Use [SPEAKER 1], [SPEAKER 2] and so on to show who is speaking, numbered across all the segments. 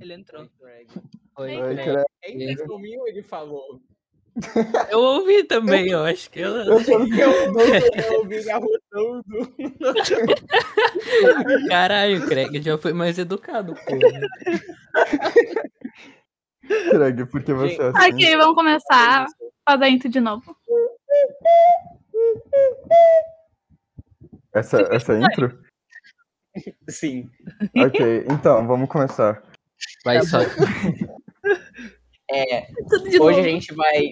[SPEAKER 1] Ele entrou.
[SPEAKER 2] Craig.
[SPEAKER 3] Oi,
[SPEAKER 1] Oi,
[SPEAKER 3] Craig.
[SPEAKER 4] Craig.
[SPEAKER 2] Ele sumiu, ele falou.
[SPEAKER 1] Eu ouvi também, eu acho que eu.
[SPEAKER 4] Eu só não-
[SPEAKER 2] Eu não ouvi garrotando.
[SPEAKER 1] Caralho, Craig já foi mais educado, pô.
[SPEAKER 4] Craig, por que você é assim?
[SPEAKER 3] Ok, vamos começar. Faz a intro de novo.
[SPEAKER 4] Essa, essa intro?
[SPEAKER 2] Sim.
[SPEAKER 4] Ok, então, vamos começar.
[SPEAKER 1] Vai só.
[SPEAKER 2] É,
[SPEAKER 3] Tudo de
[SPEAKER 2] hoje a
[SPEAKER 3] novo.
[SPEAKER 2] gente vai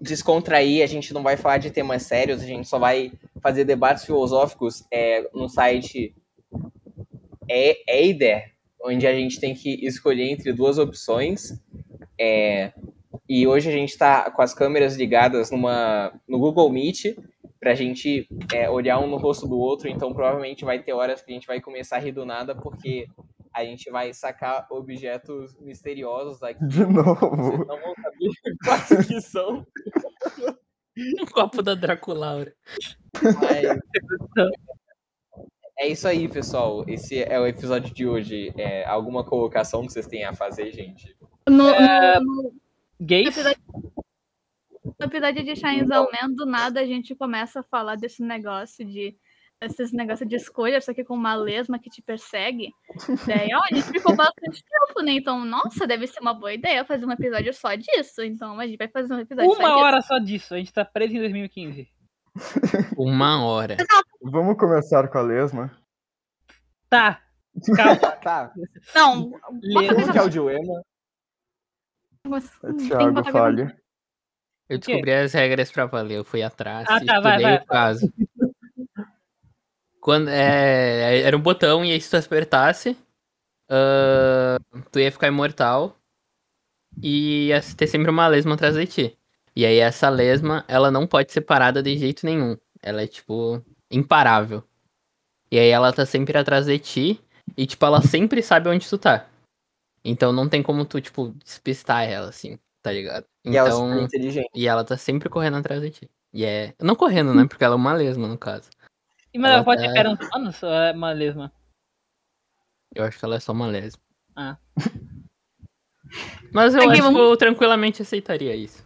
[SPEAKER 2] descontrair, a gente não vai falar de temas sérios, a gente só vai fazer debates filosóficos é, no site É, E- Eider, onde a gente tem que escolher entre duas opções. É, e hoje a gente está com as câmeras ligadas numa, no Google Meet pra gente é, olhar um no rosto do outro, então provavelmente vai ter horas que a gente vai começar a rir do nada, porque a gente vai sacar objetos misteriosos aqui
[SPEAKER 4] De
[SPEAKER 2] vocês
[SPEAKER 4] novo.
[SPEAKER 2] não vão saber quais que são,
[SPEAKER 1] Um copo da Draculaura.
[SPEAKER 2] mas... É isso aí, pessoal. Esse é o episódio de hoje. É, alguma colocação que vocês têm a fazer, gente?
[SPEAKER 3] No, no,
[SPEAKER 1] Gays?
[SPEAKER 3] no episódio de Shinezão, né? Do nada a gente começa a falar desse negócio de. Esses negócio de escolha, só que com uma lesma que te persegue. Daí, ó, a gente ficou bastante tempo, né? Então, nossa, deve ser uma boa ideia fazer um episódio só disso. Então, a gente vai fazer um episódio só
[SPEAKER 1] é
[SPEAKER 5] Uma
[SPEAKER 3] disso.
[SPEAKER 5] hora só disso, a gente tá preso em 2015.
[SPEAKER 1] Uma hora.
[SPEAKER 4] Vamos começar com a lesma.
[SPEAKER 5] Tá,
[SPEAKER 2] Tá.
[SPEAKER 3] Não,
[SPEAKER 5] Lê.
[SPEAKER 3] coisa-
[SPEAKER 2] Como que é o dilema?
[SPEAKER 3] mas-
[SPEAKER 4] É
[SPEAKER 3] Hum, tem que
[SPEAKER 4] Thiago,
[SPEAKER 3] botar
[SPEAKER 4] fale.
[SPEAKER 1] Eu
[SPEAKER 5] O quê?
[SPEAKER 1] descobri as regras pra valer, eu fui atrás,
[SPEAKER 5] Ah, tá, vai, vai,
[SPEAKER 1] estudei o caso. Quando, é, era um botão, e aí se tu apertasse, ah, tu ia ficar imortal e ia ter sempre uma lesma atrás de ti. E aí essa lesma, ela não pode ser parada de jeito nenhum. Ela é, tipo, imparável. E aí ela tá sempre atrás de ti, e, tipo, ela sempre sabe onde tu tá. Então não tem como tu, tipo, despistar ela, assim, tá ligado?
[SPEAKER 2] E ela é
[SPEAKER 1] Então...
[SPEAKER 2] super inteligente.
[SPEAKER 1] E ela tá sempre correndo atrás de ti. E é. Não correndo, né? Porque ela é uma lesma, no caso.
[SPEAKER 5] e mas ela
[SPEAKER 1] Ela
[SPEAKER 5] pode
[SPEAKER 1] tá-
[SPEAKER 5] ter cara uns anos, ou é uma lesma?
[SPEAKER 1] Eu acho que ela é só uma lesma.
[SPEAKER 5] Ah.
[SPEAKER 1] Mas eu
[SPEAKER 3] Aqui,
[SPEAKER 1] acho
[SPEAKER 3] vamos-
[SPEAKER 1] que eu tranquilamente aceitaria isso.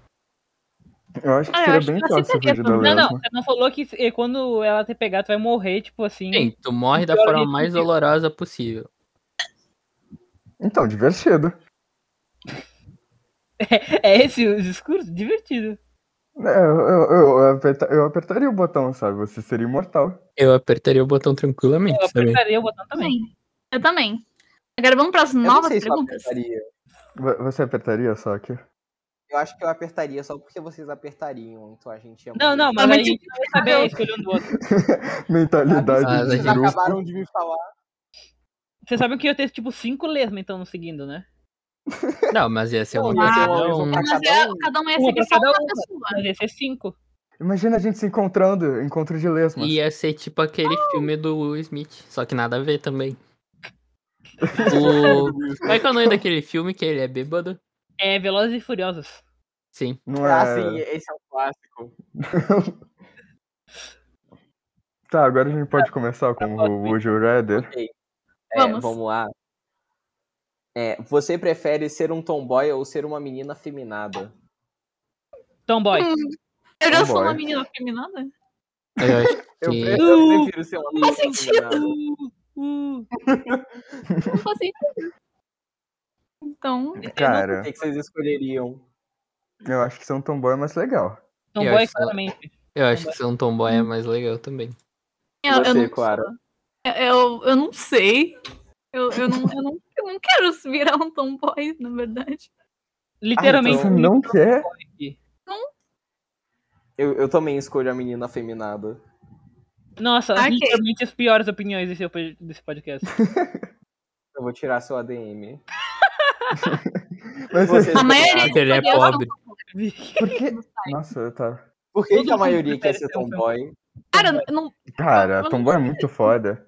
[SPEAKER 4] Eu acho que
[SPEAKER 3] Ah, eu
[SPEAKER 4] seria
[SPEAKER 3] acho
[SPEAKER 4] bem
[SPEAKER 3] que
[SPEAKER 4] fácil
[SPEAKER 3] classifica
[SPEAKER 4] fugir da
[SPEAKER 3] tudo.
[SPEAKER 5] Não, não,
[SPEAKER 4] lesma.
[SPEAKER 5] você não falou que se- quando ela te pegar, tu vai morrer, tipo assim.
[SPEAKER 1] Sim, tu morre da
[SPEAKER 5] Pior
[SPEAKER 1] forma
[SPEAKER 5] jeito
[SPEAKER 1] mais
[SPEAKER 5] possível.
[SPEAKER 1] dolorosa possível.
[SPEAKER 4] Então, divertido.
[SPEAKER 5] É esse o discurso? Divertido.
[SPEAKER 4] É, eu, eu, eu aperta- eu apertaria o botão, sabe? Você seria imortal.
[SPEAKER 1] Eu apertaria o botão tranquilamente,
[SPEAKER 5] Eu
[SPEAKER 1] sabe?
[SPEAKER 5] apertaria o botão também.
[SPEAKER 3] Também. Eu também. Agora vamos para as
[SPEAKER 2] Eu não
[SPEAKER 3] novas
[SPEAKER 2] sei se eu
[SPEAKER 3] perguntas.
[SPEAKER 2] apertaria.
[SPEAKER 4] Vo- Você apertaria só aqui?
[SPEAKER 2] Eu acho que eu apertaria só porque vocês apertariam, então a gente é
[SPEAKER 5] Não,
[SPEAKER 2] muito-
[SPEAKER 5] não, mas
[SPEAKER 3] Mas
[SPEAKER 5] aí a gente não vai saber a escolha um do outro.
[SPEAKER 4] Mentalidade
[SPEAKER 1] Ah,
[SPEAKER 4] de
[SPEAKER 2] Vocês
[SPEAKER 1] justo.
[SPEAKER 4] grupo.
[SPEAKER 2] acabaram de me falar.
[SPEAKER 5] Vocês sabem que ia ter, tipo, cinco lesmas, então, nos seguindo, né?
[SPEAKER 1] Não, mas ia ser um
[SPEAKER 2] Não,
[SPEAKER 1] uma
[SPEAKER 2] ia ser uma
[SPEAKER 1] questão.
[SPEAKER 2] lesma pra
[SPEAKER 3] Mas
[SPEAKER 2] cada
[SPEAKER 3] é,
[SPEAKER 2] um.
[SPEAKER 3] cada um ia
[SPEAKER 5] Uma
[SPEAKER 3] seguir
[SPEAKER 5] pra
[SPEAKER 3] só
[SPEAKER 5] cada
[SPEAKER 3] uma
[SPEAKER 5] uma.
[SPEAKER 3] pessoa.
[SPEAKER 5] Mas ia ser cinco.
[SPEAKER 4] Imagina a gente se encontrando, encontro de lesma.
[SPEAKER 1] Ia ser tipo aquele filme do Will Smith, só que nada a ver também. O... Como é que é o nome daquele filme que ele é bêbado?
[SPEAKER 5] É Velozes e Furiosos.
[SPEAKER 1] Sim.
[SPEAKER 4] Não é...
[SPEAKER 2] Ah, sim, esse é um clássico.
[SPEAKER 4] Tá, agora a gente pode começar com o Would You Rather.
[SPEAKER 2] É,
[SPEAKER 3] Vamos.
[SPEAKER 2] vamos lá. É, você prefere ser um tomboy ou ser uma menina feminada?
[SPEAKER 5] Tomboy.
[SPEAKER 3] Hum, Eu já sou uma
[SPEAKER 4] Tomboy.
[SPEAKER 3] menina feminada.
[SPEAKER 1] Eu acho
[SPEAKER 2] Eu,
[SPEAKER 1] que-
[SPEAKER 2] pre- eu prefiro ser uma menina
[SPEAKER 3] Uh, faz sentido.
[SPEAKER 2] feminada.
[SPEAKER 5] Uh,
[SPEAKER 3] Não faz sentido. Então,
[SPEAKER 2] O
[SPEAKER 4] Cara,
[SPEAKER 2] que que vocês escolheriam?
[SPEAKER 4] eu acho que ser um tomboy é mais legal.
[SPEAKER 5] tomboy,
[SPEAKER 1] acho que-
[SPEAKER 5] claramente.
[SPEAKER 1] Eu acho que ser um tomboy é mais legal também.
[SPEAKER 3] eu, eu
[SPEAKER 2] Você,
[SPEAKER 3] não,
[SPEAKER 2] Clara.
[SPEAKER 3] eu, eu, eu não sei. Eu, eu, não, eu, não, eu não quero virar um tomboy, na verdade.
[SPEAKER 5] então Literalmente.
[SPEAKER 4] Você Então, não quer?
[SPEAKER 2] Eu, eu também escolho a menina afeminada.
[SPEAKER 5] Nossa,
[SPEAKER 3] Ok.
[SPEAKER 5] literalmente as piores opiniões desse, op- desse podcast.
[SPEAKER 2] Eu vou tirar seu ADM.
[SPEAKER 4] Mas
[SPEAKER 2] Você-
[SPEAKER 3] A maioria
[SPEAKER 1] Porque ele é
[SPEAKER 3] escolheu não.
[SPEAKER 1] pobre.
[SPEAKER 4] por que... Nossa, tá.
[SPEAKER 2] Por que,
[SPEAKER 5] Todo
[SPEAKER 2] que a
[SPEAKER 5] mundo
[SPEAKER 2] maioria quer
[SPEAKER 5] prefere
[SPEAKER 2] ser
[SPEAKER 5] ser um
[SPEAKER 2] tomboy?
[SPEAKER 3] Cara, eu não,
[SPEAKER 4] Cara, tomboy é muito foda.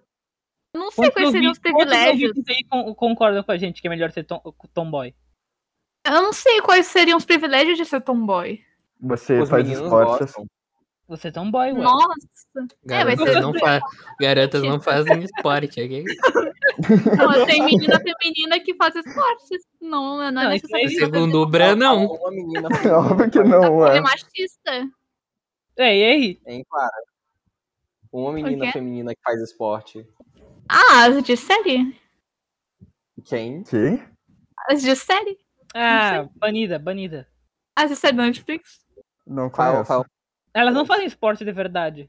[SPEAKER 3] eu não sei
[SPEAKER 5] Quantos
[SPEAKER 3] quais seriam os
[SPEAKER 5] ouvintes- quantos
[SPEAKER 3] privilégios.
[SPEAKER 5] ouvintes aí con- concordam com a gente que é melhor ser tom- tomboy?
[SPEAKER 3] Eu não sei quais seriam os privilégios de ser tomboy.
[SPEAKER 4] Você
[SPEAKER 2] Os
[SPEAKER 4] faz assim.
[SPEAKER 2] meninos
[SPEAKER 4] esportes.
[SPEAKER 2] gostam.
[SPEAKER 5] Você é tomboy, ué.
[SPEAKER 3] Nossa. É, vai
[SPEAKER 1] Garotas,
[SPEAKER 3] ser-
[SPEAKER 1] não, fa... Garotas não fazem esporte, ok?
[SPEAKER 3] Não, tem menina feminina que faz esportes. Não, não é
[SPEAKER 5] Não, isso aí-
[SPEAKER 3] necessário.
[SPEAKER 1] Segundo o Brenão.
[SPEAKER 2] Uma menina.
[SPEAKER 4] É óbvio que não,
[SPEAKER 3] Ele é
[SPEAKER 4] é.
[SPEAKER 3] machista.
[SPEAKER 5] É, e aí?
[SPEAKER 2] Hein, Clara? Uma menina
[SPEAKER 3] quê?
[SPEAKER 2] feminina que faz esporte.
[SPEAKER 3] Ah, as de série?
[SPEAKER 2] Quem?
[SPEAKER 4] Que?
[SPEAKER 3] As de série?
[SPEAKER 5] Ah, banida, banida.
[SPEAKER 3] As de série da Netflix?
[SPEAKER 4] Não
[SPEAKER 2] Fala,
[SPEAKER 4] conheço.
[SPEAKER 2] fala.
[SPEAKER 5] Elas não fazem esporte de verdade.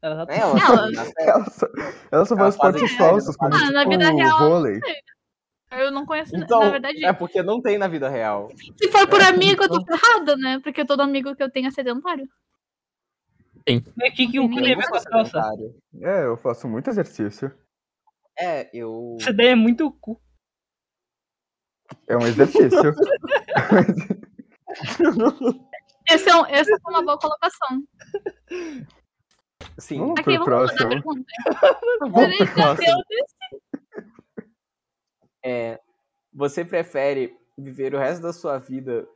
[SPEAKER 5] Elas
[SPEAKER 2] É,
[SPEAKER 5] atuam.
[SPEAKER 2] ela,
[SPEAKER 3] Ela-
[SPEAKER 2] na série.
[SPEAKER 4] Ela só, ela só
[SPEAKER 2] Ela
[SPEAKER 4] faz esportes
[SPEAKER 2] faz-
[SPEAKER 4] falsos, como
[SPEAKER 3] Ah, na
[SPEAKER 4] tipo,
[SPEAKER 3] vida real,
[SPEAKER 4] vôlei.
[SPEAKER 3] Eu não conheço,
[SPEAKER 2] Então,
[SPEAKER 3] na verdade.
[SPEAKER 2] é porque não tem na vida real.
[SPEAKER 3] Se for
[SPEAKER 4] É,
[SPEAKER 3] por amigo, eu
[SPEAKER 4] então.
[SPEAKER 3] tô ferrada, né? Porque todo amigo que eu tenho é sedentário.
[SPEAKER 5] O que, que o que
[SPEAKER 3] Ninguém
[SPEAKER 5] leva
[SPEAKER 2] Ninguém
[SPEAKER 5] com
[SPEAKER 2] é
[SPEAKER 5] a calça?
[SPEAKER 2] sedentário.
[SPEAKER 4] É, eu faço muito exercício.
[SPEAKER 2] É, eu.
[SPEAKER 5] Essa ideia é muito cu.
[SPEAKER 4] É um exercício.
[SPEAKER 3] Esse é um, essa foi uma boa colocação.
[SPEAKER 2] Sim.
[SPEAKER 4] Hum.
[SPEAKER 3] Aqui,
[SPEAKER 4] Pro
[SPEAKER 3] vamos mudar a
[SPEAKER 4] próximo.
[SPEAKER 3] pergunta.
[SPEAKER 4] Vamos pro
[SPEAKER 3] Peraí, já
[SPEAKER 4] próximo.
[SPEAKER 3] deu desse-
[SPEAKER 2] É, você prefere viver o resto da sua vida.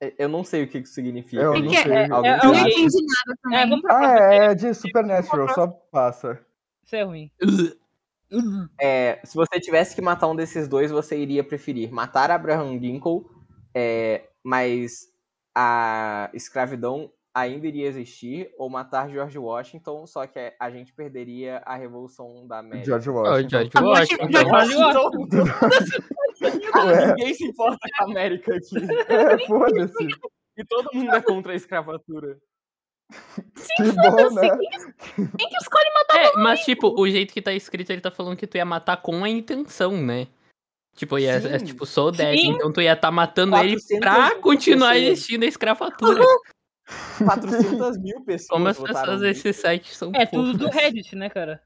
[SPEAKER 2] É, Eu não sei o que que isso significa.
[SPEAKER 4] Eu
[SPEAKER 3] Que
[SPEAKER 4] não
[SPEAKER 3] que é?
[SPEAKER 4] sei.
[SPEAKER 2] Alguém
[SPEAKER 5] É,
[SPEAKER 2] que
[SPEAKER 3] Não
[SPEAKER 5] alguém-
[SPEAKER 2] acha-
[SPEAKER 3] entendi nada
[SPEAKER 5] É,
[SPEAKER 3] também.
[SPEAKER 5] vamos pra
[SPEAKER 4] Ah,
[SPEAKER 5] próxima.
[SPEAKER 4] é, é
[SPEAKER 3] tipo
[SPEAKER 4] de Supernatural, só passa.
[SPEAKER 5] Isso é ruim.
[SPEAKER 2] é, se você tivesse que matar um desses dois, você iria preferir matar Abraham Lincoln, é, mas a escravidão ainda iria existir, ou matar George Washington, só que a gente perderia a Revolução da América.
[SPEAKER 4] George
[SPEAKER 1] Ó,
[SPEAKER 4] Washington.
[SPEAKER 1] George
[SPEAKER 2] tipo,
[SPEAKER 3] Tá bom,
[SPEAKER 1] Washington.
[SPEAKER 3] George
[SPEAKER 2] Ah,
[SPEAKER 4] Ué.
[SPEAKER 2] ninguém se importa com é a América aqui.
[SPEAKER 4] É, foda-se.
[SPEAKER 2] E todo mundo é contra a escravatura.
[SPEAKER 4] Que
[SPEAKER 3] assim.
[SPEAKER 4] bom, né?
[SPEAKER 3] Quem que escolhe matar
[SPEAKER 1] É, mas tipo, o jeito que tá escrito, ele tá falando que tu ia matar com a intenção, né? Tipo, ia, é,
[SPEAKER 2] Sim.
[SPEAKER 1] tipo, sou 10,
[SPEAKER 5] Sim.
[SPEAKER 1] então tu ia tá matando ele
[SPEAKER 2] 400
[SPEAKER 1] pra continuar
[SPEAKER 2] pessoas.
[SPEAKER 1] existindo a escravatura.
[SPEAKER 2] 400 mil pessoas.
[SPEAKER 1] Como as
[SPEAKER 2] votaram
[SPEAKER 1] pessoas
[SPEAKER 2] nisso.
[SPEAKER 1] desse site são
[SPEAKER 5] É tudo do
[SPEAKER 1] fofas.
[SPEAKER 5] Reddit, né, cara?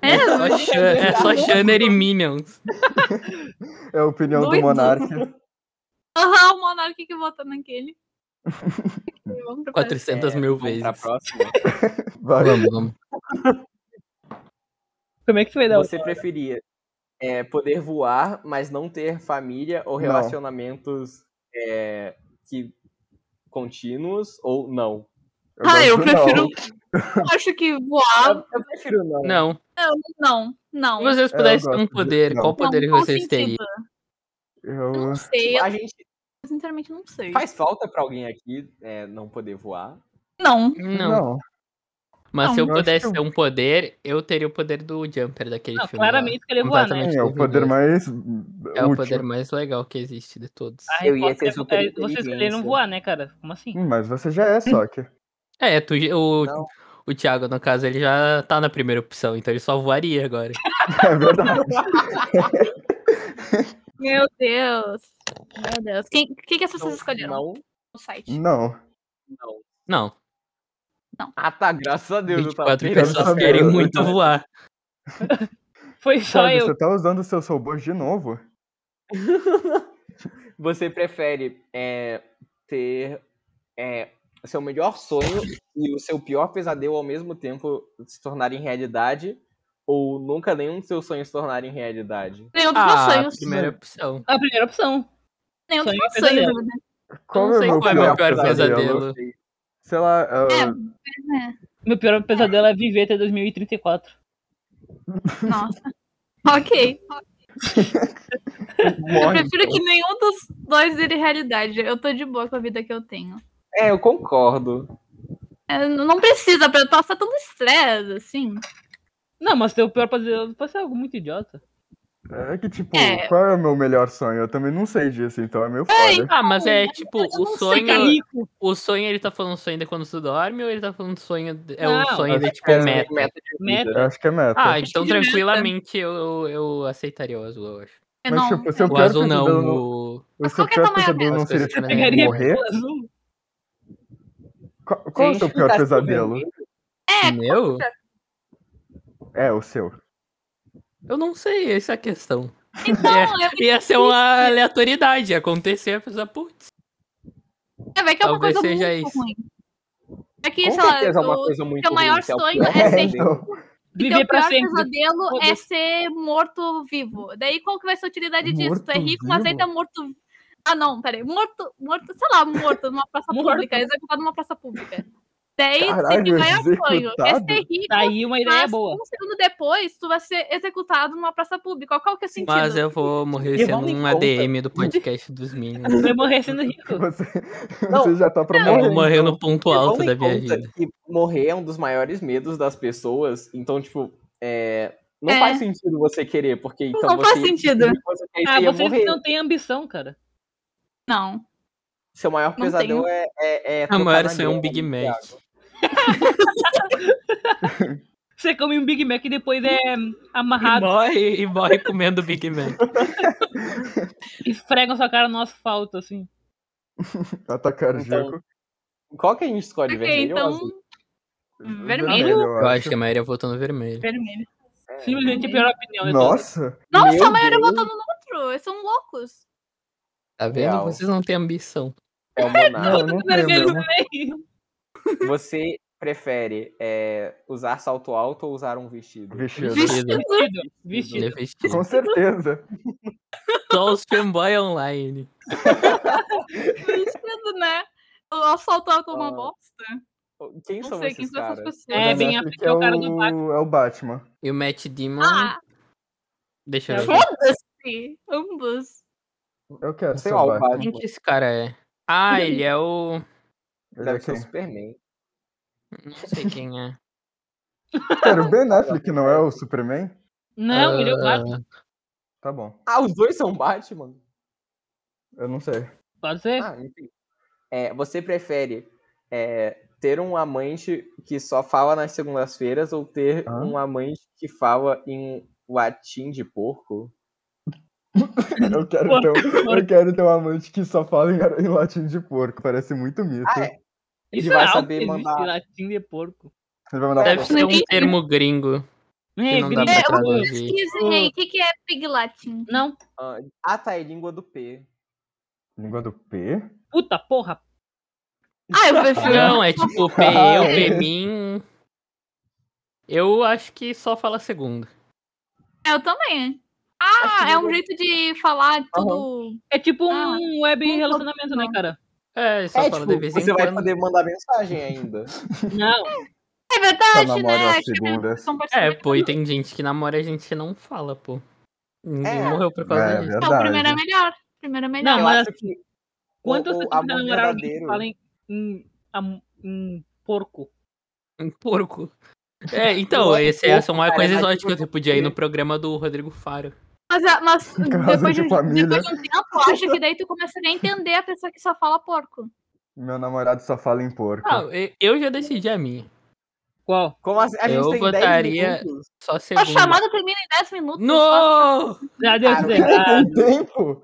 [SPEAKER 1] É só, Shan- é só Shanner e Minions.
[SPEAKER 4] É a opinião do
[SPEAKER 3] Doido.
[SPEAKER 4] Monark.
[SPEAKER 3] Aham, o Monark que vota naquele. Vamos pro próximo.
[SPEAKER 1] 400
[SPEAKER 2] É,
[SPEAKER 1] mil
[SPEAKER 2] Vamos
[SPEAKER 1] vezes.
[SPEAKER 2] pra próxima.
[SPEAKER 4] Vai.
[SPEAKER 1] Vamos, vamos.
[SPEAKER 5] Como é que tu vai dar
[SPEAKER 2] Você preferia é, poder voar, mas não ter família ou
[SPEAKER 4] Não.
[SPEAKER 2] relacionamentos é, que contínuos ou não?
[SPEAKER 3] Ah, eu
[SPEAKER 4] gosto, não.
[SPEAKER 3] prefiro. Eu acho que voar.
[SPEAKER 2] Ah, Eu prefiro não.
[SPEAKER 1] Não.
[SPEAKER 3] Não, não.
[SPEAKER 1] Se vocês
[SPEAKER 2] É,
[SPEAKER 1] pudessem ter um
[SPEAKER 4] gosto
[SPEAKER 1] poder,
[SPEAKER 4] disso,
[SPEAKER 1] qual
[SPEAKER 4] não.
[SPEAKER 1] poder
[SPEAKER 3] não,
[SPEAKER 1] que vocês teriam?
[SPEAKER 3] sentido.
[SPEAKER 4] Eu...
[SPEAKER 3] Não sei, eu
[SPEAKER 2] A gente
[SPEAKER 3] sinceramente não sei.
[SPEAKER 2] faz falta pra alguém aqui é, não poder voar.
[SPEAKER 3] Não.
[SPEAKER 1] Não.
[SPEAKER 4] não.
[SPEAKER 1] Mas
[SPEAKER 3] Não,
[SPEAKER 1] se eu
[SPEAKER 4] eu acho
[SPEAKER 1] pudesse
[SPEAKER 4] que eu-
[SPEAKER 1] ter um poder, eu teria o poder do Jumper daquele
[SPEAKER 5] Não,
[SPEAKER 1] filme. lá.
[SPEAKER 5] claramente escolher voar, né?
[SPEAKER 1] Completamente
[SPEAKER 4] É o poder
[SPEAKER 1] duvidoso.
[SPEAKER 4] mais.
[SPEAKER 1] É o
[SPEAKER 4] útil.
[SPEAKER 1] poder mais legal que existe de todos.
[SPEAKER 5] A
[SPEAKER 2] Eu ia
[SPEAKER 5] resposta
[SPEAKER 2] ter
[SPEAKER 5] é-
[SPEAKER 2] super
[SPEAKER 5] é Você escolher não
[SPEAKER 2] inteligência.
[SPEAKER 5] voar, né, cara? Como assim?
[SPEAKER 4] Hum, Mas você já é, só que.
[SPEAKER 1] É, tu,
[SPEAKER 2] Não.
[SPEAKER 1] o, o Thiago, no caso, ele já tá na primeira opção, então ele só voaria agora.
[SPEAKER 4] É verdade.
[SPEAKER 3] Meu Deus. Meu Deus. Quem, quem que as pessoas
[SPEAKER 2] Não,
[SPEAKER 3] escolheram
[SPEAKER 2] Não,
[SPEAKER 3] no site?
[SPEAKER 4] Não.
[SPEAKER 2] não.
[SPEAKER 1] Não,
[SPEAKER 2] Ah, tá, graças a Deus. eu tava
[SPEAKER 1] 24
[SPEAKER 2] perdendo
[SPEAKER 1] pessoas
[SPEAKER 2] essa
[SPEAKER 4] saber.
[SPEAKER 1] querem
[SPEAKER 2] merda.
[SPEAKER 1] muito voar.
[SPEAKER 5] Foi só
[SPEAKER 4] Sabe,
[SPEAKER 5] eu.
[SPEAKER 4] você tá usando seus robôs de novo?
[SPEAKER 2] Você prefere é, ter é, o seu melhor sonho e o seu pior pesadelo ao mesmo tempo se tornarem realidade? Ou nunca nenhum dos seus sonhos se tornarem realidade?
[SPEAKER 3] Nenhum dos meus
[SPEAKER 1] Ah, a
[SPEAKER 3] sonhos.
[SPEAKER 1] primeira opção.
[SPEAKER 5] A primeira opção.
[SPEAKER 3] Nenhum dos
[SPEAKER 5] sonho
[SPEAKER 3] meus
[SPEAKER 5] é
[SPEAKER 3] sonhos.
[SPEAKER 5] pesadelo.
[SPEAKER 3] né?
[SPEAKER 4] Qual
[SPEAKER 1] não
[SPEAKER 4] é o
[SPEAKER 1] sei
[SPEAKER 4] meu
[SPEAKER 1] qual é o meu pior pesadelo.
[SPEAKER 4] Sei lá. ah,
[SPEAKER 3] É,
[SPEAKER 5] Meu pior pesadelo é viver até 2034.
[SPEAKER 3] Nossa. ok. Eu
[SPEAKER 2] Morre.
[SPEAKER 3] prefiro que nenhum dos dois vire realidade. Eu tô de boa com a vida que eu tenho.
[SPEAKER 2] É, eu concordo.
[SPEAKER 3] É, n- não precisa pra eu passar tanto estresse, assim.
[SPEAKER 5] Não, mas teu pior pesadelo pode ser algo muito idiota.
[SPEAKER 4] É que, tipo,
[SPEAKER 3] É.
[SPEAKER 4] qual é o meu melhor sonho? Eu também não sei disso, então é meio foda.
[SPEAKER 1] Ah, mas é
[SPEAKER 3] Não,
[SPEAKER 1] tipo,
[SPEAKER 3] eu não
[SPEAKER 1] o
[SPEAKER 3] sei,
[SPEAKER 5] Fica
[SPEAKER 1] sonho.
[SPEAKER 5] rico.
[SPEAKER 1] O sonho ele tá falando sonho de quando tu dorme ou ele tá falando sonho. de- É
[SPEAKER 5] Não,
[SPEAKER 1] o sonho de tipo
[SPEAKER 2] É,
[SPEAKER 1] meta.
[SPEAKER 2] de
[SPEAKER 5] Meta.
[SPEAKER 4] Eu acho que é meta.
[SPEAKER 1] Ah, então
[SPEAKER 3] de meta.
[SPEAKER 1] tranquilamente eu, eu, eu aceitaria o azul, eu um acho.
[SPEAKER 3] É,
[SPEAKER 4] Mas,
[SPEAKER 3] não.
[SPEAKER 4] tipo, se eu-
[SPEAKER 1] O
[SPEAKER 4] pior
[SPEAKER 1] azul não,
[SPEAKER 4] pesadelo não-
[SPEAKER 1] o.
[SPEAKER 4] o
[SPEAKER 3] mas
[SPEAKER 4] seu
[SPEAKER 3] qual que é
[SPEAKER 4] pior
[SPEAKER 3] o tamanho
[SPEAKER 4] pesadelo
[SPEAKER 1] dela?
[SPEAKER 4] não seria
[SPEAKER 1] As coisas
[SPEAKER 4] tipo
[SPEAKER 1] que
[SPEAKER 5] Pegaria
[SPEAKER 4] morrer?
[SPEAKER 5] pelo azul.
[SPEAKER 4] Qual, qual é o
[SPEAKER 2] Gente,
[SPEAKER 4] seu pior
[SPEAKER 2] tá
[SPEAKER 4] pesadelo?
[SPEAKER 2] chovendo.
[SPEAKER 3] É,
[SPEAKER 1] Meu?
[SPEAKER 4] É, o seu.
[SPEAKER 1] Eu não sei, essa é a questão.
[SPEAKER 3] então, é,
[SPEAKER 1] Ia ser uma aleatoriedade, ia acontecer, a pessoa, putz,
[SPEAKER 3] é, vai que é uma
[SPEAKER 1] talvez
[SPEAKER 3] coisa
[SPEAKER 1] seja
[SPEAKER 3] muito
[SPEAKER 1] isso.
[SPEAKER 3] ruim. É que,
[SPEAKER 2] Com
[SPEAKER 3] sei lá,
[SPEAKER 2] certeza é uma
[SPEAKER 3] o
[SPEAKER 2] coisa muito
[SPEAKER 3] teu maior
[SPEAKER 2] ruim, que é o
[SPEAKER 3] sonho
[SPEAKER 2] pior
[SPEAKER 3] é ser-
[SPEAKER 2] pesadelo.
[SPEAKER 4] Então,
[SPEAKER 5] Viver
[SPEAKER 3] teu
[SPEAKER 5] pra
[SPEAKER 3] pior
[SPEAKER 5] sempre.
[SPEAKER 3] pesadelo é
[SPEAKER 5] Foda-se.
[SPEAKER 3] ser morto vivo. Daí qual que vai ser a utilidade disso? Tu é rico,
[SPEAKER 4] Morto-vivo?
[SPEAKER 3] mas ainda é morto. Ah, não, peraí. Morto, morto, sei lá, morto numa praça
[SPEAKER 5] Morto.
[SPEAKER 3] pública, executado numa praça pública. Daí
[SPEAKER 4] Caralho,
[SPEAKER 3] tu vai apanho. É
[SPEAKER 4] executado?
[SPEAKER 3] terrível.
[SPEAKER 5] Daí uma Tá, ideia é
[SPEAKER 3] mas
[SPEAKER 5] boa.
[SPEAKER 3] Um segundo depois, tu vai ser executado numa praça pública. Qual que é o sentido?
[SPEAKER 1] Mas eu vou morrer
[SPEAKER 2] Levando
[SPEAKER 1] sendo
[SPEAKER 2] em
[SPEAKER 1] um
[SPEAKER 2] conta.
[SPEAKER 1] ADM do podcast dos Minions.
[SPEAKER 5] Você morrer sendo rico.
[SPEAKER 4] Você,
[SPEAKER 2] Não,
[SPEAKER 4] você já tá pra
[SPEAKER 1] Eu
[SPEAKER 4] morrer.
[SPEAKER 1] vou morrer no ponto alto
[SPEAKER 2] Levando
[SPEAKER 1] da
[SPEAKER 2] em conta
[SPEAKER 1] minha vida.
[SPEAKER 2] Que morrer é um dos maiores medos das pessoas. Então, tipo, é, não
[SPEAKER 3] É.
[SPEAKER 2] faz sentido você querer, porque então
[SPEAKER 3] não
[SPEAKER 2] você,
[SPEAKER 3] faz é sentido.
[SPEAKER 2] Você, quer,
[SPEAKER 5] Ah,
[SPEAKER 2] você ia
[SPEAKER 5] vocês
[SPEAKER 2] morrer.
[SPEAKER 5] que não têm ambição, cara.
[SPEAKER 3] Não.
[SPEAKER 2] Seu maior
[SPEAKER 3] não
[SPEAKER 2] pesadelo é, é, é
[SPEAKER 1] A
[SPEAKER 2] trocar
[SPEAKER 1] maior
[SPEAKER 2] na
[SPEAKER 1] sonho é um
[SPEAKER 2] guerra,
[SPEAKER 1] Big
[SPEAKER 2] né,
[SPEAKER 1] Mac.
[SPEAKER 2] Thiago?
[SPEAKER 5] Você come um Big Mac e depois é
[SPEAKER 1] E
[SPEAKER 5] amarrado
[SPEAKER 1] morre, e morre comendo Big Mac.
[SPEAKER 5] e esfregam sua cara no asfalto, assim.
[SPEAKER 4] Atacar
[SPEAKER 2] Então,
[SPEAKER 4] Jeco.
[SPEAKER 2] Qual que é a gente escolhe?
[SPEAKER 3] Ok,
[SPEAKER 2] vermelho ou
[SPEAKER 3] então.
[SPEAKER 2] azul?
[SPEAKER 3] vermelho?
[SPEAKER 1] Eu acho que a maioria votou no vermelho.
[SPEAKER 3] Vermelho.
[SPEAKER 5] Simplesmente a pior opinião. de todas.
[SPEAKER 4] Nossa!
[SPEAKER 3] Nossa,
[SPEAKER 2] Meu
[SPEAKER 3] a maioria
[SPEAKER 2] Deus.
[SPEAKER 3] votou no outro. Eles são loucos.
[SPEAKER 1] Tá vendo?
[SPEAKER 2] Real.
[SPEAKER 1] Vocês não têm ambição.
[SPEAKER 2] É o monarca.
[SPEAKER 4] Não, não tem
[SPEAKER 5] Vermelho
[SPEAKER 4] mesmo.
[SPEAKER 5] meio.
[SPEAKER 2] Você prefere é, usar salto alto ou usar um vestido?
[SPEAKER 4] Vestido.
[SPEAKER 1] Vestido.
[SPEAKER 5] Vestido.
[SPEAKER 1] Ele é
[SPEAKER 5] Vestido.
[SPEAKER 1] vestido.
[SPEAKER 4] Com certeza.
[SPEAKER 1] Só os fanboy online.
[SPEAKER 3] Vestido, né? O assalto alto é uma
[SPEAKER 2] Ah,
[SPEAKER 3] bosta.
[SPEAKER 2] Quem
[SPEAKER 3] Não
[SPEAKER 2] são
[SPEAKER 3] sei
[SPEAKER 2] esses
[SPEAKER 3] quem são essas
[SPEAKER 2] caras?
[SPEAKER 3] pessoas.
[SPEAKER 5] É,
[SPEAKER 4] Mas
[SPEAKER 5] bem
[SPEAKER 4] acho
[SPEAKER 5] Affleck
[SPEAKER 4] que
[SPEAKER 5] é
[SPEAKER 4] é
[SPEAKER 5] o cara do
[SPEAKER 4] o, é o Batman.
[SPEAKER 1] E o Matt Damon.
[SPEAKER 3] Ah,
[SPEAKER 1] deixa
[SPEAKER 5] é
[SPEAKER 3] Tá
[SPEAKER 1] eu
[SPEAKER 5] o
[SPEAKER 1] ver.
[SPEAKER 3] foda-se. Ambos.
[SPEAKER 4] Eu quero
[SPEAKER 2] Sei
[SPEAKER 4] ser
[SPEAKER 2] lá,
[SPEAKER 4] o
[SPEAKER 2] o
[SPEAKER 4] Batman.
[SPEAKER 1] Quem que esse cara é? Ah, ele é o.
[SPEAKER 4] Ele é
[SPEAKER 2] Deve ser o
[SPEAKER 4] quem?
[SPEAKER 2] Superman.
[SPEAKER 1] Não sei quem é.
[SPEAKER 2] um
[SPEAKER 4] Cara, o Ben Affleck não é o Superman?
[SPEAKER 5] Não, ele é o Batman.
[SPEAKER 1] Ah,
[SPEAKER 4] Tá bom.
[SPEAKER 2] Ah, os dois são Batman?
[SPEAKER 4] Eu não sei.
[SPEAKER 5] Pode ser?
[SPEAKER 2] Ah, enfim. É, você prefere é, ter um amante que só fala nas segundas-feiras ou ter
[SPEAKER 4] Hã?
[SPEAKER 2] um amante que fala em latim de porco?
[SPEAKER 4] Eu quero,
[SPEAKER 5] Porco,
[SPEAKER 2] então,
[SPEAKER 4] ter um, eu quero ter um amante que só fala em, em latim de porco. Parece muito mito.
[SPEAKER 2] Ah, é? Ele
[SPEAKER 5] Isso
[SPEAKER 2] vai
[SPEAKER 5] é algo
[SPEAKER 2] saber
[SPEAKER 5] que existe,
[SPEAKER 2] mandar-
[SPEAKER 5] latim de porco.
[SPEAKER 4] Ele vai mandar
[SPEAKER 1] Deve
[SPEAKER 4] foto.
[SPEAKER 1] ser um
[SPEAKER 3] Ninguém-
[SPEAKER 1] termo gringo.
[SPEAKER 5] É,
[SPEAKER 1] não
[SPEAKER 5] gringo.
[SPEAKER 1] dá pra
[SPEAKER 5] É, o-
[SPEAKER 1] traduzir.
[SPEAKER 3] Pesquisem aí, o que, que é Pig Latin?
[SPEAKER 5] Não,
[SPEAKER 2] Ah, Ah, tá, é língua do P.
[SPEAKER 4] Língua do P?
[SPEAKER 5] puta porra.
[SPEAKER 3] Ah, eu prefiro.
[SPEAKER 1] Não, é tipo P, eu, P, mim. Eu acho que só fala segundo.
[SPEAKER 3] Eu também. Ah,
[SPEAKER 2] que
[SPEAKER 3] é um
[SPEAKER 2] ninguém-
[SPEAKER 3] jeito de falar tudo.
[SPEAKER 5] É tipo
[SPEAKER 3] Ah,
[SPEAKER 5] um web
[SPEAKER 3] não,
[SPEAKER 5] relacionamento, né,
[SPEAKER 3] não.
[SPEAKER 5] cara?
[SPEAKER 1] É, só
[SPEAKER 2] É,
[SPEAKER 1] fala
[SPEAKER 2] tipo,
[SPEAKER 1] de vez em
[SPEAKER 2] você vai
[SPEAKER 1] quando.
[SPEAKER 2] poder mandar mensagem ainda.
[SPEAKER 5] Não,
[SPEAKER 3] É
[SPEAKER 4] Só
[SPEAKER 3] verdade,
[SPEAKER 4] namoro
[SPEAKER 3] né?
[SPEAKER 4] às segundas.
[SPEAKER 1] É, pô, e tem gente que namora e a gente que não fala, pô. Ninguém
[SPEAKER 2] É.
[SPEAKER 1] morreu por causa
[SPEAKER 4] É,
[SPEAKER 1] disso.
[SPEAKER 4] verdade.
[SPEAKER 3] Então, primeiro é melhor. Primeiro é melhor.
[SPEAKER 5] Não,
[SPEAKER 2] Eu
[SPEAKER 5] mas
[SPEAKER 2] acho que
[SPEAKER 5] quantas
[SPEAKER 2] o, o
[SPEAKER 5] pessoas já
[SPEAKER 2] amor
[SPEAKER 5] namoraram alguém que
[SPEAKER 2] verdadeiro...
[SPEAKER 5] fala em, em, am- em porco?
[SPEAKER 1] Um porco. É, então,
[SPEAKER 2] Eu
[SPEAKER 1] esse,
[SPEAKER 2] acho
[SPEAKER 1] essa é uma
[SPEAKER 2] porco,
[SPEAKER 1] coisa
[SPEAKER 2] cara, mas
[SPEAKER 1] exótica.
[SPEAKER 2] tipo,
[SPEAKER 1] Você podia ir no programa do Rodrigo Faro.
[SPEAKER 3] Mas, a- mas
[SPEAKER 4] Casa
[SPEAKER 3] depois, de
[SPEAKER 4] de
[SPEAKER 3] um,
[SPEAKER 4] família.
[SPEAKER 3] depois de um tempo, eu acho que daí tu começaria a entender a pessoa que só fala porco.
[SPEAKER 4] Meu namorado só fala em porco.
[SPEAKER 1] Ah, e- eu já decidi a minha.
[SPEAKER 5] Qual?
[SPEAKER 2] Como assim? A gente
[SPEAKER 1] Eu
[SPEAKER 2] tem
[SPEAKER 1] votaria-
[SPEAKER 2] 10 minutos.
[SPEAKER 1] Só
[SPEAKER 3] A
[SPEAKER 1] segundo.
[SPEAKER 3] chamada termina em 10 minutos. faz
[SPEAKER 1] No!
[SPEAKER 5] Já deu tudo
[SPEAKER 2] Ah,
[SPEAKER 5] errado.
[SPEAKER 4] Tem tempo!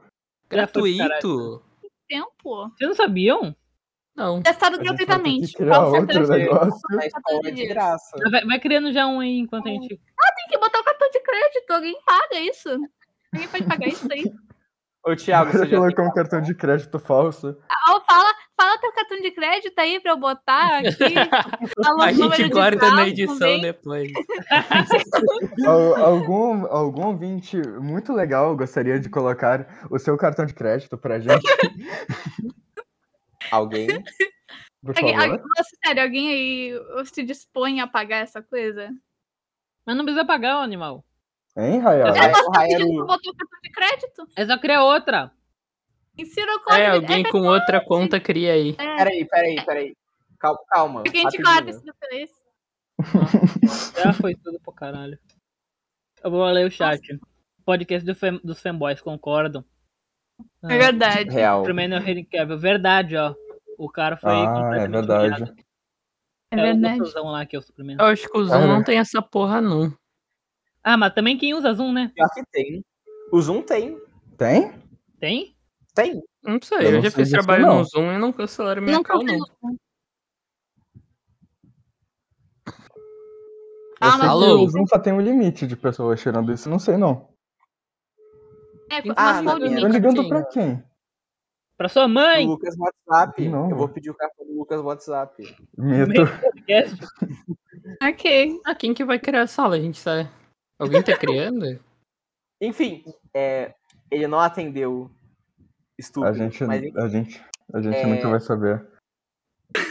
[SPEAKER 1] Gratuito!
[SPEAKER 3] tempo.
[SPEAKER 5] Vocês não sabiam?
[SPEAKER 1] Não.
[SPEAKER 3] Testado
[SPEAKER 4] A gente vai ter
[SPEAKER 3] gratuitamente.
[SPEAKER 4] que criar
[SPEAKER 3] Qual você
[SPEAKER 4] outro
[SPEAKER 3] prefere?
[SPEAKER 4] negócio.
[SPEAKER 2] A escola é de
[SPEAKER 3] dias.
[SPEAKER 2] graça.
[SPEAKER 5] Ah, Vai, vai criando já um aí enquanto a
[SPEAKER 2] Ah.
[SPEAKER 5] gente.
[SPEAKER 3] Tem que botar o cartão de crédito. Alguém paga isso. Alguém pode pagar isso aí.
[SPEAKER 2] Ô, Thiago, você
[SPEAKER 4] Você
[SPEAKER 2] já tem
[SPEAKER 4] colocou um cartão de crédito falso.
[SPEAKER 3] Ah, fala, fala teu cartão de crédito aí pra eu botar aqui. Fala o
[SPEAKER 1] A gente
[SPEAKER 3] número de
[SPEAKER 1] guarda
[SPEAKER 3] carro
[SPEAKER 1] na edição né,
[SPEAKER 3] também.
[SPEAKER 1] depois.
[SPEAKER 4] Al- algum, algum ouvinte muito legal gostaria de colocar o seu cartão de crédito pra gente,
[SPEAKER 2] alguém?
[SPEAKER 4] por
[SPEAKER 3] Alguém-
[SPEAKER 4] favor?
[SPEAKER 3] alguém- nossa, sério, alguém aí se dispõe a pagar essa coisa?
[SPEAKER 5] Mas não precisa pagar o animal.
[SPEAKER 4] Hein, Rael?
[SPEAKER 2] É,
[SPEAKER 3] Eu
[SPEAKER 2] o
[SPEAKER 3] posso tá
[SPEAKER 2] Raia
[SPEAKER 3] pedindo
[SPEAKER 2] do-
[SPEAKER 3] pra botar o cartão de crédito?
[SPEAKER 5] É só criar outra.
[SPEAKER 3] Insira o código.
[SPEAKER 1] É, alguém com outra conta cria aí.
[SPEAKER 3] É,
[SPEAKER 2] Peraí, peraí, peraí. Calma, calma.
[SPEAKER 3] porque a gente
[SPEAKER 2] rapidinho.
[SPEAKER 3] guarda isso depois.
[SPEAKER 5] Já foi tudo pro caralho. Eu vou ler o chat. Podcast do fam- dos fanboys, concordam? Ah,
[SPEAKER 3] É verdade.
[SPEAKER 2] Real.
[SPEAKER 5] Primeiro Henry Cavill. Verdade, ó. O cara foi.
[SPEAKER 4] Ah, é
[SPEAKER 5] completamente
[SPEAKER 4] verdade.
[SPEAKER 5] humilhado.
[SPEAKER 3] É
[SPEAKER 5] É o
[SPEAKER 3] verdade.
[SPEAKER 5] gostosão lá que é o Superman.
[SPEAKER 1] Eu acho que o Zoom
[SPEAKER 4] Cara.
[SPEAKER 1] não tem essa porra, não.
[SPEAKER 5] Ah, mas também quem usa Zoom, né?
[SPEAKER 2] Pior que tem. O Zoom tem.
[SPEAKER 4] Tem?
[SPEAKER 5] Tem?
[SPEAKER 2] Tem.
[SPEAKER 1] Não sei,
[SPEAKER 4] Eu
[SPEAKER 1] eu,
[SPEAKER 4] não sei
[SPEAKER 1] já fiz
[SPEAKER 4] disso,
[SPEAKER 1] trabalho
[SPEAKER 4] não.
[SPEAKER 1] no Zoom e não cancelaram minha
[SPEAKER 3] Não
[SPEAKER 1] cal, não.
[SPEAKER 3] cancela.
[SPEAKER 4] Eu
[SPEAKER 3] Ah,
[SPEAKER 4] sei
[SPEAKER 3] mas
[SPEAKER 4] que
[SPEAKER 1] alô?
[SPEAKER 4] o Zoom só tem um limite de pessoas tirando isso, não sei não.
[SPEAKER 3] É,
[SPEAKER 1] Então,
[SPEAKER 3] mas
[SPEAKER 2] ah,
[SPEAKER 3] qual o
[SPEAKER 2] Mariana,
[SPEAKER 4] Tô
[SPEAKER 3] limite?
[SPEAKER 4] ligando
[SPEAKER 1] quem?
[SPEAKER 4] pra quem?
[SPEAKER 5] Pra sua mãe!
[SPEAKER 2] O Lucas WhatsApp.
[SPEAKER 4] Não.
[SPEAKER 2] Eu vou pedir o cartão do Lucas WhatsApp.
[SPEAKER 4] Mito.
[SPEAKER 5] Podcast.
[SPEAKER 3] Ok.
[SPEAKER 1] Ah, quem que vai criar a sala? A gente sabe. Alguém tá criando?
[SPEAKER 2] Enfim, é, ele não atendeu. Estúpido.
[SPEAKER 4] A gente,
[SPEAKER 2] Mas
[SPEAKER 4] a gente, a gente
[SPEAKER 2] É.
[SPEAKER 4] nunca vai saber.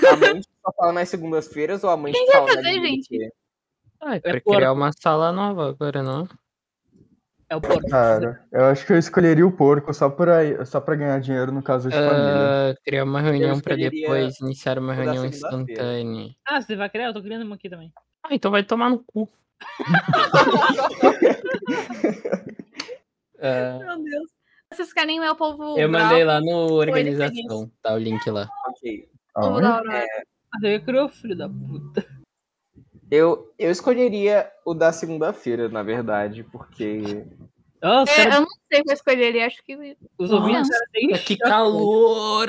[SPEAKER 2] A mãe só fala nas segundas-feiras ou a mãe
[SPEAKER 3] Quem
[SPEAKER 2] que
[SPEAKER 3] vai
[SPEAKER 2] fala na
[SPEAKER 3] fazer, gente?
[SPEAKER 2] LGBT?
[SPEAKER 1] Ah, é
[SPEAKER 5] É
[SPEAKER 1] pra
[SPEAKER 5] porco.
[SPEAKER 1] criar uma sala nova agora, não?
[SPEAKER 4] Hum.
[SPEAKER 5] É o porco.
[SPEAKER 4] Cara, eu acho que eu escolheria o porco só pra, só pra ganhar dinheiro no caso de família.
[SPEAKER 1] Ah, criar uma reunião pra
[SPEAKER 2] escolheria
[SPEAKER 1] depois iniciar uma
[SPEAKER 2] o da
[SPEAKER 1] reunião
[SPEAKER 2] segunda-feira.
[SPEAKER 1] instantânea.
[SPEAKER 5] Ah, você vai criar? Eu tô criando uma aqui também.
[SPEAKER 1] Ah, então vai tomar no cu. Ah,
[SPEAKER 3] Meu Deus. Vocês querem o meu povo.
[SPEAKER 1] eu
[SPEAKER 3] bravo,
[SPEAKER 1] mandei lá no
[SPEAKER 3] de
[SPEAKER 1] organização, tá o link lá.
[SPEAKER 2] Ok.
[SPEAKER 3] povo
[SPEAKER 4] Aonde?
[SPEAKER 3] da Aurora.
[SPEAKER 5] Ah, você criou, filho da puta.
[SPEAKER 2] Eu, eu escolheria o da segunda-feira, na verdade, porque.
[SPEAKER 5] Ah, os,
[SPEAKER 3] É,
[SPEAKER 5] caras-
[SPEAKER 3] eu não sei o que eu escolheria, acho que.
[SPEAKER 5] os ouvintes
[SPEAKER 3] Nossa,
[SPEAKER 5] cara, têm
[SPEAKER 1] Que
[SPEAKER 5] choque.
[SPEAKER 1] calor!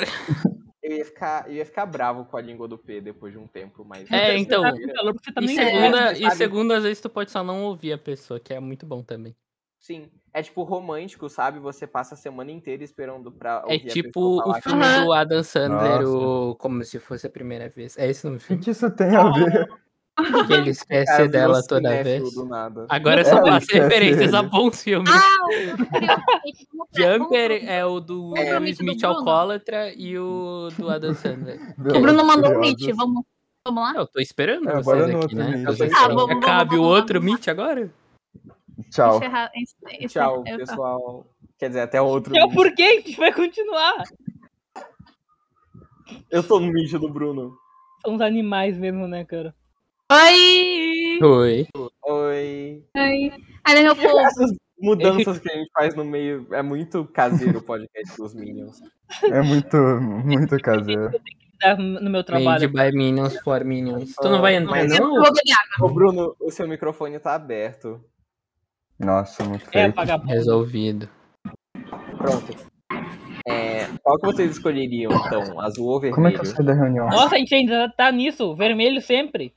[SPEAKER 2] Eu ia, ficar, eu ia ficar bravo com a língua do P depois de um tempo, mas.
[SPEAKER 1] É,
[SPEAKER 5] Você
[SPEAKER 1] então.
[SPEAKER 5] tá com calor porque você tá
[SPEAKER 1] E
[SPEAKER 5] meio
[SPEAKER 1] segunda,
[SPEAKER 2] você
[SPEAKER 1] e
[SPEAKER 2] sabe.
[SPEAKER 1] segunda, às vezes tu pode só não ouvir a pessoa, que é muito bom também.
[SPEAKER 2] Sim. É tipo romântico, sabe? Você passa a semana inteira esperando pra.
[SPEAKER 1] É
[SPEAKER 2] ouvir a
[SPEAKER 1] tipo
[SPEAKER 2] pessoa
[SPEAKER 1] o
[SPEAKER 2] falar que-
[SPEAKER 1] filme
[SPEAKER 3] Aham.
[SPEAKER 1] do Adam Sandler, o Como Se Fosse a Primeira Vez. É esse o nome
[SPEAKER 4] O
[SPEAKER 1] do
[SPEAKER 4] que
[SPEAKER 1] filme?
[SPEAKER 4] que isso tem a ver?
[SPEAKER 1] Que ele
[SPEAKER 2] Cara,
[SPEAKER 1] esquece
[SPEAKER 2] virou
[SPEAKER 1] É dela toda
[SPEAKER 2] cinéfilo
[SPEAKER 1] vez.
[SPEAKER 2] né, do nada.
[SPEAKER 3] Ah,
[SPEAKER 1] Agora eu só
[SPEAKER 4] É,
[SPEAKER 1] faço
[SPEAKER 4] esquece
[SPEAKER 1] referências a
[SPEAKER 4] ele.
[SPEAKER 1] bons filmes.
[SPEAKER 3] um
[SPEAKER 1] Jumper Ah, é o do
[SPEAKER 3] É,
[SPEAKER 1] Will
[SPEAKER 3] Bruno
[SPEAKER 1] Smith
[SPEAKER 3] do Bruno.
[SPEAKER 1] alcoólatra e o do Adam Sandler.
[SPEAKER 3] O Bruno mandou um hit, vamos, vamos lá?
[SPEAKER 1] Ah, Eu tô esperando
[SPEAKER 4] É, bora
[SPEAKER 1] vocês
[SPEAKER 4] no
[SPEAKER 1] aqui,
[SPEAKER 4] outro
[SPEAKER 1] né?
[SPEAKER 4] Mitch.
[SPEAKER 1] Vocês
[SPEAKER 4] Ah,
[SPEAKER 1] querem
[SPEAKER 3] vamos,
[SPEAKER 1] que
[SPEAKER 3] vamos,
[SPEAKER 1] acabe o
[SPEAKER 3] vamos,
[SPEAKER 1] outro
[SPEAKER 3] vamos.
[SPEAKER 1] Meet agora?
[SPEAKER 4] Tchau.
[SPEAKER 3] Encerrar- encerrar-
[SPEAKER 2] Tchau,
[SPEAKER 3] eu-
[SPEAKER 2] pessoal. Quer dizer, até outro.
[SPEAKER 5] É o
[SPEAKER 2] vídeo.
[SPEAKER 5] porquê que a gente vai continuar.
[SPEAKER 2] Eu tô no vídeo do Bruno.
[SPEAKER 5] São os animais mesmo, né, cara?
[SPEAKER 3] Oi!
[SPEAKER 1] Oi.
[SPEAKER 2] Oi.
[SPEAKER 3] Olha meu povo.
[SPEAKER 2] Essas mudanças que a gente faz no meio. É muito caseiro o podcast dos Minions.
[SPEAKER 4] É muito, muito caseiro.
[SPEAKER 5] Tá no meu
[SPEAKER 1] Made
[SPEAKER 5] trabalho.
[SPEAKER 1] by Minions for Minions. Tu não vai entrar,
[SPEAKER 2] Mas-
[SPEAKER 3] Eu
[SPEAKER 1] não?
[SPEAKER 3] vou brigar.
[SPEAKER 2] Ô, Bruno, o seu microfone tá aberto.
[SPEAKER 4] Nossa, muito
[SPEAKER 5] É,
[SPEAKER 4] feio.
[SPEAKER 5] pagar
[SPEAKER 1] Resolvido.
[SPEAKER 2] Pronto. É, qual que vocês escolheriam, então? Azul ou vermelho?
[SPEAKER 4] Como é que eu saio da reunião?
[SPEAKER 5] Nossa, a gente ainda tá nisso. Vermelho sempre.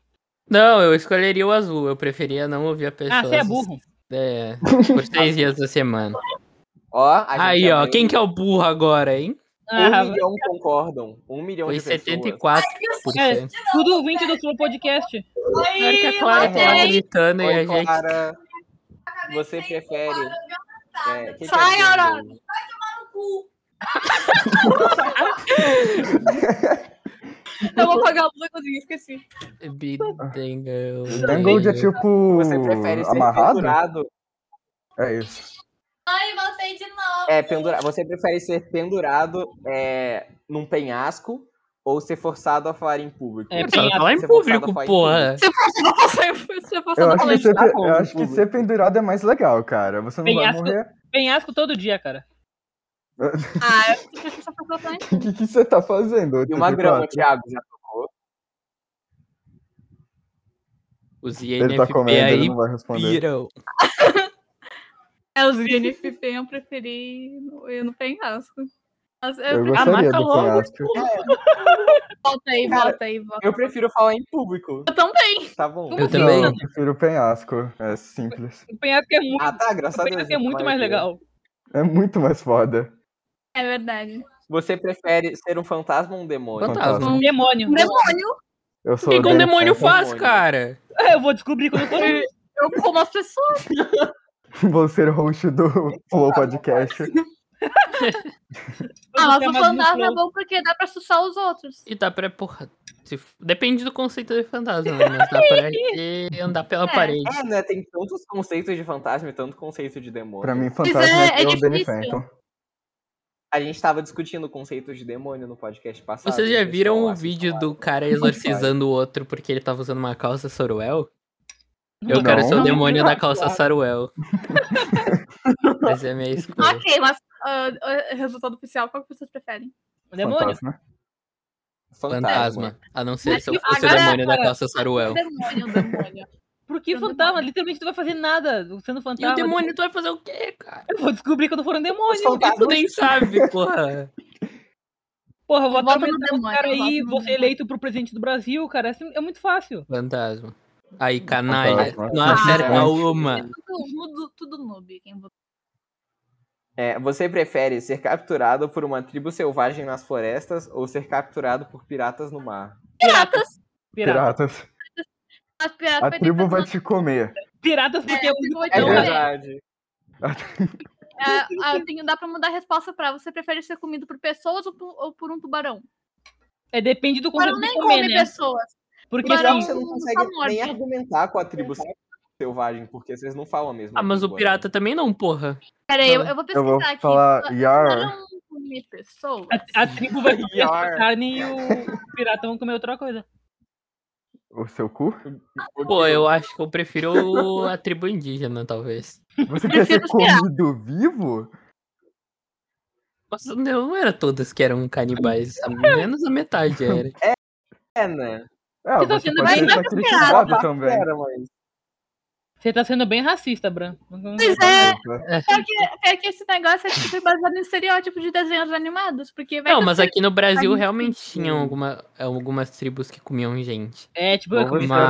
[SPEAKER 1] Não, eu escolheria o azul. Eu preferia não ouvir a pessoa.
[SPEAKER 5] Ah, você é burro.
[SPEAKER 1] É, por seis dias da semana.
[SPEAKER 2] Ó, a gente
[SPEAKER 1] Aí, ó,
[SPEAKER 2] abriu.
[SPEAKER 1] quem que é o burro agora, hein?
[SPEAKER 5] Ah,
[SPEAKER 2] Um milhão concordam. Um milhão
[SPEAKER 1] Foi
[SPEAKER 2] de pessoas.
[SPEAKER 1] 74%.
[SPEAKER 5] É, tudo ouvinte do seu podcast.
[SPEAKER 1] Claro que a Clara
[SPEAKER 2] matei.
[SPEAKER 1] tava gritando e
[SPEAKER 2] Oi,
[SPEAKER 1] né, a gente.
[SPEAKER 2] Clara, você prefere... É, quem que
[SPEAKER 3] Sai,
[SPEAKER 2] é o
[SPEAKER 3] Aurora.
[SPEAKER 2] vermelho?
[SPEAKER 3] Eu vou pagar a luz, inclusive, esqueci.
[SPEAKER 1] Bidengo.
[SPEAKER 4] Dangold é tipo.
[SPEAKER 2] Você prefere ser
[SPEAKER 4] amarrado?
[SPEAKER 2] pendurado?
[SPEAKER 4] É isso.
[SPEAKER 6] Ai, voltei de novo.
[SPEAKER 2] É, pendura... Você prefere ser pendurado é, num penhasco ou ser forçado a falar em público?
[SPEAKER 5] É,
[SPEAKER 1] Só
[SPEAKER 5] penhasco.
[SPEAKER 1] falar em
[SPEAKER 2] Você forçado
[SPEAKER 1] público,
[SPEAKER 2] a falar em
[SPEAKER 1] porra.
[SPEAKER 3] Nossa, eu fui se eu fosse
[SPEAKER 4] Eu
[SPEAKER 3] no
[SPEAKER 4] acho, que
[SPEAKER 3] colégio.
[SPEAKER 4] ser,
[SPEAKER 2] tá bom,
[SPEAKER 4] eu acho que
[SPEAKER 2] público.
[SPEAKER 4] ser pendurado é mais legal, cara. Você não vai
[SPEAKER 5] Penhasco.
[SPEAKER 4] morrer.
[SPEAKER 5] Penhasco todo dia, cara.
[SPEAKER 3] Ah, eu acho que essa pessoa também.
[SPEAKER 4] O que, que você tá fazendo? ah,
[SPEAKER 2] E uma grama,
[SPEAKER 4] 84?
[SPEAKER 2] Thiago, já
[SPEAKER 1] Os
[SPEAKER 4] Ele tá
[SPEAKER 1] INFP
[SPEAKER 4] comendo, ele
[SPEAKER 1] aí
[SPEAKER 4] não vai responder.
[SPEAKER 1] piram.
[SPEAKER 3] É, os GNFP eu preferi no- eu não penhasco. Mas eu
[SPEAKER 4] Eu
[SPEAKER 3] prefiro-
[SPEAKER 1] Ah,
[SPEAKER 4] gostaria
[SPEAKER 1] mata
[SPEAKER 4] do
[SPEAKER 1] logo,
[SPEAKER 4] penhasco.
[SPEAKER 3] volta aí,
[SPEAKER 2] Cara,
[SPEAKER 3] volta aí, volta.
[SPEAKER 2] Eu prefiro falar em público,
[SPEAKER 3] Eu também.
[SPEAKER 2] tá bom?
[SPEAKER 1] Eu também.
[SPEAKER 4] Não, eu prefiro o penhasco. É simples.
[SPEAKER 5] O penhasco é muito,
[SPEAKER 2] Ah, tá, graças
[SPEAKER 5] o
[SPEAKER 2] a Deus.
[SPEAKER 5] penhasco é muito
[SPEAKER 2] então,
[SPEAKER 5] mais
[SPEAKER 2] vai ver.
[SPEAKER 5] legal.
[SPEAKER 4] É muito mais foda.
[SPEAKER 3] É verdade.
[SPEAKER 2] Você prefere ser um fantasma ou um demônio?
[SPEAKER 1] Fantasma.
[SPEAKER 3] Hum.
[SPEAKER 5] Demônio.
[SPEAKER 3] Um demônio.
[SPEAKER 4] Eu
[SPEAKER 1] O
[SPEAKER 4] sou
[SPEAKER 1] que, que um
[SPEAKER 4] bem-
[SPEAKER 1] demônio
[SPEAKER 2] demônio.
[SPEAKER 1] faz, cara?
[SPEAKER 5] Eu vou descobrir quando eu for.
[SPEAKER 3] Ah, Eu como as pessoas.
[SPEAKER 4] Vou ser host do Flow Podcast.
[SPEAKER 3] Ah, mas
[SPEAKER 5] Eu vou
[SPEAKER 3] o
[SPEAKER 5] chamar
[SPEAKER 3] fantasma é
[SPEAKER 5] de
[SPEAKER 3] bom porque dá pra sussar os outros.
[SPEAKER 1] E dá pra, porra. se f- Depende do conceito de fantasma, né? Mas dá pra ir andar pela
[SPEAKER 3] É.
[SPEAKER 1] parede.
[SPEAKER 2] É, né? Tem tantos conceitos de fantasma e tanto conceito de demônio.
[SPEAKER 4] Pra mim,
[SPEAKER 3] é,
[SPEAKER 4] fantasma
[SPEAKER 3] é
[SPEAKER 4] é, o Danny
[SPEAKER 3] difícil.
[SPEAKER 4] Phantom.
[SPEAKER 2] A gente tava discutindo o conceito de demônio no podcast passado.
[SPEAKER 1] Vocês já
[SPEAKER 2] pessoal,
[SPEAKER 1] viram o
[SPEAKER 2] assim,
[SPEAKER 1] vídeo
[SPEAKER 2] lá.
[SPEAKER 1] do cara exorcizando o outro porque ele tava usando uma calça Soruel? Eu
[SPEAKER 4] Não.
[SPEAKER 1] quero ser o
[SPEAKER 4] Não.
[SPEAKER 1] demônio da calça
[SPEAKER 5] Claro.
[SPEAKER 1] Saruel. Essa é a minha escolha.
[SPEAKER 3] Ok, mas ah, ah, resultado oficial, qual que vocês preferem?
[SPEAKER 5] Demônio.
[SPEAKER 4] Fantasma.
[SPEAKER 2] Fantasma.
[SPEAKER 1] Fantasma. A não ser se eu
[SPEAKER 3] Mas que-
[SPEAKER 1] fosse o
[SPEAKER 3] agora- é
[SPEAKER 1] demônio da
[SPEAKER 5] agora-
[SPEAKER 1] calça Saruel.
[SPEAKER 3] Demônio, demônio.
[SPEAKER 5] Por que
[SPEAKER 3] Sendo
[SPEAKER 5] fantasma?
[SPEAKER 3] demônio.
[SPEAKER 5] Literalmente tu vai fazer nada sendo
[SPEAKER 1] E o
[SPEAKER 5] fantasma.
[SPEAKER 1] demônio tu vai fazer o quê, cara?
[SPEAKER 5] Eu vou descobrir quando for um
[SPEAKER 2] Os
[SPEAKER 5] demônio.
[SPEAKER 2] fantasmas-
[SPEAKER 1] Tu nem sabe, porra.
[SPEAKER 5] Porra, eu vou
[SPEAKER 3] Eu voto no
[SPEAKER 5] atormentar um
[SPEAKER 3] demônio,
[SPEAKER 5] cara
[SPEAKER 3] eu
[SPEAKER 5] aí,
[SPEAKER 3] voto no
[SPEAKER 5] vou ser
[SPEAKER 3] demônio.
[SPEAKER 5] eleito pro presidente do Brasil, cara. É sim- É muito fácil.
[SPEAKER 1] Fantasma. Aí, canalha.
[SPEAKER 4] Fantasma.
[SPEAKER 1] Não acerta
[SPEAKER 2] Ah,
[SPEAKER 1] uma.
[SPEAKER 3] Tudo, tudo, tudo noob. Quem votou.
[SPEAKER 2] É, você prefere ser capturado por uma tribo selvagem nas florestas ou ser capturado por piratas no mar?
[SPEAKER 3] Piratas!
[SPEAKER 5] Pirata.
[SPEAKER 4] Piratas.
[SPEAKER 3] As piratas
[SPEAKER 4] A
[SPEAKER 3] vai ter
[SPEAKER 4] tribo
[SPEAKER 3] que
[SPEAKER 4] vai
[SPEAKER 3] fazer-
[SPEAKER 4] te comer.
[SPEAKER 5] Piratas porque é, o único
[SPEAKER 3] vai
[SPEAKER 2] É
[SPEAKER 3] Não,
[SPEAKER 5] que-
[SPEAKER 3] ter-
[SPEAKER 2] verdade.
[SPEAKER 3] ah, É, ah, tem- dá pra mudar a resposta pra você prefere ser comido por pessoas ou por, ou por um tubarão?
[SPEAKER 5] É depende do
[SPEAKER 3] Barão
[SPEAKER 5] conceito
[SPEAKER 3] nem
[SPEAKER 5] de comer,
[SPEAKER 3] come
[SPEAKER 5] né?
[SPEAKER 3] pessoas.
[SPEAKER 5] Porque
[SPEAKER 2] Mas
[SPEAKER 3] Barão-
[SPEAKER 5] assim,
[SPEAKER 2] você não
[SPEAKER 3] não
[SPEAKER 2] consegue
[SPEAKER 3] tá
[SPEAKER 2] nem
[SPEAKER 3] morto.
[SPEAKER 2] argumentar com a tribo selvagem, porque vocês não falam a mesma
[SPEAKER 1] Ah, mas o
[SPEAKER 2] língua, né?
[SPEAKER 1] pirata também não, porra.
[SPEAKER 3] Peraí, eu,
[SPEAKER 1] Não.
[SPEAKER 3] eu vou pesquisar
[SPEAKER 4] Eu vou
[SPEAKER 3] aqui. Ah,
[SPEAKER 4] falar Yar.
[SPEAKER 3] Barão come pessoas.
[SPEAKER 5] a, a tribo vai comer
[SPEAKER 2] Yar.
[SPEAKER 5] a carne e o pirata vão comer outra coisa.
[SPEAKER 4] O seu cu?
[SPEAKER 1] Pô, eu acho que eu prefiro o- a tribo indígena, talvez.
[SPEAKER 4] Você quer ser
[SPEAKER 3] Prefiro ser
[SPEAKER 4] comido vivo?
[SPEAKER 1] Nossa, não não era todas que eram canibais. a- Menos a metade era.
[SPEAKER 2] É, né?
[SPEAKER 4] É,
[SPEAKER 5] Você tá
[SPEAKER 4] você
[SPEAKER 5] sendo
[SPEAKER 4] pode ser
[SPEAKER 3] bem
[SPEAKER 4] sacrificado
[SPEAKER 2] Ah,
[SPEAKER 4] também.
[SPEAKER 2] Era, mas...
[SPEAKER 5] Você tá sendo bem racista, Bran. Não-
[SPEAKER 3] Pois é,
[SPEAKER 1] É.
[SPEAKER 3] pior que, é que esse negócio é tipo baseado em estereótipo de desenhos animados, porque vai
[SPEAKER 1] Não,
[SPEAKER 3] que
[SPEAKER 1] mas
[SPEAKER 3] você-
[SPEAKER 1] aqui no Brasil
[SPEAKER 3] Mas-
[SPEAKER 1] realmente tinham alguma, algumas tribos que comiam gente.
[SPEAKER 5] É, tipo,
[SPEAKER 4] Ou
[SPEAKER 5] eu comi
[SPEAKER 4] você era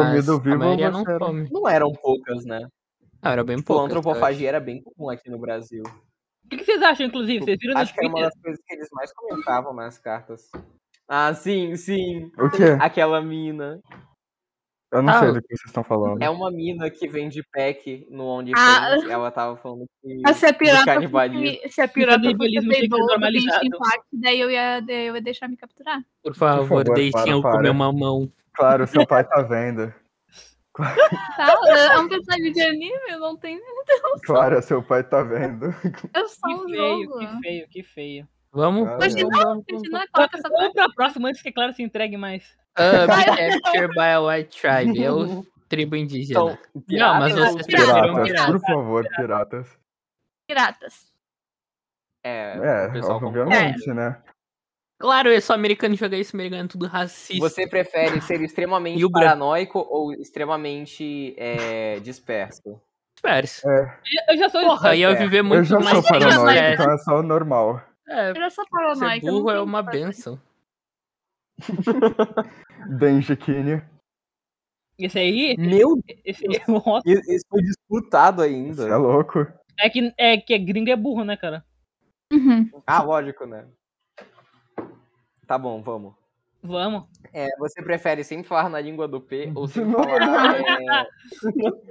[SPEAKER 1] Mas
[SPEAKER 4] comido
[SPEAKER 1] a
[SPEAKER 4] vivo,
[SPEAKER 1] maioria
[SPEAKER 4] ou
[SPEAKER 1] não
[SPEAKER 4] você era-
[SPEAKER 1] come.
[SPEAKER 2] Não eram poucas, né?
[SPEAKER 1] Ah, era bem
[SPEAKER 2] Tipo, a
[SPEAKER 1] pouco. é.
[SPEAKER 2] antropofagia era bem comum aqui no Brasil.
[SPEAKER 5] O que, que vocês acham, inclusive? Vocês viram no
[SPEAKER 2] Acho que era uma
[SPEAKER 5] Twitter?
[SPEAKER 2] das coisas que eles mais comentavam nas cartas. Ah, sim, sim.
[SPEAKER 4] O quê?
[SPEAKER 2] Aquela mina.
[SPEAKER 4] Eu não
[SPEAKER 1] Ah,
[SPEAKER 4] sei do que vocês estão falando.
[SPEAKER 2] É uma mina que vende pack no OnlyFans. Ela tava falando que.
[SPEAKER 3] Mas se a pirata
[SPEAKER 2] canibalismo.
[SPEAKER 3] fosse- se a pirata fosse
[SPEAKER 5] canibalismo tem que ser
[SPEAKER 3] playboy,
[SPEAKER 5] normalizado.
[SPEAKER 3] bicho, impacto, daí eu ia, daí eu ia deixar me capturar.
[SPEAKER 1] Por
[SPEAKER 4] favor,
[SPEAKER 1] favor,
[SPEAKER 4] para,
[SPEAKER 1] deixem eu comer
[SPEAKER 4] para.
[SPEAKER 1] uma mão.
[SPEAKER 4] Claro, seu pai tá vendo.
[SPEAKER 3] Tá? É um personagem de anime, não tem.
[SPEAKER 4] Claro, seu pai tá vendo.
[SPEAKER 3] É só um
[SPEAKER 5] Que feio,
[SPEAKER 3] jogo.
[SPEAKER 5] que feio, que feio.
[SPEAKER 1] Vamos.
[SPEAKER 4] Cara,
[SPEAKER 3] Mas
[SPEAKER 4] eu-
[SPEAKER 3] Continua, coloca essa
[SPEAKER 5] Vamos pra próxima antes que, claro, se entregue mais.
[SPEAKER 1] Uh, be captured by a white tribe. É o tribo indígena.
[SPEAKER 2] Então,
[SPEAKER 1] não, mas
[SPEAKER 2] pirata-
[SPEAKER 3] Pirata.
[SPEAKER 1] vocês preferem
[SPEAKER 4] Piratas,
[SPEAKER 1] pirata.
[SPEAKER 4] por favor, piratas.
[SPEAKER 3] piratas.
[SPEAKER 2] É, o
[SPEAKER 4] É,
[SPEAKER 2] pessoal como-
[SPEAKER 4] obviamente, né?
[SPEAKER 1] Claro, eu sou americano joga isso, americano é tudo racista.
[SPEAKER 2] Você prefere ser
[SPEAKER 1] E
[SPEAKER 2] extremamente
[SPEAKER 1] o Bran?
[SPEAKER 2] paranoico ou extremamente é, disperso?
[SPEAKER 1] Disperso.
[SPEAKER 5] Eu já sou
[SPEAKER 1] Porra, e eu
[SPEAKER 2] certo.
[SPEAKER 1] viver
[SPEAKER 4] Eu
[SPEAKER 1] É, muito
[SPEAKER 4] já sou
[SPEAKER 1] mais
[SPEAKER 4] paranoico,
[SPEAKER 1] É,
[SPEAKER 4] então é só o normal.
[SPEAKER 1] é,
[SPEAKER 3] Eu já sou
[SPEAKER 1] ser
[SPEAKER 3] paranoica. não
[SPEAKER 1] burro é
[SPEAKER 3] tem
[SPEAKER 1] uma
[SPEAKER 3] como fazer.
[SPEAKER 1] benção.
[SPEAKER 4] Denjiquini.
[SPEAKER 5] Esse aí,
[SPEAKER 2] Meu
[SPEAKER 5] esse aí é o Otto.
[SPEAKER 2] Deus, isso foi disputado
[SPEAKER 4] Você é
[SPEAKER 2] ainda.
[SPEAKER 4] louco.
[SPEAKER 5] É que, é que é gringo é burro, né, cara?
[SPEAKER 3] Uhum.
[SPEAKER 2] Ah, lógico, né? Tá bom, vamos.
[SPEAKER 5] Vamos.
[SPEAKER 2] É, você prefere sempre falar na língua do P ou
[SPEAKER 4] De
[SPEAKER 2] sempre
[SPEAKER 4] novo?
[SPEAKER 2] falar, é,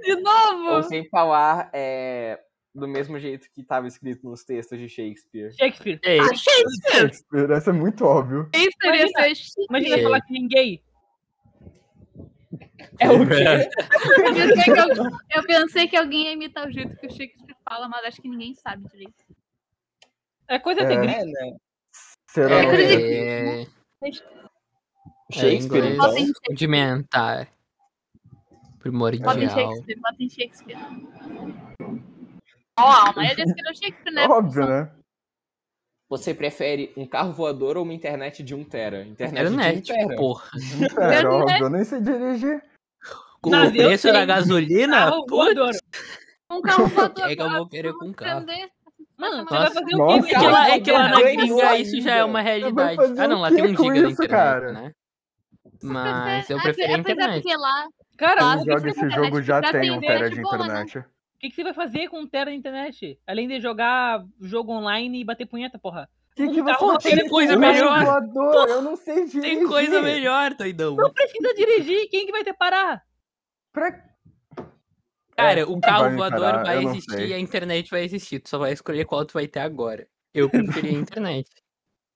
[SPEAKER 3] De
[SPEAKER 2] ou
[SPEAKER 3] novo!
[SPEAKER 2] sempre falar é, do mesmo jeito que estava escrito nos textos de Shakespeare?
[SPEAKER 5] Shakespeare.
[SPEAKER 1] Ei,
[SPEAKER 3] Achei
[SPEAKER 4] Shakespeare, Essa é muito óbvio.
[SPEAKER 3] que seria ser chique.
[SPEAKER 5] Imagina eu falar que ninguém.
[SPEAKER 2] É o quê?
[SPEAKER 3] Eu pensei, que alguém, eu pensei que alguém ia imitar o jeito que o Shakespeare fala, mas acho que ninguém sabe direito.
[SPEAKER 5] É coisa de
[SPEAKER 4] É.
[SPEAKER 5] gringo.
[SPEAKER 2] É, né?
[SPEAKER 4] Será
[SPEAKER 3] É.
[SPEAKER 1] é,
[SPEAKER 2] Shakespeare,
[SPEAKER 1] inglês.
[SPEAKER 2] então?
[SPEAKER 3] Botem Shakespeare,
[SPEAKER 1] rudimentar.
[SPEAKER 3] botem
[SPEAKER 1] Primordial.
[SPEAKER 3] Shakespeare, botem Shakespeare. Ó, a Maia disse que era o Shakespeare, né?
[SPEAKER 4] óbvio, né?
[SPEAKER 2] Você prefere um carro voador ou uma internet de 1 tera? Internet, tipo, de
[SPEAKER 1] Internet,
[SPEAKER 2] 1 tera.
[SPEAKER 1] porra.
[SPEAKER 4] Era
[SPEAKER 3] Verdade.
[SPEAKER 4] É, óbvio, eu nem sei dirigir.
[SPEAKER 1] Com
[SPEAKER 5] Mas
[SPEAKER 1] o
[SPEAKER 5] eu
[SPEAKER 1] preço da
[SPEAKER 5] tenho.
[SPEAKER 3] Ah,
[SPEAKER 1] gasolina,
[SPEAKER 5] Carro
[SPEAKER 1] putz,
[SPEAKER 5] voador.
[SPEAKER 3] Um carro
[SPEAKER 1] que
[SPEAKER 3] voador.
[SPEAKER 1] é que eu vou querer
[SPEAKER 3] vamos
[SPEAKER 1] com carro?
[SPEAKER 3] prender.
[SPEAKER 5] Mano, você
[SPEAKER 1] Nossa.
[SPEAKER 5] vai fazer o
[SPEAKER 4] Nossa.
[SPEAKER 5] quê?
[SPEAKER 1] É que lá, é que lá na
[SPEAKER 2] Ganhou
[SPEAKER 1] gringa
[SPEAKER 2] ainda.
[SPEAKER 1] isso já é uma realidade.
[SPEAKER 4] fazer
[SPEAKER 1] Ah, não,
[SPEAKER 4] o
[SPEAKER 1] lá
[SPEAKER 4] quê
[SPEAKER 1] tem um
[SPEAKER 4] com
[SPEAKER 1] giga na
[SPEAKER 4] isso,
[SPEAKER 1] internet,
[SPEAKER 4] cara?
[SPEAKER 1] né?
[SPEAKER 3] Você
[SPEAKER 1] Mas
[SPEAKER 3] prefere-
[SPEAKER 1] eu
[SPEAKER 3] Ah,
[SPEAKER 1] prefiro a
[SPEAKER 3] apesar- apesar
[SPEAKER 1] internet.
[SPEAKER 3] Porque lá,
[SPEAKER 5] Cara,
[SPEAKER 3] Nossa,
[SPEAKER 4] Quem
[SPEAKER 5] o que
[SPEAKER 4] joga
[SPEAKER 5] que
[SPEAKER 4] esse
[SPEAKER 5] você vai-
[SPEAKER 4] jogo já
[SPEAKER 3] já
[SPEAKER 4] tem
[SPEAKER 3] tem
[SPEAKER 4] um
[SPEAKER 3] internet
[SPEAKER 4] tera de
[SPEAKER 3] boa, né?
[SPEAKER 4] internet.
[SPEAKER 5] o que que você vai fazer com um tera na internet? Além de jogar jogo online e bater punheta, porra.
[SPEAKER 4] Que que
[SPEAKER 5] Um carro
[SPEAKER 4] você
[SPEAKER 5] voador,
[SPEAKER 1] Tem coisa
[SPEAKER 4] Um
[SPEAKER 1] melhor.
[SPEAKER 4] voador, eu não sei dirigir.
[SPEAKER 1] Tem coisa melhor, doidão.
[SPEAKER 5] Não precisa dirigir, quem que vai ter que parar?
[SPEAKER 4] Pra-
[SPEAKER 1] Cara,
[SPEAKER 4] É,
[SPEAKER 1] o
[SPEAKER 4] quem
[SPEAKER 1] carro
[SPEAKER 4] me
[SPEAKER 1] voador
[SPEAKER 4] parar?
[SPEAKER 1] vai
[SPEAKER 4] Eu não
[SPEAKER 1] existir
[SPEAKER 4] sei.
[SPEAKER 1] e a internet vai existir. Tu só vai escolher qual tu vai ter agora. Eu preferi a internet.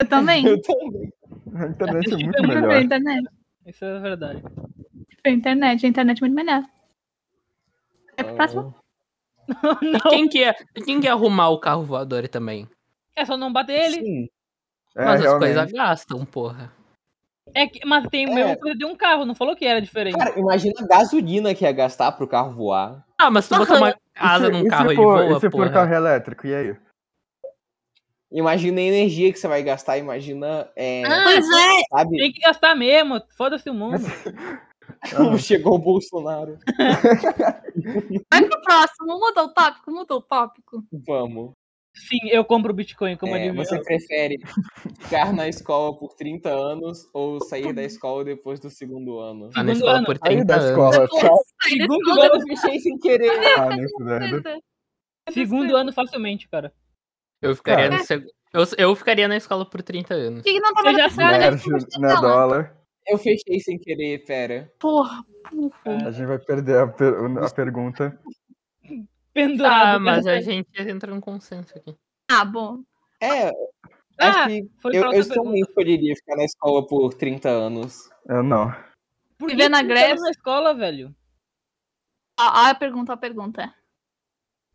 [SPEAKER 3] eu também.
[SPEAKER 2] Eu também.
[SPEAKER 4] A internet é muito
[SPEAKER 5] Eu
[SPEAKER 3] Eu
[SPEAKER 4] melhor.
[SPEAKER 3] prefiro a internet. Eu
[SPEAKER 5] Isso é verdade.
[SPEAKER 3] prefiro a internet. A internet é muito melhor. É pro próximo.
[SPEAKER 1] E quem quer, quem quer arrumar o carro voador também?
[SPEAKER 5] É só não bater ele.
[SPEAKER 2] Sim.
[SPEAKER 4] É,
[SPEAKER 1] Mas as
[SPEAKER 4] realmente.
[SPEAKER 1] coisas gastam, porra.
[SPEAKER 5] É que, mas tem a mesma coisa de um carro, não falou que era diferente.
[SPEAKER 2] Cara, imagina a gasolina que ia gastar pro carro voar.
[SPEAKER 1] Ah, mas tu botar uma asa
[SPEAKER 4] E se-
[SPEAKER 1] num carro,
[SPEAKER 4] e
[SPEAKER 1] ele
[SPEAKER 4] se for, e
[SPEAKER 1] voa,
[SPEAKER 4] se for
[SPEAKER 1] porra.
[SPEAKER 4] carro elétrico, e aí?
[SPEAKER 2] Imagina a energia que você vai gastar, imagina, é,
[SPEAKER 3] Pois é,
[SPEAKER 2] sabe?
[SPEAKER 5] Tem que gastar mesmo, foda-se o mundo.
[SPEAKER 2] Como chegou o Bolsonaro.
[SPEAKER 3] vai pro próximo. Muda o tópico, muda o tópico.
[SPEAKER 2] Vamos.
[SPEAKER 5] Sim, eu compro Bitcoin, como
[SPEAKER 2] É,
[SPEAKER 5] é,
[SPEAKER 2] você prefere ficar na escola por 30 anos ou sair da escola depois do segundo ano?
[SPEAKER 1] Tá na
[SPEAKER 5] Segundo
[SPEAKER 1] escola
[SPEAKER 5] ano.
[SPEAKER 1] por
[SPEAKER 4] Aí
[SPEAKER 1] 30
[SPEAKER 4] da
[SPEAKER 1] anos.
[SPEAKER 4] escola, tchau.
[SPEAKER 5] Ah,
[SPEAKER 3] Sai desse
[SPEAKER 2] Segundo
[SPEAKER 3] mundo,
[SPEAKER 2] ano eu fechei sem querer.
[SPEAKER 4] Ah, nem fudendo.
[SPEAKER 5] Segundo ano facilmente, cara.
[SPEAKER 1] Eu ficaria,
[SPEAKER 4] Cara.
[SPEAKER 1] no seg- eu, eu ficaria na escola por 30 anos.
[SPEAKER 3] Por que que não tava
[SPEAKER 5] Eu já tipo,
[SPEAKER 3] na
[SPEAKER 5] sei.
[SPEAKER 3] faculdade?
[SPEAKER 4] Nerd, né, dólar.
[SPEAKER 2] Eu fechei sem querer, pera.
[SPEAKER 3] Porra, burro.
[SPEAKER 4] A gente vai perder a, per- a pergunta.
[SPEAKER 5] Pendurado. né?
[SPEAKER 1] Ah, mas
[SPEAKER 5] cara.
[SPEAKER 1] a gente entra num consenso aqui.
[SPEAKER 3] Ah, bom.
[SPEAKER 2] É,
[SPEAKER 5] Ah,
[SPEAKER 2] Acho que
[SPEAKER 5] foi pra
[SPEAKER 2] eu, um eu
[SPEAKER 5] outra
[SPEAKER 2] também
[SPEAKER 5] pergunta.
[SPEAKER 2] poderia ficar na escola por 30 anos.
[SPEAKER 4] Eu não.
[SPEAKER 5] Por que
[SPEAKER 3] Viver na
[SPEAKER 5] tu entrou
[SPEAKER 3] Grécia?
[SPEAKER 5] na escola, velho?
[SPEAKER 3] Ah, ah, pergunta, a pergunta.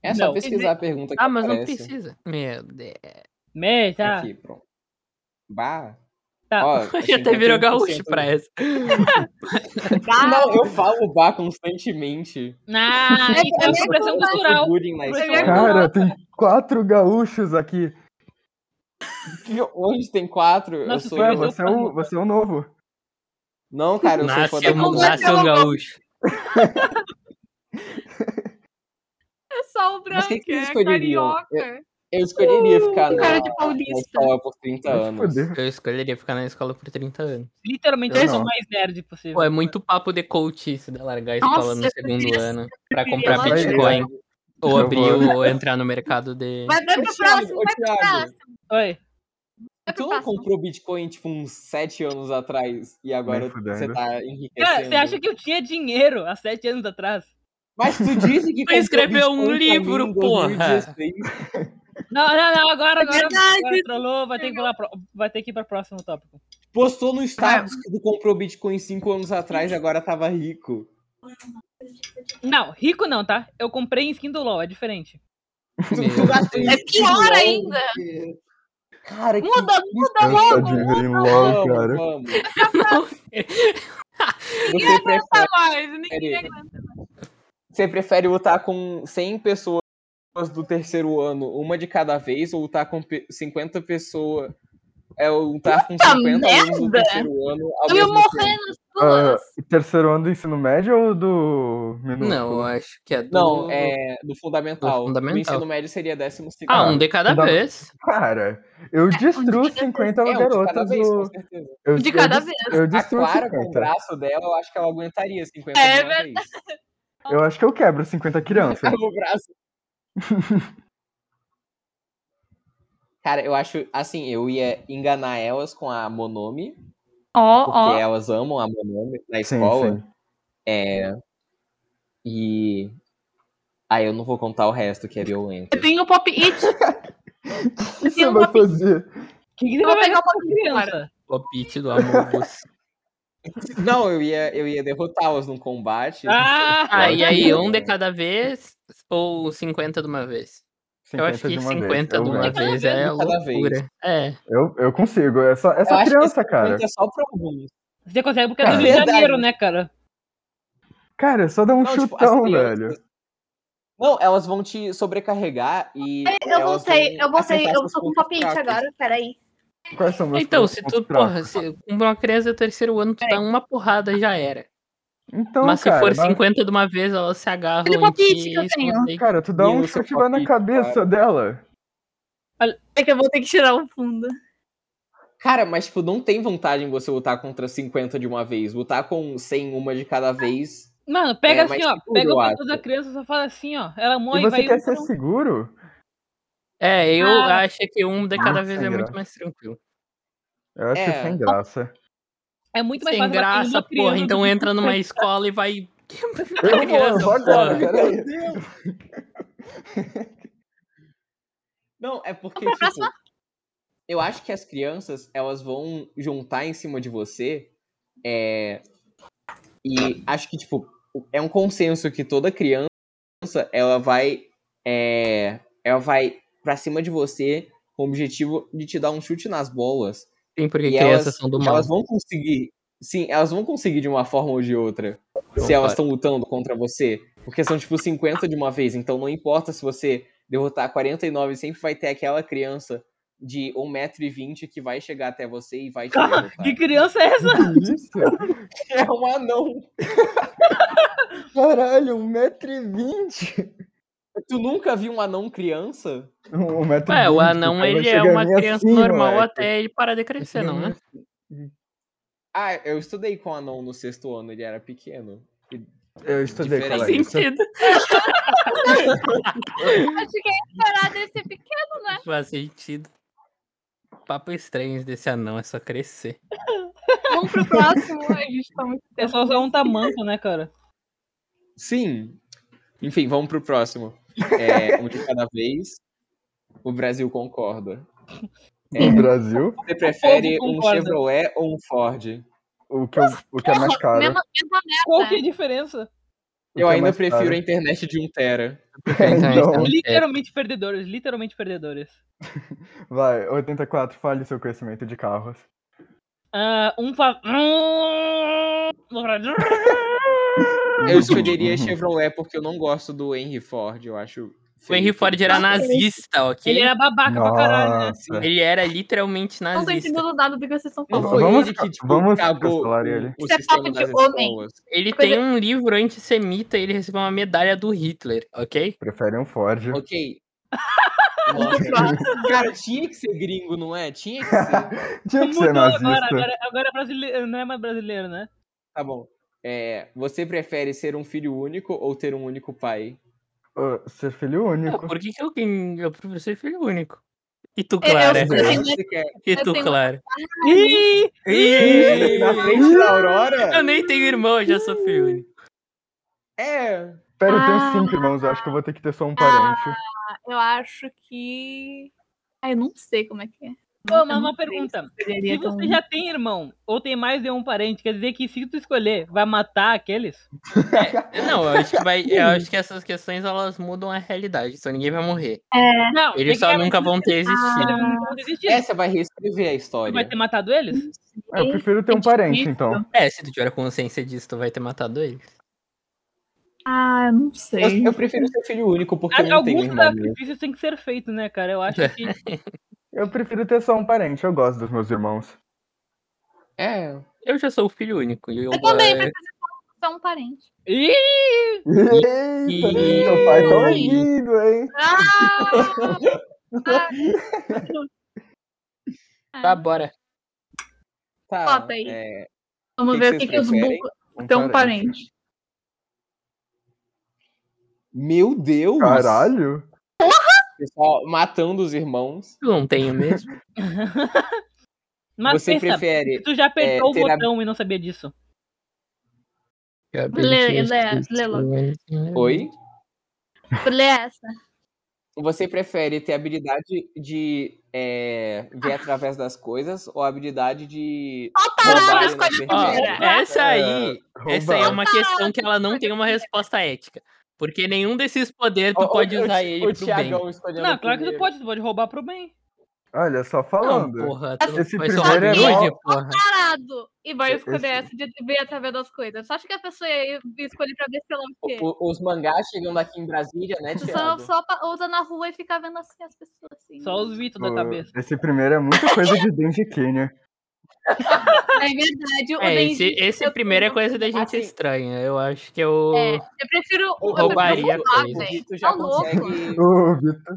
[SPEAKER 2] É só
[SPEAKER 5] Não.
[SPEAKER 2] pesquisar a pergunta que
[SPEAKER 1] Ah, mas não
[SPEAKER 2] aparece
[SPEAKER 1] precisa. Meu Deus.
[SPEAKER 5] Meh, tá.
[SPEAKER 2] Aqui, pronto. Bah.
[SPEAKER 5] Tá.
[SPEAKER 2] Ó,
[SPEAKER 1] Já até virou gaúcho
[SPEAKER 2] 51%
[SPEAKER 1] pra essa.
[SPEAKER 3] Ah,
[SPEAKER 2] Não, eu falo bar constantemente.
[SPEAKER 5] Ah,
[SPEAKER 3] É-
[SPEAKER 5] isso é
[SPEAKER 3] é
[SPEAKER 5] uma expressão cultural.
[SPEAKER 2] Bullying na
[SPEAKER 5] Mas
[SPEAKER 4] É
[SPEAKER 2] escola.
[SPEAKER 4] Cara, tem quatro gaúchos aqui.
[SPEAKER 2] Que- Onde tem quatro?
[SPEAKER 5] Nossa,
[SPEAKER 2] eu sou.
[SPEAKER 5] foi
[SPEAKER 4] Ué,
[SPEAKER 5] mas eu
[SPEAKER 4] você é, o,
[SPEAKER 5] falo.
[SPEAKER 4] você é o novo.
[SPEAKER 2] Não, cara, eu sou fã
[SPEAKER 1] Nasce
[SPEAKER 2] da
[SPEAKER 1] um,
[SPEAKER 3] Como
[SPEAKER 2] comunidade.
[SPEAKER 3] é que
[SPEAKER 1] nasce um
[SPEAKER 3] eu-
[SPEAKER 1] gaúcho.
[SPEAKER 3] É só o branco,
[SPEAKER 2] Mas que que eles
[SPEAKER 3] é
[SPEAKER 2] escolheriam?
[SPEAKER 3] carioca.
[SPEAKER 2] Eu escolheria ficar na,
[SPEAKER 3] cara de
[SPEAKER 2] na
[SPEAKER 3] paulista.
[SPEAKER 2] escola por 30
[SPEAKER 4] Vai te
[SPEAKER 2] anos.
[SPEAKER 4] foder.
[SPEAKER 1] Eu escolheria ficar na escola por 30 anos.
[SPEAKER 5] Literalmente,
[SPEAKER 4] Eu
[SPEAKER 5] eu sou
[SPEAKER 4] não.
[SPEAKER 5] mais nerd possível.
[SPEAKER 1] Pô, é muito papo de coachice da largar a
[SPEAKER 3] Nossa,
[SPEAKER 1] escola no
[SPEAKER 3] eu
[SPEAKER 1] segundo
[SPEAKER 3] prefiro-
[SPEAKER 1] ano pra
[SPEAKER 3] prefiro
[SPEAKER 1] comprar
[SPEAKER 4] ela-
[SPEAKER 1] Bitcoin. Ou
[SPEAKER 4] Eu
[SPEAKER 1] abrir
[SPEAKER 4] vou.
[SPEAKER 1] ou entrar no mercado de.
[SPEAKER 3] Vai, vai
[SPEAKER 2] Ô,
[SPEAKER 3] pro
[SPEAKER 2] Thiago,
[SPEAKER 3] próximo,
[SPEAKER 2] ô,
[SPEAKER 3] vai pro
[SPEAKER 2] Thiago,
[SPEAKER 3] próximo.
[SPEAKER 5] Oi.
[SPEAKER 3] Vai
[SPEAKER 2] Tu
[SPEAKER 3] pro
[SPEAKER 2] não
[SPEAKER 3] próximo.
[SPEAKER 2] comprou Bitcoin, tipo, uns 7 anos atrás e agora
[SPEAKER 4] Nem fudendo.
[SPEAKER 2] você tá enriquecendo?
[SPEAKER 5] Cara, você acha que eu tinha dinheiro há sete anos atrás?
[SPEAKER 2] Mas tu disse que
[SPEAKER 1] Tu escreveu um
[SPEAKER 2] comprou Bitcoin pra mim
[SPEAKER 1] livro,
[SPEAKER 2] em
[SPEAKER 1] porra.
[SPEAKER 2] 2016.
[SPEAKER 5] Não, não, não, agora,
[SPEAKER 3] É
[SPEAKER 5] agora,
[SPEAKER 3] verdade.
[SPEAKER 5] agora trollou, vai ter, que pular pro- vai ter que ir pra próximo tópico.
[SPEAKER 2] Postou no status
[SPEAKER 3] É.
[SPEAKER 2] que tu comprou Bitcoin 5 anos atrás e agora tava rico.
[SPEAKER 5] Não, rico não, tá? Eu comprei em skin do LoL, é diferente.
[SPEAKER 2] Tu,
[SPEAKER 1] Meu
[SPEAKER 2] tu gastou
[SPEAKER 1] Deus.
[SPEAKER 3] É
[SPEAKER 2] em
[SPEAKER 3] pior
[SPEAKER 2] LOL,
[SPEAKER 3] ainda.
[SPEAKER 2] porque- Cara, que
[SPEAKER 3] Muda, muda
[SPEAKER 4] Eu sou
[SPEAKER 3] logo,
[SPEAKER 4] de
[SPEAKER 3] muda
[SPEAKER 4] Green LOL,
[SPEAKER 2] Vamos,
[SPEAKER 4] cara.
[SPEAKER 2] vamos.
[SPEAKER 3] Ninguém
[SPEAKER 2] Você prefere,
[SPEAKER 3] mais. Ninguém
[SPEAKER 2] Peraí.
[SPEAKER 3] aguenta.
[SPEAKER 2] você prefere lutar com 100 pessoas do terceiro ano, uma de cada vez, ou lutar com pe- 50 pessoas... É, lutar com
[SPEAKER 3] Puta
[SPEAKER 2] 50 alunos do
[SPEAKER 3] merda!
[SPEAKER 2] terceiro ano ao
[SPEAKER 3] Eu ia
[SPEAKER 2] mesmo tempo?
[SPEAKER 3] morrer nas
[SPEAKER 4] Ah,
[SPEAKER 3] duas.
[SPEAKER 4] Terceiro ano do ensino médio ou do minúsculo?
[SPEAKER 1] Não, eu acho que é do.
[SPEAKER 2] Não, é do fundamental.
[SPEAKER 1] Do
[SPEAKER 2] Do
[SPEAKER 1] fundamental.
[SPEAKER 2] ensino médio seria décimo segundo.
[SPEAKER 1] Ah, um de cada
[SPEAKER 4] Funda-
[SPEAKER 1] vez.
[SPEAKER 4] Cara, eu destruo
[SPEAKER 3] um de cada
[SPEAKER 4] 50
[SPEAKER 2] é, um de cada
[SPEAKER 4] garotas
[SPEAKER 2] vez, Um com
[SPEAKER 4] do.
[SPEAKER 2] certeza.
[SPEAKER 4] eu-
[SPEAKER 3] De
[SPEAKER 4] eu
[SPEAKER 3] cada
[SPEAKER 4] des-
[SPEAKER 3] vez.
[SPEAKER 4] Eu
[SPEAKER 2] A
[SPEAKER 4] destruo
[SPEAKER 2] Clara, com Ah, o
[SPEAKER 4] 50.
[SPEAKER 2] braço dela, eu acho que ela aguentaria 50
[SPEAKER 3] É
[SPEAKER 2] de uma vez.
[SPEAKER 4] Eu acho que eu quebro 50 crianças.
[SPEAKER 2] O braço. Cara, eu acho, assim, eu ia enganar elas com a Monome,
[SPEAKER 3] Ó,
[SPEAKER 2] porque
[SPEAKER 3] ó.
[SPEAKER 2] elas amam a Monome na
[SPEAKER 4] Sim,
[SPEAKER 2] escola.
[SPEAKER 4] sim.
[SPEAKER 2] E. Aí eu não vou contar o resto, que é violento.
[SPEAKER 3] Eu tenho o Pop It.
[SPEAKER 4] O que você
[SPEAKER 3] Eu
[SPEAKER 4] vai
[SPEAKER 3] vou-
[SPEAKER 4] fazer?
[SPEAKER 5] O que, que você
[SPEAKER 3] Vou
[SPEAKER 5] vai pegar
[SPEAKER 3] pegar
[SPEAKER 5] pra
[SPEAKER 3] uma
[SPEAKER 5] criança?
[SPEAKER 1] O pit do Amogus.
[SPEAKER 2] Não, eu ia, eu ia derrotá-las num combate.
[SPEAKER 5] Ah,
[SPEAKER 1] Ah, e aí,
[SPEAKER 2] Claro.
[SPEAKER 1] um de cada vez ou 50 de uma vez? Eu
[SPEAKER 4] 50
[SPEAKER 1] acho que
[SPEAKER 4] de uma vez,
[SPEAKER 1] 50 de
[SPEAKER 4] eu
[SPEAKER 1] uma
[SPEAKER 4] ganho.
[SPEAKER 1] vez
[SPEAKER 5] De
[SPEAKER 1] é
[SPEAKER 2] cada
[SPEAKER 1] loucura. É.
[SPEAKER 4] Eu, eu consigo, é só, é só
[SPEAKER 2] Eu acho que
[SPEAKER 4] criança, cara.
[SPEAKER 2] É só pra alguns.
[SPEAKER 5] você consegue porque é do
[SPEAKER 4] Cara,
[SPEAKER 5] Rio de
[SPEAKER 2] verdade.
[SPEAKER 5] Janeiro, né, cara?
[SPEAKER 4] Cara, é só dar um
[SPEAKER 2] Não, tipo, as
[SPEAKER 4] chutão,
[SPEAKER 2] crianças-
[SPEAKER 4] velho.
[SPEAKER 2] Não, elas vão te sobrecarregar e.
[SPEAKER 4] É
[SPEAKER 3] Eu
[SPEAKER 2] elas
[SPEAKER 3] voltei,
[SPEAKER 2] vão
[SPEAKER 3] eu voltei.
[SPEAKER 2] acertar
[SPEAKER 3] Eu
[SPEAKER 2] seus
[SPEAKER 3] tô com o
[SPEAKER 2] pontos
[SPEAKER 3] Pop It
[SPEAKER 2] fracos.
[SPEAKER 3] agora, peraí.
[SPEAKER 4] Quais são meus
[SPEAKER 1] Então,
[SPEAKER 4] pontos
[SPEAKER 1] se tu,
[SPEAKER 4] fracos?
[SPEAKER 1] porra, se com uma criança do terceiro ano, tu dá uma porrada já era.
[SPEAKER 4] Então,
[SPEAKER 1] mas se
[SPEAKER 4] cara,
[SPEAKER 1] for
[SPEAKER 4] dá-
[SPEAKER 1] 50 de uma vez, elas se agarram
[SPEAKER 3] Aquele
[SPEAKER 1] em ti
[SPEAKER 3] palpite que eu
[SPEAKER 1] e
[SPEAKER 3] tenho.
[SPEAKER 1] escondem.
[SPEAKER 4] Cara, tu dá
[SPEAKER 2] Menino,
[SPEAKER 4] um
[SPEAKER 2] seu
[SPEAKER 4] chute lá na
[SPEAKER 2] palpite,
[SPEAKER 4] cabeça dela.
[SPEAKER 3] É que eu vou ter que tirar o fundo.
[SPEAKER 2] Cara, mas tipo, não tem vantagem você lutar contra 50 de uma vez. Lutar com 100 uma de cada vez.
[SPEAKER 5] Mano, pega
[SPEAKER 2] É, mas
[SPEAKER 5] assim, ó.
[SPEAKER 2] seguro,
[SPEAKER 5] Pega
[SPEAKER 2] eu
[SPEAKER 5] o
[SPEAKER 2] acho.
[SPEAKER 5] peito da criança e só fala assim, ó. Ela
[SPEAKER 4] E
[SPEAKER 5] morre
[SPEAKER 4] você
[SPEAKER 5] vai
[SPEAKER 4] quer
[SPEAKER 5] um
[SPEAKER 4] ser
[SPEAKER 5] por um.
[SPEAKER 4] seguro?
[SPEAKER 1] É, eu
[SPEAKER 5] Ah.
[SPEAKER 1] acho que um de cada
[SPEAKER 4] Ah,
[SPEAKER 1] vez
[SPEAKER 4] sem
[SPEAKER 1] é muito
[SPEAKER 4] graça.
[SPEAKER 1] mais tranquilo.
[SPEAKER 4] Eu acho
[SPEAKER 2] É.
[SPEAKER 4] sem graça.
[SPEAKER 5] É muito mais
[SPEAKER 1] Sem
[SPEAKER 5] fácil matar
[SPEAKER 1] graça,
[SPEAKER 5] uma criança
[SPEAKER 1] porra.
[SPEAKER 5] do
[SPEAKER 1] Então
[SPEAKER 5] que-
[SPEAKER 1] entra numa escola e vai.
[SPEAKER 4] Eu vou, eu
[SPEAKER 1] Tá criança,
[SPEAKER 4] vou agora,
[SPEAKER 1] porra.
[SPEAKER 4] peraí.
[SPEAKER 2] Não, é porque, tipo. Eu acho que as crianças, elas vão juntar em cima de você. é, E acho que, tipo, é um consenso que toda criança, ela vai. é, Ela vai pra cima de você com o objetivo de te dar um chute nas bolas.
[SPEAKER 1] Sim, porque
[SPEAKER 2] E
[SPEAKER 1] crianças
[SPEAKER 2] elas-
[SPEAKER 1] são do
[SPEAKER 2] e
[SPEAKER 1] mal.
[SPEAKER 2] Elas vão conseguir. Sim, elas vão conseguir de uma forma ou de outra. se elas estão lutando contra você. Porque são tipo 50 de uma vez. Então não importa se você derrotar 49, sempre vai ter aquela criança de 1,20m que vai chegar até você e vai te derrotar.
[SPEAKER 5] Que criança é essa?
[SPEAKER 4] Delícia.
[SPEAKER 2] É um anão.
[SPEAKER 4] Caralho, 1,20m.
[SPEAKER 2] Tu nunca viu um anão criança?
[SPEAKER 4] Um metro
[SPEAKER 1] É, o
[SPEAKER 4] vinte,
[SPEAKER 1] anão
[SPEAKER 4] cara, vai
[SPEAKER 1] ele é
[SPEAKER 4] chegar
[SPEAKER 1] uma
[SPEAKER 4] em mim
[SPEAKER 1] criança
[SPEAKER 4] assim,
[SPEAKER 1] normal
[SPEAKER 4] moleque.
[SPEAKER 1] até ele parar de crescer, não é?
[SPEAKER 2] Ah, eu estudei com um anão no sexto ano, ele era pequeno.
[SPEAKER 4] Eu estudei com
[SPEAKER 1] Faz
[SPEAKER 4] ela.
[SPEAKER 2] Diferente.
[SPEAKER 4] isso. é
[SPEAKER 1] sentido.
[SPEAKER 3] Acho que é esperar dele ser pequeno.
[SPEAKER 1] Faz sentido. Papo estranho desse anão é só crescer.
[SPEAKER 3] Vamos pro próximo. A gente tá muito
[SPEAKER 5] É só usar um tamanco, né, cara?
[SPEAKER 2] Sim. Enfim, vamos pro próximo. É, um de cada vez. O Brasil concorda.
[SPEAKER 4] No Brasil,
[SPEAKER 2] Você prefere um
[SPEAKER 5] concorda.
[SPEAKER 2] Chevrolet ou um Ford?
[SPEAKER 4] o que, eu- o que é mais caro.
[SPEAKER 3] Mesma, mesma merda.
[SPEAKER 5] Qual que é a diferença?
[SPEAKER 4] o que
[SPEAKER 2] Eu
[SPEAKER 4] é
[SPEAKER 2] ainda
[SPEAKER 4] mais caro.
[SPEAKER 2] prefiro a internet de 1 tera.
[SPEAKER 4] Então,
[SPEAKER 1] é.
[SPEAKER 5] Literalmente perdedores, literalmente perdedores.
[SPEAKER 4] vai, 84, fale seu conhecimento de carros.
[SPEAKER 5] Ah, um fa...
[SPEAKER 2] Eu escolheria
[SPEAKER 4] Uhum.
[SPEAKER 2] Chevrolet porque eu não gosto do Henry Ford, eu acho.
[SPEAKER 1] O Henry
[SPEAKER 2] feio.
[SPEAKER 1] Ford é era nazista, ok? É.
[SPEAKER 5] Ele era babaca pra caralho, né?
[SPEAKER 4] Nossa.
[SPEAKER 1] Ele era literalmente
[SPEAKER 3] Não tô
[SPEAKER 1] nazista.
[SPEAKER 3] entendendo nada do que vocês estão
[SPEAKER 2] Não
[SPEAKER 4] Vamos-
[SPEAKER 3] falando.
[SPEAKER 2] foi
[SPEAKER 4] vamos
[SPEAKER 2] ele
[SPEAKER 4] ca-
[SPEAKER 2] que tipo,
[SPEAKER 4] vamos
[SPEAKER 2] acabou
[SPEAKER 4] cancelar
[SPEAKER 2] o-
[SPEAKER 4] ele.
[SPEAKER 2] o
[SPEAKER 3] Isso é
[SPEAKER 2] sistema
[SPEAKER 3] papo de
[SPEAKER 2] das
[SPEAKER 3] homem.
[SPEAKER 2] escolas.
[SPEAKER 1] Ele
[SPEAKER 3] Coisa-
[SPEAKER 1] tem um livro antissemita e ele recebeu uma medalha do Hitler, ok?
[SPEAKER 4] Prefere um Ford.
[SPEAKER 2] Ok. Nossa, cara, tinha que ser gringo, não é? Tinha que ser.
[SPEAKER 4] Tinha que ser
[SPEAKER 5] Mudou agora,
[SPEAKER 4] nazista.
[SPEAKER 5] agora, agora é brasileiro, não é mais brasileiro, né?
[SPEAKER 2] Tá bom. É, você prefere ser um filho único ou ter um único pai?
[SPEAKER 4] Ô, ser filho
[SPEAKER 1] Não,
[SPEAKER 4] único.
[SPEAKER 1] Ah, por que, que alguém. Eu prefiro ser filho único. E tu,
[SPEAKER 3] É, Eu- eu
[SPEAKER 1] Clara?
[SPEAKER 3] sei. tenho
[SPEAKER 2] Você quer-
[SPEAKER 1] E
[SPEAKER 3] eu
[SPEAKER 1] tu,
[SPEAKER 3] tenho-
[SPEAKER 1] Clara?
[SPEAKER 5] Ih,
[SPEAKER 2] Ih, Na frente da Aurora?
[SPEAKER 1] Eu nem tenho irmão, eu já sou filho único.
[SPEAKER 2] É.
[SPEAKER 4] Pera, eu tenho
[SPEAKER 3] Ah.
[SPEAKER 4] cinco irmãos, eu acho que eu vou ter que ter só um parente.
[SPEAKER 3] Eu acho que. Ah, eu não sei como é que é.
[SPEAKER 5] pô, mas uma
[SPEAKER 3] não sei
[SPEAKER 5] pergunta.
[SPEAKER 3] se poderia
[SPEAKER 5] Se
[SPEAKER 3] ter um-
[SPEAKER 5] você já tem irmão, ou tem mais de um parente, quer dizer que se tu escolher, vai matar aqueles?
[SPEAKER 1] Não, eu acho que vai. Eu acho que essas questões elas mudam a realidade. Então ninguém vai morrer.
[SPEAKER 5] Não,
[SPEAKER 3] Ah,
[SPEAKER 1] Eles só
[SPEAKER 5] tem que-
[SPEAKER 1] nunca vão ter existido.
[SPEAKER 5] Eles nunca vão ter existido.
[SPEAKER 2] Essa vai reescrever a
[SPEAKER 5] Tu
[SPEAKER 2] história.
[SPEAKER 5] vai ter matado eles?
[SPEAKER 4] Ah, Eu prefiro ter um parente, então.
[SPEAKER 1] É, se tu tiver consciência disso, tu vai ter matado eles.
[SPEAKER 3] Ah, eu não sei.
[SPEAKER 2] Eu, eu prefiro ser filho único porque eu não tenho
[SPEAKER 5] Alguns
[SPEAKER 2] irmão. né? mesmo.
[SPEAKER 5] sacrifícios têm que ser feitos, né, cara? Eu acho que.
[SPEAKER 4] Eu prefiro ter só um parente, eu gosto dos meus irmãos.
[SPEAKER 2] É.
[SPEAKER 1] Eu já sou filho único. E eu,
[SPEAKER 3] Eu também,
[SPEAKER 1] é,
[SPEAKER 3] prefiro só um parente.
[SPEAKER 5] Ih,
[SPEAKER 4] Eita, meu pai tá ouvindo, hein?
[SPEAKER 3] Ah! Ah!
[SPEAKER 1] Tá, bora.
[SPEAKER 2] Tá.
[SPEAKER 3] Bota aí.
[SPEAKER 2] é,
[SPEAKER 3] Vamos
[SPEAKER 2] que
[SPEAKER 3] ver
[SPEAKER 2] que
[SPEAKER 3] o que,
[SPEAKER 2] vocês
[SPEAKER 3] que os
[SPEAKER 2] preferem?
[SPEAKER 3] burros têm um
[SPEAKER 4] né?
[SPEAKER 3] parente.
[SPEAKER 2] Meu Deus!
[SPEAKER 4] Caralho!
[SPEAKER 2] Pessoal, matando os irmãos.
[SPEAKER 1] Eu não tenho mesmo.
[SPEAKER 5] mas
[SPEAKER 2] você
[SPEAKER 5] pensa,
[SPEAKER 2] prefere.
[SPEAKER 5] tu já apertou
[SPEAKER 2] é,
[SPEAKER 5] o
[SPEAKER 2] ter a-
[SPEAKER 5] botão e não sabia disso.
[SPEAKER 1] Eu
[SPEAKER 3] Lê-
[SPEAKER 1] aprendi
[SPEAKER 3] lê-
[SPEAKER 1] isso.
[SPEAKER 3] lê logo.
[SPEAKER 4] né?
[SPEAKER 2] Oi?
[SPEAKER 3] Lê essa.
[SPEAKER 2] Você prefere ter a habilidade de é, ver através das coisas ou a habilidade de.
[SPEAKER 3] Parada,
[SPEAKER 2] Roubar,
[SPEAKER 3] escolhe
[SPEAKER 2] né,
[SPEAKER 1] Ó,
[SPEAKER 3] primeira.
[SPEAKER 1] essa
[SPEAKER 4] É,
[SPEAKER 1] aí,
[SPEAKER 4] Roubar.
[SPEAKER 1] essa aí é uma questão que ela não tem uma resposta ética. Porque nenhum desses poderes tu
[SPEAKER 2] Ó, ó,
[SPEAKER 1] pode
[SPEAKER 2] o-
[SPEAKER 1] usar
[SPEAKER 2] o
[SPEAKER 1] ele pro bem.
[SPEAKER 2] Thiagão escolhendo
[SPEAKER 5] Não, claro que tu
[SPEAKER 2] primeiro.
[SPEAKER 5] pode, tu pode roubar pro bem.
[SPEAKER 3] é um
[SPEAKER 4] Olha, só
[SPEAKER 1] Não,
[SPEAKER 4] falando.
[SPEAKER 1] porra. Tu
[SPEAKER 4] Esse
[SPEAKER 1] vai ser uma
[SPEAKER 4] primeiro é
[SPEAKER 1] nude,
[SPEAKER 4] mal-
[SPEAKER 1] porra.
[SPEAKER 3] Parado. E vai
[SPEAKER 4] Esse-
[SPEAKER 3] escolher essa de ver através das coisas. Só acho que a pessoa ia escolher pra ver, sei lá o quê.
[SPEAKER 2] O- o- Os mangás chegando aqui em Brasília, né,
[SPEAKER 3] Tu Só,
[SPEAKER 2] Thiago?
[SPEAKER 3] só pa- usa na rua e fica vendo assim as pessoas assim.
[SPEAKER 5] Só os mitos da cabeça.
[SPEAKER 4] Esse primeiro é muita coisa de Denjiquinha.
[SPEAKER 3] É verdade. o
[SPEAKER 1] É, esse,
[SPEAKER 3] Denji-
[SPEAKER 1] esse
[SPEAKER 3] eu-
[SPEAKER 1] primeiro é coisa da gente
[SPEAKER 2] Assim.
[SPEAKER 1] estranha. Eu acho que eu.
[SPEAKER 3] É, eu prefiro.
[SPEAKER 2] O-
[SPEAKER 3] eu prefiro
[SPEAKER 1] roubaria
[SPEAKER 3] roubar,
[SPEAKER 1] coisa.
[SPEAKER 2] O
[SPEAKER 3] velho.
[SPEAKER 2] Vitor já
[SPEAKER 3] Tá louco.
[SPEAKER 2] consegue.
[SPEAKER 4] O Vitor.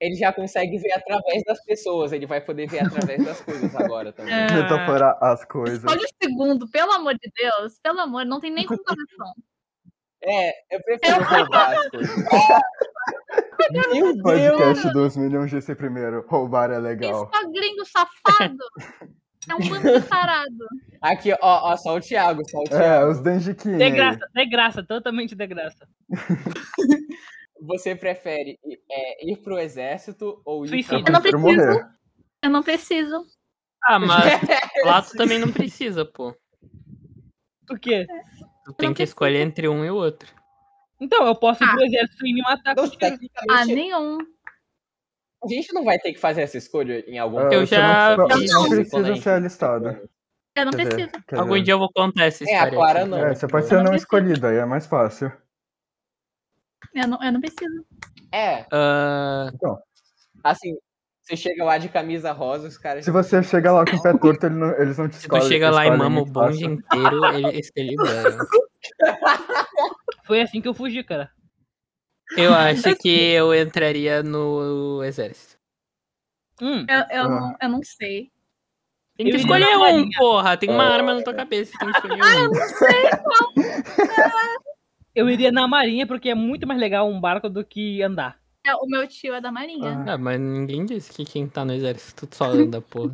[SPEAKER 2] Ele já consegue ver através das pessoas, ele vai poder ver através das coisas agora também.
[SPEAKER 3] É.
[SPEAKER 4] Metaforar as coisas.
[SPEAKER 3] Escolhe o segundo, pelo amor de Deus. Pelo amor, não tem nem assim, comparação.
[SPEAKER 2] É, eu prefiro roubar as coisas. Meu Deus!
[SPEAKER 4] Podcast dos milhões desse primeiro. Roubar é
[SPEAKER 3] né? Isso
[SPEAKER 4] legal.
[SPEAKER 3] tá gringo safado. É um bando de tarado.
[SPEAKER 2] Aqui, ó, ó, só o Thiago, só o
[SPEAKER 4] É,
[SPEAKER 2] Thiago.
[SPEAKER 4] os Denjiquinha.
[SPEAKER 5] De graça, de graça, totalmente de graça.
[SPEAKER 2] Você prefere é, ir pro exército ou ir
[SPEAKER 5] Suicídio.
[SPEAKER 3] Eu não
[SPEAKER 4] Prefiro
[SPEAKER 3] preciso.
[SPEAKER 4] morrer.
[SPEAKER 3] Eu não preciso.
[SPEAKER 1] Ah, mas
[SPEAKER 4] É
[SPEAKER 1] lá tu também não precisa, pô.
[SPEAKER 5] Por quê?
[SPEAKER 1] Tu tem que
[SPEAKER 3] preciso.
[SPEAKER 1] escolher entre um e o outro.
[SPEAKER 5] Então, eu posso ir pro exército e me matar com
[SPEAKER 2] Não,
[SPEAKER 5] tiro.
[SPEAKER 2] tecnicamente,
[SPEAKER 3] Ah, nenhum.
[SPEAKER 2] a gente não vai ter que fazer essa escolha em algum
[SPEAKER 4] Ah,
[SPEAKER 1] Eu
[SPEAKER 4] você
[SPEAKER 1] já
[SPEAKER 4] Não,
[SPEAKER 1] vi
[SPEAKER 4] não
[SPEAKER 1] isso
[SPEAKER 2] quando a
[SPEAKER 4] precisa
[SPEAKER 2] gente-
[SPEAKER 4] ser alistado.
[SPEAKER 3] Eu não
[SPEAKER 4] Quer dizer,
[SPEAKER 3] preciso.
[SPEAKER 4] quer
[SPEAKER 1] Algum
[SPEAKER 4] dizer.
[SPEAKER 1] dia eu vou contar essa
[SPEAKER 2] É, a
[SPEAKER 1] história.
[SPEAKER 2] Clara
[SPEAKER 1] aqui.
[SPEAKER 2] não.
[SPEAKER 4] É, você pode ser
[SPEAKER 3] Eu não
[SPEAKER 4] não
[SPEAKER 3] preciso.
[SPEAKER 4] escolhido, aí é mais fácil.
[SPEAKER 3] Eu não, eu não preciso.
[SPEAKER 2] É,
[SPEAKER 1] Ah,
[SPEAKER 2] assim, você chega lá de camisa rosa, os caras.
[SPEAKER 4] Se você chega lá com o pé torto, ele não- eles não te
[SPEAKER 1] se
[SPEAKER 4] escolhem.
[SPEAKER 1] tu chega lá e
[SPEAKER 4] escolhem
[SPEAKER 1] mama o
[SPEAKER 4] muito fácil.
[SPEAKER 1] bonde inteiro, né? eles te liberam.
[SPEAKER 5] Foi assim que eu fugi, cara.
[SPEAKER 1] Eu acho que eu entraria no exército.
[SPEAKER 5] Hum,
[SPEAKER 3] Eu, eu,
[SPEAKER 4] Ah.
[SPEAKER 3] não, eu não sei.
[SPEAKER 1] Tem que
[SPEAKER 5] Eu iria
[SPEAKER 1] escolher
[SPEAKER 5] na
[SPEAKER 1] um,
[SPEAKER 5] marinha.
[SPEAKER 1] porra. Tem
[SPEAKER 4] Ah.
[SPEAKER 1] uma arma na tua cabeça, tem que escolher um.
[SPEAKER 5] eu iria na marinha porque é muito mais legal um barco do que andar.
[SPEAKER 3] É, O meu tio é da Marinha.
[SPEAKER 1] Ah, mas ninguém disse que quem tá no exército só anda, porra.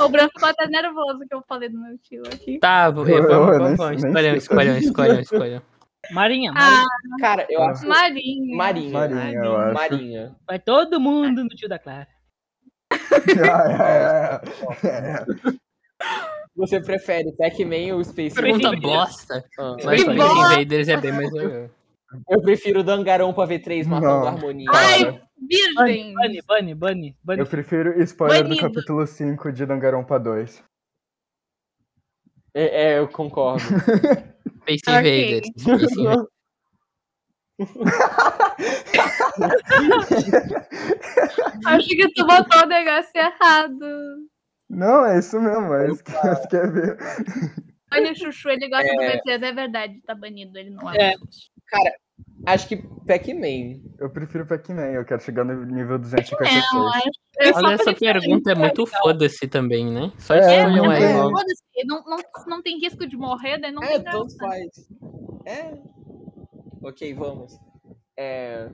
[SPEAKER 3] O branco tá até nervoso que eu falei do meu tio aqui.
[SPEAKER 1] Tá, vamos,
[SPEAKER 4] Eu- eu nem-
[SPEAKER 1] vamos, vamos.
[SPEAKER 4] nem
[SPEAKER 1] Escolham,
[SPEAKER 4] sei.
[SPEAKER 1] escolham, escolham, escolham.
[SPEAKER 5] Marinha,
[SPEAKER 3] Ah,
[SPEAKER 5] marinha.
[SPEAKER 2] Cara, eu
[SPEAKER 4] Ah.
[SPEAKER 2] acho.
[SPEAKER 3] Marinha.
[SPEAKER 2] Marinha.
[SPEAKER 4] Marinha, eu acho.
[SPEAKER 2] Marinha.
[SPEAKER 5] Vai todo mundo no tio da Clara.
[SPEAKER 4] É,
[SPEAKER 2] Você prefere Pac-Man ou Space
[SPEAKER 1] Pergunta
[SPEAKER 2] Invaders?
[SPEAKER 1] bosta.
[SPEAKER 2] Ah,
[SPEAKER 1] Mas
[SPEAKER 3] Que
[SPEAKER 1] Space
[SPEAKER 3] bosta.
[SPEAKER 1] Invaders é bem mais legal.
[SPEAKER 2] Eu prefiro Dangarompa V3 matando
[SPEAKER 4] Não.
[SPEAKER 2] harmonia.
[SPEAKER 3] Ai,
[SPEAKER 5] Bunny,
[SPEAKER 3] virgem!
[SPEAKER 5] Bunny, Bunny, Bunny, Bunny.
[SPEAKER 4] Eu prefiro spoiler do
[SPEAKER 3] Banido.
[SPEAKER 4] capítulo 5 de Dangarompa 2.
[SPEAKER 2] É, é, eu concordo.
[SPEAKER 1] Space
[SPEAKER 3] Ok.
[SPEAKER 1] Invaders. Space Invaders.
[SPEAKER 3] Acho que tu botou o negócio errado.
[SPEAKER 4] Não, é isso mesmo, é isso que você quer ver.
[SPEAKER 3] Olha, Chuchu, ele gosta do B3, é verdade, tá banido, ele não é.
[SPEAKER 5] É.
[SPEAKER 2] Acho que Pac-Man.
[SPEAKER 4] Eu prefiro Pac-Man, eu quero chegar no nível 256.
[SPEAKER 3] É, Eu
[SPEAKER 1] Olha,
[SPEAKER 3] só
[SPEAKER 1] essa
[SPEAKER 3] porque-
[SPEAKER 1] pergunta é muito foda-se também, né? Só
[SPEAKER 4] É,
[SPEAKER 3] É,
[SPEAKER 1] escolha
[SPEAKER 4] não
[SPEAKER 1] um aí.
[SPEAKER 4] é.
[SPEAKER 3] mas foda-se, não, não, não tem risco de morrer, daí não
[SPEAKER 2] É,
[SPEAKER 3] tem
[SPEAKER 5] um
[SPEAKER 2] tanto
[SPEAKER 3] graça.
[SPEAKER 2] faz. É. Ok, vamos. É...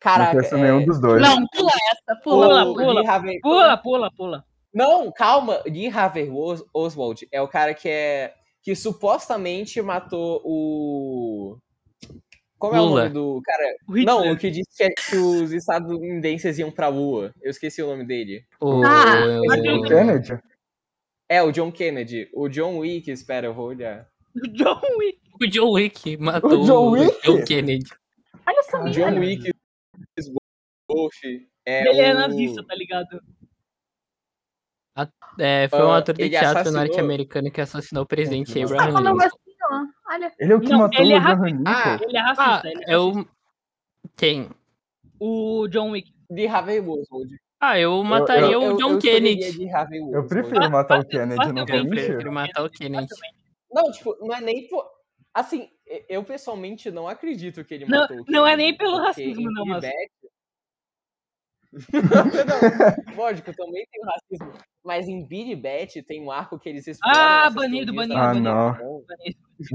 [SPEAKER 2] Caraca.
[SPEAKER 4] não conheço
[SPEAKER 2] é...
[SPEAKER 4] nenhum um dos dois.
[SPEAKER 3] Não, pula essa, pula.
[SPEAKER 5] Pula,
[SPEAKER 3] pula.
[SPEAKER 5] pula.
[SPEAKER 2] Lee Harvey-
[SPEAKER 5] Pula, pula, pula.
[SPEAKER 2] Não, calma. Lee Harvey Os- Oswald é o cara que é que supostamente matou o como é o
[SPEAKER 1] Lula.
[SPEAKER 2] nome do cara?
[SPEAKER 5] O Hitler.
[SPEAKER 2] Não, o que disse que, é que os estadunidenses iam pra lua. Eu esqueci o nome dele.
[SPEAKER 1] O-
[SPEAKER 3] Ah,
[SPEAKER 1] o-
[SPEAKER 4] O Kennedy?
[SPEAKER 2] É, o John Kennedy. O John Wick, espera, eu vou olhar.
[SPEAKER 5] O John Wick.
[SPEAKER 1] o John Wick matou
[SPEAKER 4] O John Wick?
[SPEAKER 1] John Kennedy.
[SPEAKER 3] Olha essa
[SPEAKER 2] O
[SPEAKER 3] menina.
[SPEAKER 2] John Wick Wolf. É
[SPEAKER 5] Ele é
[SPEAKER 2] o-
[SPEAKER 5] nazista, tá ligado?
[SPEAKER 1] É, foi um
[SPEAKER 2] Ah,
[SPEAKER 1] ator de
[SPEAKER 2] ele
[SPEAKER 1] teatro
[SPEAKER 2] assassinou- Uhum.
[SPEAKER 1] norte-americano que assassinou o presidente
[SPEAKER 4] Ele
[SPEAKER 3] Tá
[SPEAKER 1] Abraham
[SPEAKER 3] falando
[SPEAKER 1] Lincoln.
[SPEAKER 3] assim, ó. Olha,
[SPEAKER 4] Ele é o que
[SPEAKER 5] Não,
[SPEAKER 4] matou
[SPEAKER 5] ele é
[SPEAKER 4] o Abraham Lincoln?
[SPEAKER 2] Ah,
[SPEAKER 5] Ele é
[SPEAKER 1] Ah,
[SPEAKER 5] racista. ele é racista.
[SPEAKER 1] eu. Tem.
[SPEAKER 5] O John Wick.
[SPEAKER 2] de Harvey Oswald.
[SPEAKER 1] Ah, eu mataria
[SPEAKER 2] Eu-
[SPEAKER 1] o
[SPEAKER 2] eu-
[SPEAKER 1] John
[SPEAKER 2] eu escolheria
[SPEAKER 1] Kennedy.
[SPEAKER 2] de Harvey Oswald.
[SPEAKER 4] Eu prefiro matar o Kennedy, não
[SPEAKER 1] Eu
[SPEAKER 5] Eu
[SPEAKER 4] vou mentir.
[SPEAKER 1] prefiro matar o Kennedy.
[SPEAKER 2] Não, tipo, não é nem por. Assim, e- eu pessoalmente não acredito que ele
[SPEAKER 5] Não-
[SPEAKER 2] matou. o
[SPEAKER 5] não é
[SPEAKER 2] Kennedy,
[SPEAKER 5] nem pelo
[SPEAKER 2] porque
[SPEAKER 5] racismo,
[SPEAKER 2] em
[SPEAKER 5] não, mas-
[SPEAKER 2] Fleabag- não, lógico, também tem o racismo. Mas em Billy Bat tem um arco que eles exploram.
[SPEAKER 5] Ah,
[SPEAKER 2] essas
[SPEAKER 5] banido,
[SPEAKER 2] teorias
[SPEAKER 5] banido,
[SPEAKER 2] da
[SPEAKER 4] Ah, não.
[SPEAKER 2] conspiração.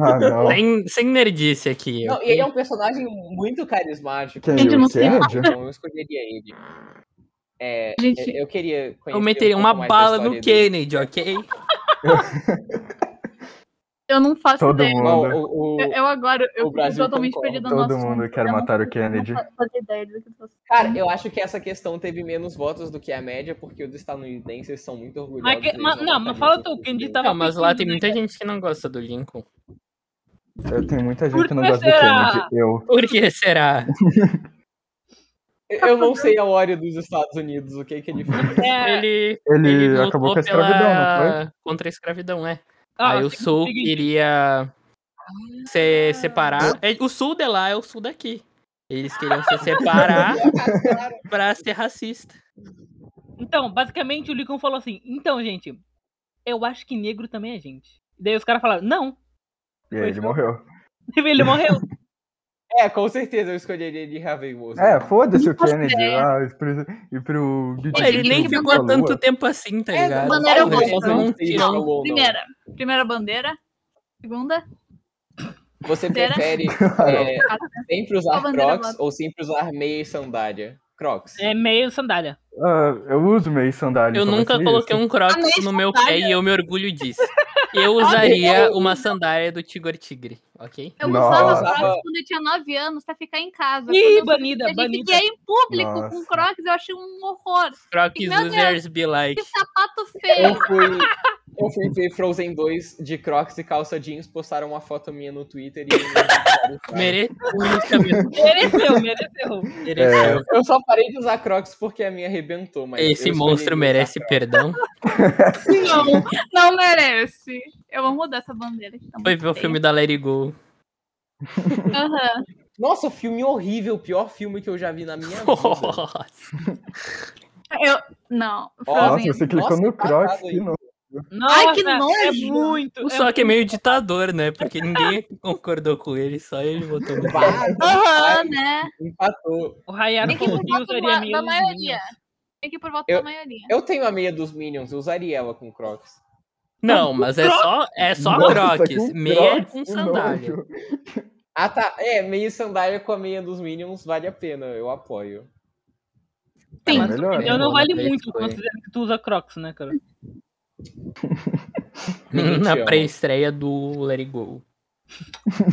[SPEAKER 4] Ah, não.
[SPEAKER 1] Sem, sem nerdice aqui.
[SPEAKER 2] Não,
[SPEAKER 1] ok?
[SPEAKER 2] e ele é um personagem muito carismático.
[SPEAKER 4] Quem,
[SPEAKER 3] Gente,
[SPEAKER 4] o
[SPEAKER 3] não sei.
[SPEAKER 4] Kennedy?
[SPEAKER 2] Então eu escolheria ele. É,
[SPEAKER 3] gente.
[SPEAKER 2] eu queria conhecer.
[SPEAKER 1] Eu
[SPEAKER 2] um
[SPEAKER 1] meteria
[SPEAKER 2] pouco
[SPEAKER 1] uma
[SPEAKER 2] mais da
[SPEAKER 1] bala
[SPEAKER 2] história
[SPEAKER 1] no
[SPEAKER 2] dele.
[SPEAKER 1] Kennedy, ok?
[SPEAKER 3] Eu não faço
[SPEAKER 4] Todo
[SPEAKER 3] ideia.
[SPEAKER 4] mundo.
[SPEAKER 2] Não, o- o-
[SPEAKER 3] Eu, eu agora, eu
[SPEAKER 2] tipo, O Brasil
[SPEAKER 3] fico totalmente
[SPEAKER 2] concorda.
[SPEAKER 3] perdida no
[SPEAKER 4] Todo
[SPEAKER 3] assunto.
[SPEAKER 4] mundo quer
[SPEAKER 3] Eu não
[SPEAKER 4] matar o
[SPEAKER 3] faço-
[SPEAKER 4] Kennedy.
[SPEAKER 3] Não faço ideia do que você
[SPEAKER 2] Cara, eu acho que essa questão teve menos votos do que a média, porque os estadunidenses são muito orgulhosos.
[SPEAKER 5] Mas que-
[SPEAKER 2] eles
[SPEAKER 5] mas- não,
[SPEAKER 2] é
[SPEAKER 5] mas fala tu, quem
[SPEAKER 2] votam
[SPEAKER 5] ditava-
[SPEAKER 1] Não, mas lá tem
[SPEAKER 5] pensando, né,
[SPEAKER 1] muita gente que não gosta do Lincoln.
[SPEAKER 4] Eu tenho muita gente
[SPEAKER 5] Por
[SPEAKER 4] que não
[SPEAKER 5] que
[SPEAKER 4] gosta
[SPEAKER 5] será?
[SPEAKER 4] do Kennedy. Eu.
[SPEAKER 1] Por que será?
[SPEAKER 2] nisso. Eu não sei a hora dos Estados Unidos, o que que ele fez.
[SPEAKER 5] É,
[SPEAKER 1] Ele,
[SPEAKER 4] Ele,
[SPEAKER 1] ele lutou
[SPEAKER 4] acabou com a
[SPEAKER 1] pela-
[SPEAKER 4] escravidão, não
[SPEAKER 1] Contra a escravidão, é.
[SPEAKER 5] ah,
[SPEAKER 1] Aí o
[SPEAKER 5] seguinte,
[SPEAKER 1] Sul
[SPEAKER 5] seguinte,
[SPEAKER 1] queria se separar. É, o Sul de lá é o Sul daqui. Eles queriam se separar pra ser racista.
[SPEAKER 5] Então, basicamente o Lincoln falou assim: então, gente, eu acho que negro também é gente. Daí os caras falaram: não,
[SPEAKER 4] foi? E aí ele morreu.
[SPEAKER 5] ele morreu.
[SPEAKER 2] É, com certeza eu escolheria de Harvey
[SPEAKER 4] É,
[SPEAKER 2] Wozniak.
[SPEAKER 4] foda-se o
[SPEAKER 3] Nossa,
[SPEAKER 4] Kennedy.
[SPEAKER 3] é.
[SPEAKER 4] Ah, e pro, e pro
[SPEAKER 1] Pô,
[SPEAKER 4] Bitinho
[SPEAKER 1] ele
[SPEAKER 4] que
[SPEAKER 1] nem
[SPEAKER 4] foi
[SPEAKER 1] ficou
[SPEAKER 4] pra
[SPEAKER 1] tanto
[SPEAKER 4] lua.
[SPEAKER 1] tempo assim, tá
[SPEAKER 2] É,
[SPEAKER 1] ligado?
[SPEAKER 2] mas
[SPEAKER 3] bandeira
[SPEAKER 1] Ele
[SPEAKER 2] eu
[SPEAKER 1] só
[SPEAKER 2] gosto,
[SPEAKER 1] um
[SPEAKER 2] não sei se
[SPEAKER 1] tirão.
[SPEAKER 2] falou ou não.
[SPEAKER 3] Primeira, primeira bandeira. Segunda,
[SPEAKER 2] Você
[SPEAKER 3] Bandeira.
[SPEAKER 2] prefere é, sempre usar
[SPEAKER 3] Qual bandeira
[SPEAKER 2] Crocs
[SPEAKER 3] bota?
[SPEAKER 2] ou sempre usar meia e sandália? Crocs.
[SPEAKER 5] É meio sandália.
[SPEAKER 4] Ah, eu uso meio sandália.
[SPEAKER 1] Eu
[SPEAKER 4] então vai
[SPEAKER 1] nunca
[SPEAKER 4] ser
[SPEAKER 1] coloquei um
[SPEAKER 3] Ah, nem
[SPEAKER 1] crocs no meu pé e eu me orgulho disso. Eu usaria uma sandália do Tigor Tigre, ok?
[SPEAKER 3] eu
[SPEAKER 4] Nossa.
[SPEAKER 3] usava Crocs quando eu tinha 9 anos pra ficar em casa.
[SPEAKER 5] Ih,
[SPEAKER 3] Quando eu
[SPEAKER 5] banida,
[SPEAKER 3] a gente
[SPEAKER 5] banida.
[SPEAKER 3] ia em público com
[SPEAKER 4] Nossa.
[SPEAKER 3] Crocs, eu achei um horror.
[SPEAKER 1] Crocs
[SPEAKER 3] Meu Deus.
[SPEAKER 1] users be like.
[SPEAKER 3] Que sapato
[SPEAKER 2] Eu
[SPEAKER 3] feio.
[SPEAKER 2] fui, eu fui ver Frozen 2 de Crocs e calça jeans, postaram uma foto minha no Twitter e...
[SPEAKER 1] Mere... mereceu,
[SPEAKER 5] Mereceu, mereceu.
[SPEAKER 1] mereceu.
[SPEAKER 2] Eu só parei de usar Crocs porque a minha arrebentou, mas.
[SPEAKER 1] Esse
[SPEAKER 2] eu
[SPEAKER 1] monstro
[SPEAKER 2] escolheria
[SPEAKER 1] merece perdão.
[SPEAKER 3] Não, não merece. Eu vou mudar essa bandeira. que tá
[SPEAKER 1] Foi
[SPEAKER 3] muito
[SPEAKER 1] ver o
[SPEAKER 3] feia.
[SPEAKER 1] filme da Larry Go.
[SPEAKER 3] Aham.
[SPEAKER 2] Nossa, filme horrível, o pior filme que eu já vi na minha vida.
[SPEAKER 3] Eu... Não. assim.
[SPEAKER 4] Nossa,
[SPEAKER 3] Frozen.
[SPEAKER 4] você clicou
[SPEAKER 2] Nossa,
[SPEAKER 4] no Crocs.
[SPEAKER 2] passado
[SPEAKER 4] Que
[SPEAKER 2] aí.
[SPEAKER 4] nojo.
[SPEAKER 5] Nossa,
[SPEAKER 3] que
[SPEAKER 5] É
[SPEAKER 3] nojo.
[SPEAKER 5] muito.
[SPEAKER 1] O
[SPEAKER 5] é
[SPEAKER 1] Só que é
[SPEAKER 5] muito.
[SPEAKER 1] meio ditador, né? Porque ninguém concordou com ele, só ele um votou no
[SPEAKER 2] Bah,
[SPEAKER 4] tá-
[SPEAKER 3] Aham, né?
[SPEAKER 2] empatou.
[SPEAKER 5] O Rayano
[SPEAKER 3] Tem que ir
[SPEAKER 5] falou
[SPEAKER 3] por
[SPEAKER 5] que
[SPEAKER 3] volta
[SPEAKER 5] usaria
[SPEAKER 3] da,
[SPEAKER 5] meio.
[SPEAKER 3] da maioria. Tem que ir por volta
[SPEAKER 2] Eu-
[SPEAKER 3] da maioria.
[SPEAKER 2] Eu tenho a meia dos Minions, eu usaria ela com Crocs.
[SPEAKER 1] Não, mas é só, é só
[SPEAKER 4] Nossa,
[SPEAKER 1] crocs.
[SPEAKER 4] que
[SPEAKER 1] Meia é
[SPEAKER 4] Crocs,
[SPEAKER 1] com
[SPEAKER 4] que
[SPEAKER 1] Um sandália.
[SPEAKER 4] nojo.
[SPEAKER 2] Ah, tá. É, meia e sandália com a meia dos Minions vale a pena, eu apoio.
[SPEAKER 4] É
[SPEAKER 1] Mas
[SPEAKER 4] melhor.
[SPEAKER 5] Então não
[SPEAKER 1] Mano,
[SPEAKER 5] vale
[SPEAKER 1] mas
[SPEAKER 5] muito
[SPEAKER 1] né? foi.
[SPEAKER 5] quando fizeram que tu usa Crocs, né, cara?
[SPEAKER 2] Ninguém te
[SPEAKER 1] Na
[SPEAKER 2] ama.
[SPEAKER 1] pré-estreia do Larry Go.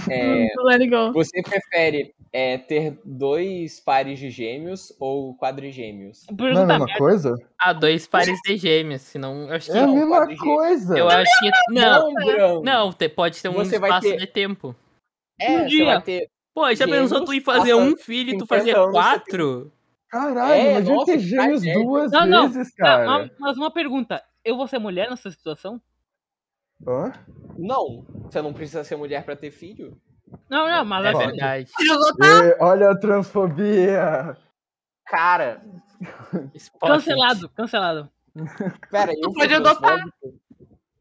[SPEAKER 2] É,
[SPEAKER 3] Let it go.
[SPEAKER 2] você prefere é, ter dois pares de gêmeos ou quadrigêmeos?
[SPEAKER 4] Não é a
[SPEAKER 5] Pergunta
[SPEAKER 4] mesma
[SPEAKER 5] merda.
[SPEAKER 4] coisa?
[SPEAKER 1] Ah, dois pares de gêmeas, senão eu acho que.
[SPEAKER 4] É a
[SPEAKER 2] Não,
[SPEAKER 4] mesma
[SPEAKER 2] quadrigêmeo.
[SPEAKER 4] coisa.
[SPEAKER 1] Eu acho que. Não,
[SPEAKER 2] Brão.
[SPEAKER 1] não, te- pode ter um
[SPEAKER 2] Você vai
[SPEAKER 1] espaço
[SPEAKER 2] ter-
[SPEAKER 1] de tempo.
[SPEAKER 2] É,
[SPEAKER 5] Um
[SPEAKER 2] você
[SPEAKER 5] dia.
[SPEAKER 2] vai ter-
[SPEAKER 1] Pô, já pensou tu ir fazer
[SPEAKER 2] Gêmeos,
[SPEAKER 1] um filho e tu
[SPEAKER 2] 50
[SPEAKER 1] fazer
[SPEAKER 2] anos,
[SPEAKER 1] quatro?
[SPEAKER 4] Caralho,
[SPEAKER 2] É,
[SPEAKER 4] imagina
[SPEAKER 2] nossa,
[SPEAKER 4] ter
[SPEAKER 2] que
[SPEAKER 4] gêmeos
[SPEAKER 2] tragédia.
[SPEAKER 4] duas
[SPEAKER 5] Não, não.
[SPEAKER 4] vezes,
[SPEAKER 5] Tá,
[SPEAKER 4] cara.
[SPEAKER 5] mas- mas uma pergunta. Eu vou ser mulher nessa situação?
[SPEAKER 4] Hã?
[SPEAKER 2] Não, você não precisa ser mulher pra ter filho.
[SPEAKER 5] Não, não, mas
[SPEAKER 1] É
[SPEAKER 5] assim,
[SPEAKER 1] verdade.
[SPEAKER 4] Ê, olha a transfobia.
[SPEAKER 2] Cara,
[SPEAKER 1] Spock.
[SPEAKER 5] cancelado, cancelado.
[SPEAKER 2] pera, eu
[SPEAKER 7] Tu
[SPEAKER 2] sou
[SPEAKER 7] pode adotar.
[SPEAKER 2] transfóbico.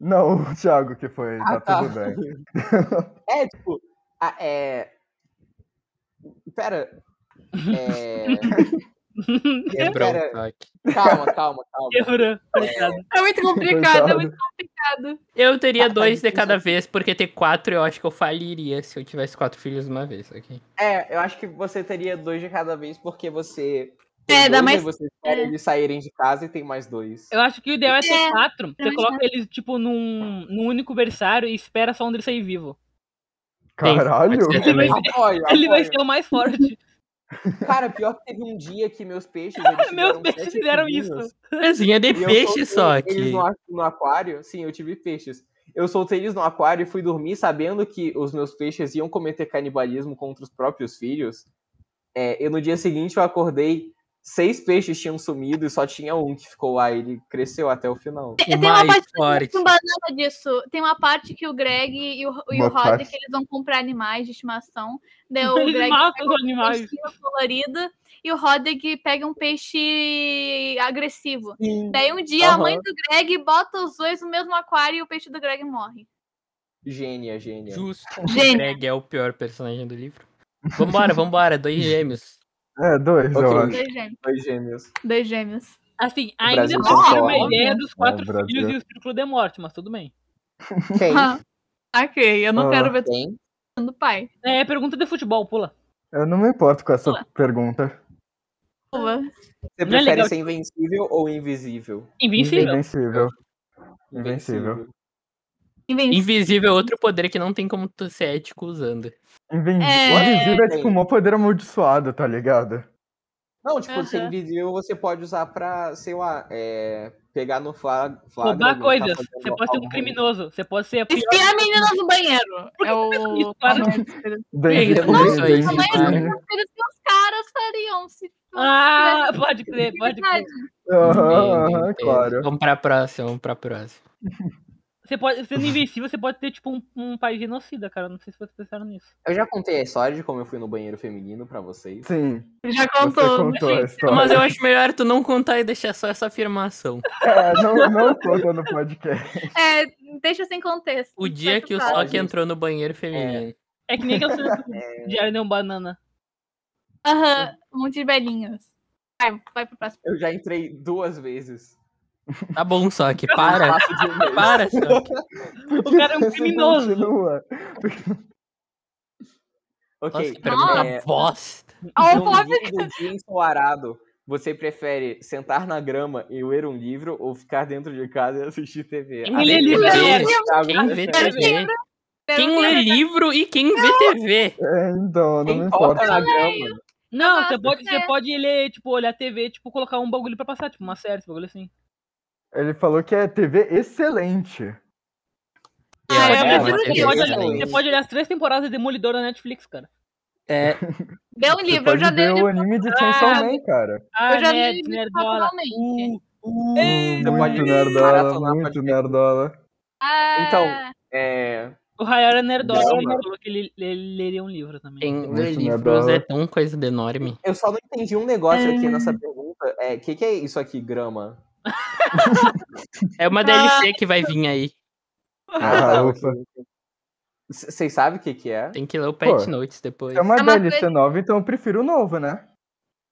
[SPEAKER 4] Não, o Thiago que foi,
[SPEAKER 2] Ah,
[SPEAKER 4] tá,
[SPEAKER 2] tá.
[SPEAKER 4] tudo bem.
[SPEAKER 2] É, tipo, a- é. Pera. É...
[SPEAKER 1] Quebrou
[SPEAKER 2] Pera.
[SPEAKER 1] o toque.
[SPEAKER 2] Calma, calma, calma.
[SPEAKER 5] Quebrou, obrigado.
[SPEAKER 3] tá
[SPEAKER 7] É muito complicado, é
[SPEAKER 4] Coitado.
[SPEAKER 7] muito complicado.
[SPEAKER 1] Eu teria
[SPEAKER 2] Ah,
[SPEAKER 4] tá,
[SPEAKER 1] dois de
[SPEAKER 2] difícil.
[SPEAKER 1] cada vez, porque ter quatro eu acho que eu faliria se eu tivesse quatro filhos de uma vez, ok?
[SPEAKER 2] É, eu acho que você teria dois de cada vez, porque você.
[SPEAKER 7] É,
[SPEAKER 2] tem
[SPEAKER 7] dá
[SPEAKER 2] dois,
[SPEAKER 7] mais-
[SPEAKER 2] aí Você espera
[SPEAKER 3] é.
[SPEAKER 2] eles saírem de casa e tem mais dois.
[SPEAKER 5] Eu acho que o ideal é ter
[SPEAKER 7] É,
[SPEAKER 5] quatro. Você
[SPEAKER 3] mais
[SPEAKER 5] coloca eles, tipo, num, num único berçário e espera só um deles sair vivo.
[SPEAKER 1] Tem,
[SPEAKER 4] Caralho.
[SPEAKER 1] pode ser também.
[SPEAKER 2] Apoio,
[SPEAKER 5] Ele vai
[SPEAKER 2] apoio.
[SPEAKER 5] ser o mais forte.
[SPEAKER 2] Cara, pior que teve um dia que meus peixes. Eles
[SPEAKER 5] Meus
[SPEAKER 2] fizeram
[SPEAKER 5] peixes
[SPEAKER 2] sete
[SPEAKER 5] fizeram
[SPEAKER 2] filhinhos,
[SPEAKER 5] isso.
[SPEAKER 1] Coisinha de
[SPEAKER 2] e eu soltei
[SPEAKER 1] peixe só
[SPEAKER 2] Eles
[SPEAKER 1] que
[SPEAKER 2] no, a- no aquário, sim, eu tive peixes. Eu soltei eles no aquário e fui dormir sabendo que os meus peixes iam cometer canibalismo contra os próprios filhos. É, e no dia seguinte eu acordei, seis peixes tinham sumido e só tinha um que ficou lá. Ele cresceu até o final.
[SPEAKER 3] Tem, tem uma
[SPEAKER 1] mais
[SPEAKER 3] parte
[SPEAKER 1] forte.
[SPEAKER 3] com banana disso. Tem uma parte que o Greg e o, e o
[SPEAKER 4] Uma
[SPEAKER 3] Roderick,
[SPEAKER 4] parte.
[SPEAKER 3] eles vão comprar animais de estimação. Daí o
[SPEAKER 5] Eles
[SPEAKER 3] Greg pega
[SPEAKER 5] matam os
[SPEAKER 3] um
[SPEAKER 5] animais.
[SPEAKER 3] peixinho colorido e o Roderick pega um peixe agressivo. Daí um dia a mãe
[SPEAKER 2] Aham.
[SPEAKER 3] do Greg bota os dois no mesmo aquário e o peixe do Greg morre.
[SPEAKER 2] Gênia, gênia.
[SPEAKER 1] justo.
[SPEAKER 3] Gênio.
[SPEAKER 1] O Greg é o pior personagem do livro. Vambora, vambora, dois gêmeos.
[SPEAKER 4] É, dois, eu
[SPEAKER 2] Ok.
[SPEAKER 4] acho.
[SPEAKER 3] Dois gêmeos.
[SPEAKER 2] Dois gêmeos.
[SPEAKER 3] Dois gêmeos.
[SPEAKER 5] Assim,
[SPEAKER 2] Brasil
[SPEAKER 5] ainda
[SPEAKER 2] tem
[SPEAKER 5] prefiro
[SPEAKER 2] só
[SPEAKER 5] uma
[SPEAKER 2] um,
[SPEAKER 5] ideia dos quatro
[SPEAKER 4] É, Brasil.
[SPEAKER 5] filhos e o círculo de morte, mas tudo bem.
[SPEAKER 2] Quem?
[SPEAKER 3] Ah, ok, eu não
[SPEAKER 4] Ah.
[SPEAKER 3] quero ver todo
[SPEAKER 2] Quem?
[SPEAKER 3] mundo pai.
[SPEAKER 5] É pergunta de futebol, pula.
[SPEAKER 4] Eu não me importo com essa
[SPEAKER 3] Olá.
[SPEAKER 4] pergunta.
[SPEAKER 2] Você
[SPEAKER 5] Não é
[SPEAKER 2] prefere
[SPEAKER 5] legal.
[SPEAKER 2] ser invencível ou invisível?
[SPEAKER 5] Invencível.
[SPEAKER 4] Invencível. Invencível.
[SPEAKER 3] Invencível.
[SPEAKER 1] Invisível é outro poder que não tem como tu ser ético usando.
[SPEAKER 4] Invin-
[SPEAKER 3] É.
[SPEAKER 4] Invisível é tipo o maior poder amaldiçoado, tá ligado?
[SPEAKER 2] Não, tipo, ser
[SPEAKER 3] Aham.
[SPEAKER 2] invisível você pode usar pra, sei lá, é, pegar no flag.
[SPEAKER 5] Roubar
[SPEAKER 2] tá
[SPEAKER 5] coisas. Você pode ser um criminoso. Você pode ser a pior.
[SPEAKER 3] Enfiar a menina no banheiro.
[SPEAKER 5] Por que
[SPEAKER 3] É
[SPEAKER 5] tu
[SPEAKER 3] o.
[SPEAKER 5] isso, cara?
[SPEAKER 4] Bem-vindo,
[SPEAKER 1] Nossa,
[SPEAKER 4] bem-vindo,
[SPEAKER 3] é
[SPEAKER 1] isso aí.
[SPEAKER 4] bem-vindo.
[SPEAKER 3] coisas que os caras fariam se
[SPEAKER 5] Ah, pode crer, pode crer.
[SPEAKER 3] Verdade.
[SPEAKER 4] Aham,
[SPEAKER 1] Entendo,
[SPEAKER 4] aham,
[SPEAKER 1] entendo.
[SPEAKER 4] Ah, claro.
[SPEAKER 1] Vamos pra próxima, vamos pra próxima.
[SPEAKER 5] Você pode, sendo invencível, você pode ter, tipo, um, um país genocida, cara. Não sei se vocês pensaram nisso.
[SPEAKER 2] Eu já contei a história de como eu fui no banheiro feminino pra vocês.
[SPEAKER 4] Sim,
[SPEAKER 3] Já
[SPEAKER 4] você
[SPEAKER 3] contou. né?
[SPEAKER 4] contou a história.
[SPEAKER 1] Mas eu acho melhor tu não contar e deixar só essa afirmação.
[SPEAKER 4] É, não, não conta no podcast.
[SPEAKER 3] É, deixa sem contexto.
[SPEAKER 1] O dia que o
[SPEAKER 3] Vai
[SPEAKER 1] Sock entrou no banheiro feminino.
[SPEAKER 5] É que nem aquele filme do Diário de um Banana.
[SPEAKER 3] pro próximo. Aham, um monte de velhinhos. Vai, vai pro próximo.
[SPEAKER 2] Eu já entrei duas vezes.
[SPEAKER 1] Tá bom, Sock,
[SPEAKER 2] No
[SPEAKER 1] para.
[SPEAKER 2] espaço de um mês.
[SPEAKER 1] Para, Sock.
[SPEAKER 5] O cara é um
[SPEAKER 4] Você
[SPEAKER 5] criminoso.
[SPEAKER 4] Continua.
[SPEAKER 1] Nossa,
[SPEAKER 2] ok.
[SPEAKER 1] que pergunta
[SPEAKER 2] é, um
[SPEAKER 1] bosta.
[SPEAKER 3] Ó, o
[SPEAKER 2] num
[SPEAKER 3] Flávio
[SPEAKER 2] lindo dia ensolarado, você prefere sentar na grama e ler um livro ou ficar dentro de casa e assistir TV?
[SPEAKER 5] Quem
[SPEAKER 2] Ah, Tá
[SPEAKER 5] lê
[SPEAKER 2] meu
[SPEAKER 5] livro
[SPEAKER 2] Deus,
[SPEAKER 5] é
[SPEAKER 2] Thiago,
[SPEAKER 1] Quem vê
[SPEAKER 2] prefere-
[SPEAKER 1] TV? Quem lê um livro e quem vê TV?
[SPEAKER 4] É, então, não me
[SPEAKER 2] Quem
[SPEAKER 4] importa.
[SPEAKER 2] toca na grama?
[SPEAKER 5] Não,
[SPEAKER 3] Eu
[SPEAKER 5] você
[SPEAKER 3] gosto,
[SPEAKER 5] pode, você
[SPEAKER 3] né?
[SPEAKER 5] pode ler, tipo, olhar TV, tipo, colocar um bagulho pra passar, tipo, uma série, esse bagulho assim.
[SPEAKER 4] Ele falou que é TV excelente.
[SPEAKER 3] Ah,
[SPEAKER 1] Eu
[SPEAKER 3] eu
[SPEAKER 1] acho que
[SPEAKER 3] prefiro
[SPEAKER 1] é
[SPEAKER 5] Você
[SPEAKER 2] livro.
[SPEAKER 5] pode,
[SPEAKER 1] excelente.
[SPEAKER 5] olhar, tipo, você pode olhar as três temporadas de Demolidor da Netflix, cara.
[SPEAKER 1] É,
[SPEAKER 3] Deu um
[SPEAKER 4] Você
[SPEAKER 3] livro, eu
[SPEAKER 4] pode
[SPEAKER 3] já dei
[SPEAKER 4] ver
[SPEAKER 3] um
[SPEAKER 4] o
[SPEAKER 3] livro
[SPEAKER 4] anime de Chainsaw Man, cara.
[SPEAKER 5] Ah,
[SPEAKER 3] Eu já li
[SPEAKER 5] nerd,
[SPEAKER 3] isso
[SPEAKER 5] nerdola.
[SPEAKER 3] naturalmente.
[SPEAKER 5] Uh, uh.
[SPEAKER 4] Hum, É, Muito
[SPEAKER 2] pode
[SPEAKER 4] nerdola,
[SPEAKER 2] maratonar
[SPEAKER 4] muito
[SPEAKER 2] podcast.
[SPEAKER 4] nerdola.
[SPEAKER 3] Ah,
[SPEAKER 2] Então, É,
[SPEAKER 5] O Hayara Nerdola
[SPEAKER 2] Não,
[SPEAKER 5] ele
[SPEAKER 2] mano.
[SPEAKER 5] falou que ele, ele leria um livro também.
[SPEAKER 1] quem lê
[SPEAKER 4] Muito
[SPEAKER 1] livros
[SPEAKER 4] nerdola.
[SPEAKER 1] é tão coisa de enorme.
[SPEAKER 2] Eu só não entendi um negócio aqui nessa pergunta. É, o que, que é isso aqui, grama?
[SPEAKER 1] É uma DLC que vai vir aí.
[SPEAKER 4] Ah, ufa.
[SPEAKER 2] C- Vocês sabem o que, que é?
[SPEAKER 1] Tem que ler o
[SPEAKER 4] Pô.
[SPEAKER 1] Pet Notes depois.
[SPEAKER 4] É uma
[SPEAKER 3] É uma
[SPEAKER 4] DLC nova, então eu prefiro o novo, né?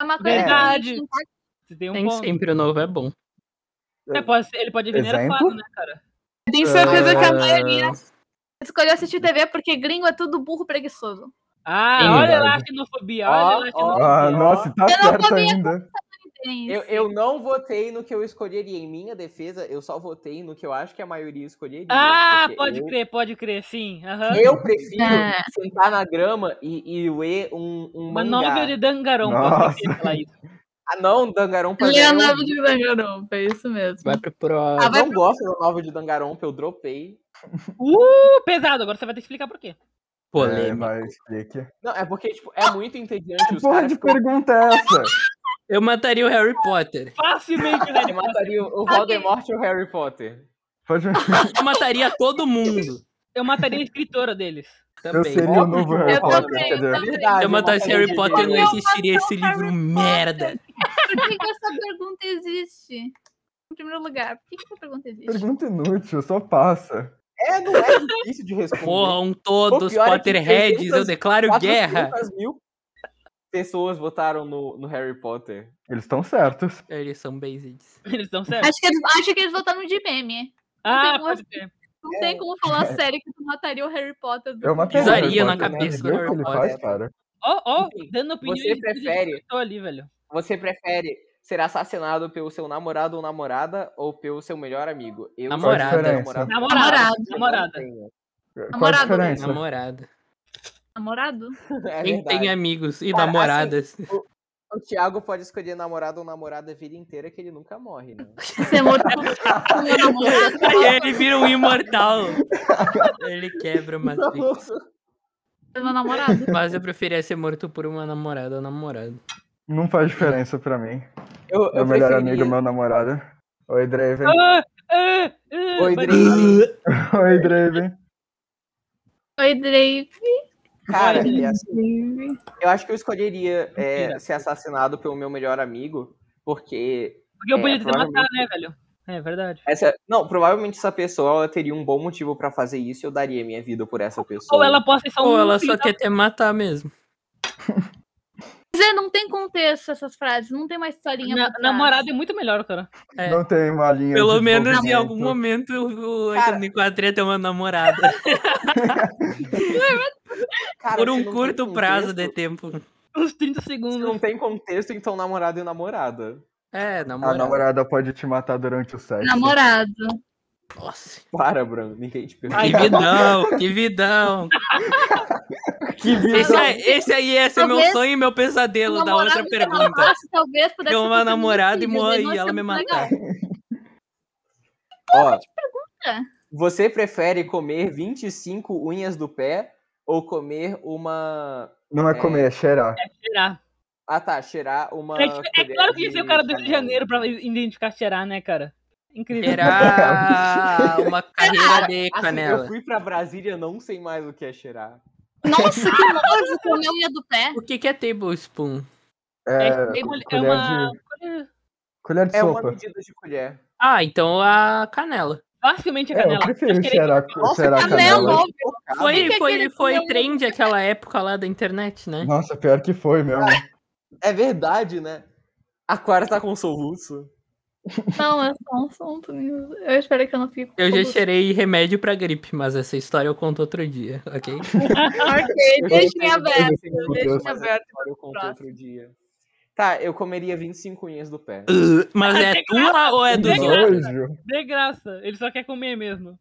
[SPEAKER 3] é uma coisa
[SPEAKER 5] Verdade.
[SPEAKER 3] que a gente não
[SPEAKER 5] Você tem um
[SPEAKER 1] Nem
[SPEAKER 5] ponto.
[SPEAKER 1] sempre o novo é bom.
[SPEAKER 5] É, pode ser- ele pode vir
[SPEAKER 4] Exemplo?
[SPEAKER 5] nerfado, né, cara?
[SPEAKER 7] Tenho certeza
[SPEAKER 4] Ah.
[SPEAKER 7] que a maioria.
[SPEAKER 3] escolheu assistir TV porque gringo é tudo burro preguiçoso.
[SPEAKER 5] Ah,
[SPEAKER 1] Sim,
[SPEAKER 5] olha lá a
[SPEAKER 4] verdade.
[SPEAKER 5] xenofobia, olha
[SPEAKER 2] Ó,
[SPEAKER 5] lá a
[SPEAKER 2] ó.
[SPEAKER 5] xenofobia.
[SPEAKER 4] Ah, nossa, tá
[SPEAKER 3] Eu não
[SPEAKER 4] certo
[SPEAKER 3] sabia.
[SPEAKER 4] ainda.
[SPEAKER 3] tem
[SPEAKER 2] Eu,
[SPEAKER 3] É isso.
[SPEAKER 2] eu não votei no que eu escolheria. Em minha defesa, eu só votei no que eu acho que a maioria escolheria.
[SPEAKER 5] Ah,
[SPEAKER 2] porque
[SPEAKER 5] pode
[SPEAKER 2] eu,
[SPEAKER 5] crer, pode crer, sim. aham.
[SPEAKER 2] Eu prefiro
[SPEAKER 3] É.
[SPEAKER 2] sentar na grama e, e ler um, um
[SPEAKER 5] Uma
[SPEAKER 2] mangá.
[SPEAKER 5] nova de Dangarompa.
[SPEAKER 4] Nossa.
[SPEAKER 5] pra quem falar isso.
[SPEAKER 2] Ah, não, Dangarompa.
[SPEAKER 7] Ele é a
[SPEAKER 2] não.
[SPEAKER 7] nova de Dangarompa, é isso mesmo.
[SPEAKER 1] Vai pro pro.
[SPEAKER 7] Ah,
[SPEAKER 2] Eu
[SPEAKER 7] vai
[SPEAKER 2] não gosto da nova de Dangarompa, eu dropei.
[SPEAKER 5] Uh, pesado, agora você vai ter que explicar por quê.
[SPEAKER 4] É,
[SPEAKER 1] Polêmico.
[SPEAKER 4] vai, explica.
[SPEAKER 2] Não, é porque, tipo, é muito entediante.
[SPEAKER 4] Que
[SPEAKER 2] Os
[SPEAKER 4] porra
[SPEAKER 2] caras
[SPEAKER 4] de
[SPEAKER 2] ficam-
[SPEAKER 4] pergunta é essa?
[SPEAKER 1] Eu mataria o Harry Potter.
[SPEAKER 5] Facilmente, né?
[SPEAKER 2] Eu mataria o Voldemort e o Harry Potter.
[SPEAKER 4] Pode...
[SPEAKER 1] Eu mataria todo mundo.
[SPEAKER 5] Eu mataria a escritora deles.
[SPEAKER 4] Eu
[SPEAKER 1] Também.
[SPEAKER 4] seria o novo Harry
[SPEAKER 7] Eu
[SPEAKER 4] Potter.
[SPEAKER 7] também,
[SPEAKER 4] quer dizer, é
[SPEAKER 7] eu também.
[SPEAKER 2] Verdade.
[SPEAKER 1] Se eu matasse
[SPEAKER 2] mataria
[SPEAKER 1] Harry
[SPEAKER 2] o
[SPEAKER 1] Potter, não
[SPEAKER 2] J.J.
[SPEAKER 1] existiria esse livro
[SPEAKER 3] Harry
[SPEAKER 1] merda.
[SPEAKER 3] Por que, que essa pergunta existe? Em primeiro lugar, por que, que essa pergunta existe?
[SPEAKER 4] Pergunta inútil, só passa.
[SPEAKER 2] É, não é difícil de responder.
[SPEAKER 1] Morram todos
[SPEAKER 2] O pior é que
[SPEAKER 1] um Potterheads, eu
[SPEAKER 2] 300,
[SPEAKER 1] declaro
[SPEAKER 2] 400
[SPEAKER 1] guerra.
[SPEAKER 2] mil pessoas votaram no, no Harry Potter.
[SPEAKER 4] Eles estão certos.
[SPEAKER 1] Eles são basics.
[SPEAKER 5] Eles estão certos.
[SPEAKER 3] Acho que eles, acho que eles votaram de meme.
[SPEAKER 5] Ah,
[SPEAKER 3] tem como-
[SPEAKER 5] pode crer.
[SPEAKER 3] Não tem como falar sério que tu mataria o Harry Potter do
[SPEAKER 4] Eu mataria o É Harry
[SPEAKER 1] Pisaria na
[SPEAKER 4] Potter, né?
[SPEAKER 1] cabeça do
[SPEAKER 4] Vê o que
[SPEAKER 1] Harry
[SPEAKER 4] ele
[SPEAKER 1] Potter.
[SPEAKER 4] faz, cara.
[SPEAKER 5] Ó, ó, dando opinião.
[SPEAKER 2] Você prefere-
[SPEAKER 5] ali, velho.
[SPEAKER 2] Você prefere ser assassinado pelo seu namorado ou namorada ou pelo seu melhor amigo? Eu
[SPEAKER 1] Namorada.
[SPEAKER 2] sou meu
[SPEAKER 4] Diferença.
[SPEAKER 5] Namorada.
[SPEAKER 3] Namorado.
[SPEAKER 5] Namorada.
[SPEAKER 4] Qual a
[SPEAKER 3] Namorado,
[SPEAKER 4] diferença?
[SPEAKER 1] Namorada.
[SPEAKER 3] namorado.
[SPEAKER 2] É
[SPEAKER 1] Quem
[SPEAKER 2] verdade.
[SPEAKER 1] tem amigos e
[SPEAKER 2] Cara,
[SPEAKER 1] namoradas.
[SPEAKER 2] O Thiago pode escolher namorado ou namorada a vida inteira que ele nunca morre, né?
[SPEAKER 3] Ser é morto por meu namorado.
[SPEAKER 1] Aí ele vira um imortal. ele quebra uma Matrix.
[SPEAKER 3] Ser meu namorado.
[SPEAKER 1] Mas eu preferia ser morto por uma namorada ou namorado.
[SPEAKER 4] Não faz diferença pra mim.
[SPEAKER 2] Eu,
[SPEAKER 4] Meu
[SPEAKER 2] eu
[SPEAKER 4] melhor
[SPEAKER 2] preferia-
[SPEAKER 4] amigo, meu namorado. Oi, Draven.
[SPEAKER 5] Ah, ah, ah,
[SPEAKER 2] Oi,
[SPEAKER 5] mas-
[SPEAKER 2] Drake.
[SPEAKER 4] Oi, Draven.
[SPEAKER 3] Oi, Drake.
[SPEAKER 2] Cara,
[SPEAKER 5] Oi,
[SPEAKER 2] e assim, eu acho que eu escolheria é, ser assassinado pelo meu melhor amigo, porque
[SPEAKER 5] Porque eu
[SPEAKER 2] É,
[SPEAKER 5] podia te matar,
[SPEAKER 2] provavelmente.
[SPEAKER 5] né, velho? É verdade.
[SPEAKER 2] Essa, não, provavelmente essa pessoa ela teria um bom motivo pra fazer isso e eu daria minha vida por essa pessoa.
[SPEAKER 5] Ou ela pode ser só um.
[SPEAKER 1] Ou ela
[SPEAKER 5] filho
[SPEAKER 1] só
[SPEAKER 5] da-
[SPEAKER 1] quer te matar mesmo.
[SPEAKER 3] Quer dizer, é, não tem contexto essas frases, não tem uma historinha.
[SPEAKER 5] Na,
[SPEAKER 3] por trás.
[SPEAKER 5] namorado é muito melhor, cara.
[SPEAKER 1] É.
[SPEAKER 4] Não tem uma linha.
[SPEAKER 1] Pelo
[SPEAKER 4] de
[SPEAKER 1] menos em
[SPEAKER 4] desenvolvimento.
[SPEAKER 1] algum momento o
[SPEAKER 2] Cara.
[SPEAKER 1] 84 ia ter uma namorada.
[SPEAKER 2] Cara,
[SPEAKER 1] por
[SPEAKER 2] se não
[SPEAKER 1] um
[SPEAKER 2] tem
[SPEAKER 1] curto prazo de
[SPEAKER 2] contexto-
[SPEAKER 1] tempo.
[SPEAKER 5] Uns 30
[SPEAKER 2] Se
[SPEAKER 5] segundos.
[SPEAKER 2] não tem contexto, então namorado e namorada.
[SPEAKER 1] É,
[SPEAKER 4] A
[SPEAKER 1] namorada.
[SPEAKER 4] namorada pode te matar durante o sexo.
[SPEAKER 3] Namorado.
[SPEAKER 1] Nossa.
[SPEAKER 2] Para, Bruno, ninguém te pergunta.
[SPEAKER 1] Que vidão, que vidão.
[SPEAKER 2] Que vida!
[SPEAKER 1] Esse, aí- esse aí ia ser meu
[SPEAKER 3] Talvez um
[SPEAKER 1] sonho e meu pesadelo da
[SPEAKER 3] namorado
[SPEAKER 1] outra
[SPEAKER 3] que
[SPEAKER 1] pergunta.
[SPEAKER 3] Nossa, talvez pudesse
[SPEAKER 1] Ter uma
[SPEAKER 3] ser
[SPEAKER 1] namorada e
[SPEAKER 3] possível, né?
[SPEAKER 1] morrer
[SPEAKER 3] não
[SPEAKER 1] e ela
[SPEAKER 3] ser
[SPEAKER 1] me
[SPEAKER 3] muito
[SPEAKER 1] matar.
[SPEAKER 3] legal.
[SPEAKER 2] Ó,
[SPEAKER 3] pergunta.
[SPEAKER 2] você prefere comer 25 unhas do pé ou comer uma.
[SPEAKER 4] Não é comer, é cheirar.
[SPEAKER 5] Cheirar.
[SPEAKER 2] Ah tá, cheirar uma.
[SPEAKER 4] Ah,
[SPEAKER 5] É, tipo- é
[SPEAKER 2] colher
[SPEAKER 5] claro que ia
[SPEAKER 2] de
[SPEAKER 5] ser o cara do Rio de
[SPEAKER 4] né?
[SPEAKER 2] canela.
[SPEAKER 5] Janeiro pra identificar cheirar, né, cara? Incrível.
[SPEAKER 1] Terá uma carreira de
[SPEAKER 2] Assim, eu
[SPEAKER 1] canela.
[SPEAKER 2] fui pra Brasília, não sei mais o que é cheirar.
[SPEAKER 3] Nossa, que nojo comer unha do pé.
[SPEAKER 1] O que, que é tablespoon?
[SPEAKER 5] É,
[SPEAKER 4] É,
[SPEAKER 5] é
[SPEAKER 4] colher
[SPEAKER 5] uma.
[SPEAKER 4] de, colher de
[SPEAKER 2] É uma
[SPEAKER 4] sopa.
[SPEAKER 2] medida de colher.
[SPEAKER 1] Ah, então a canela.
[SPEAKER 5] Facilmente a
[SPEAKER 4] É, eu
[SPEAKER 5] canela. Acho
[SPEAKER 4] prefiro
[SPEAKER 5] que ele-
[SPEAKER 4] cheirar, cheirar
[SPEAKER 3] canela.
[SPEAKER 4] canela.
[SPEAKER 1] Foi,
[SPEAKER 3] que
[SPEAKER 1] foi,
[SPEAKER 3] aquele
[SPEAKER 1] foi
[SPEAKER 3] comeu
[SPEAKER 1] trend aquela época lá da internet, né?
[SPEAKER 4] Nossa, pior que foi mesmo.
[SPEAKER 2] É verdade, né? A Quara tá com soluço.
[SPEAKER 3] Não, é só um assunto. Eu espero que eu não fique.
[SPEAKER 1] Eu já cheirei remédio pra gripe, mas essa história eu conto outro dia, ok?
[SPEAKER 3] Ok, deixa em aberto.
[SPEAKER 4] Meu
[SPEAKER 3] Deixa
[SPEAKER 4] Deus.
[SPEAKER 3] em aberto.
[SPEAKER 2] Eu conto
[SPEAKER 3] Próximo.
[SPEAKER 2] outro dia. Tá, eu comeria 25 unhas do pé.
[SPEAKER 1] Uh, Mas é tua ou é dos
[SPEAKER 5] Legal.
[SPEAKER 1] outros?
[SPEAKER 4] Nojo.
[SPEAKER 5] De graça. Ele só quer comer mesmo.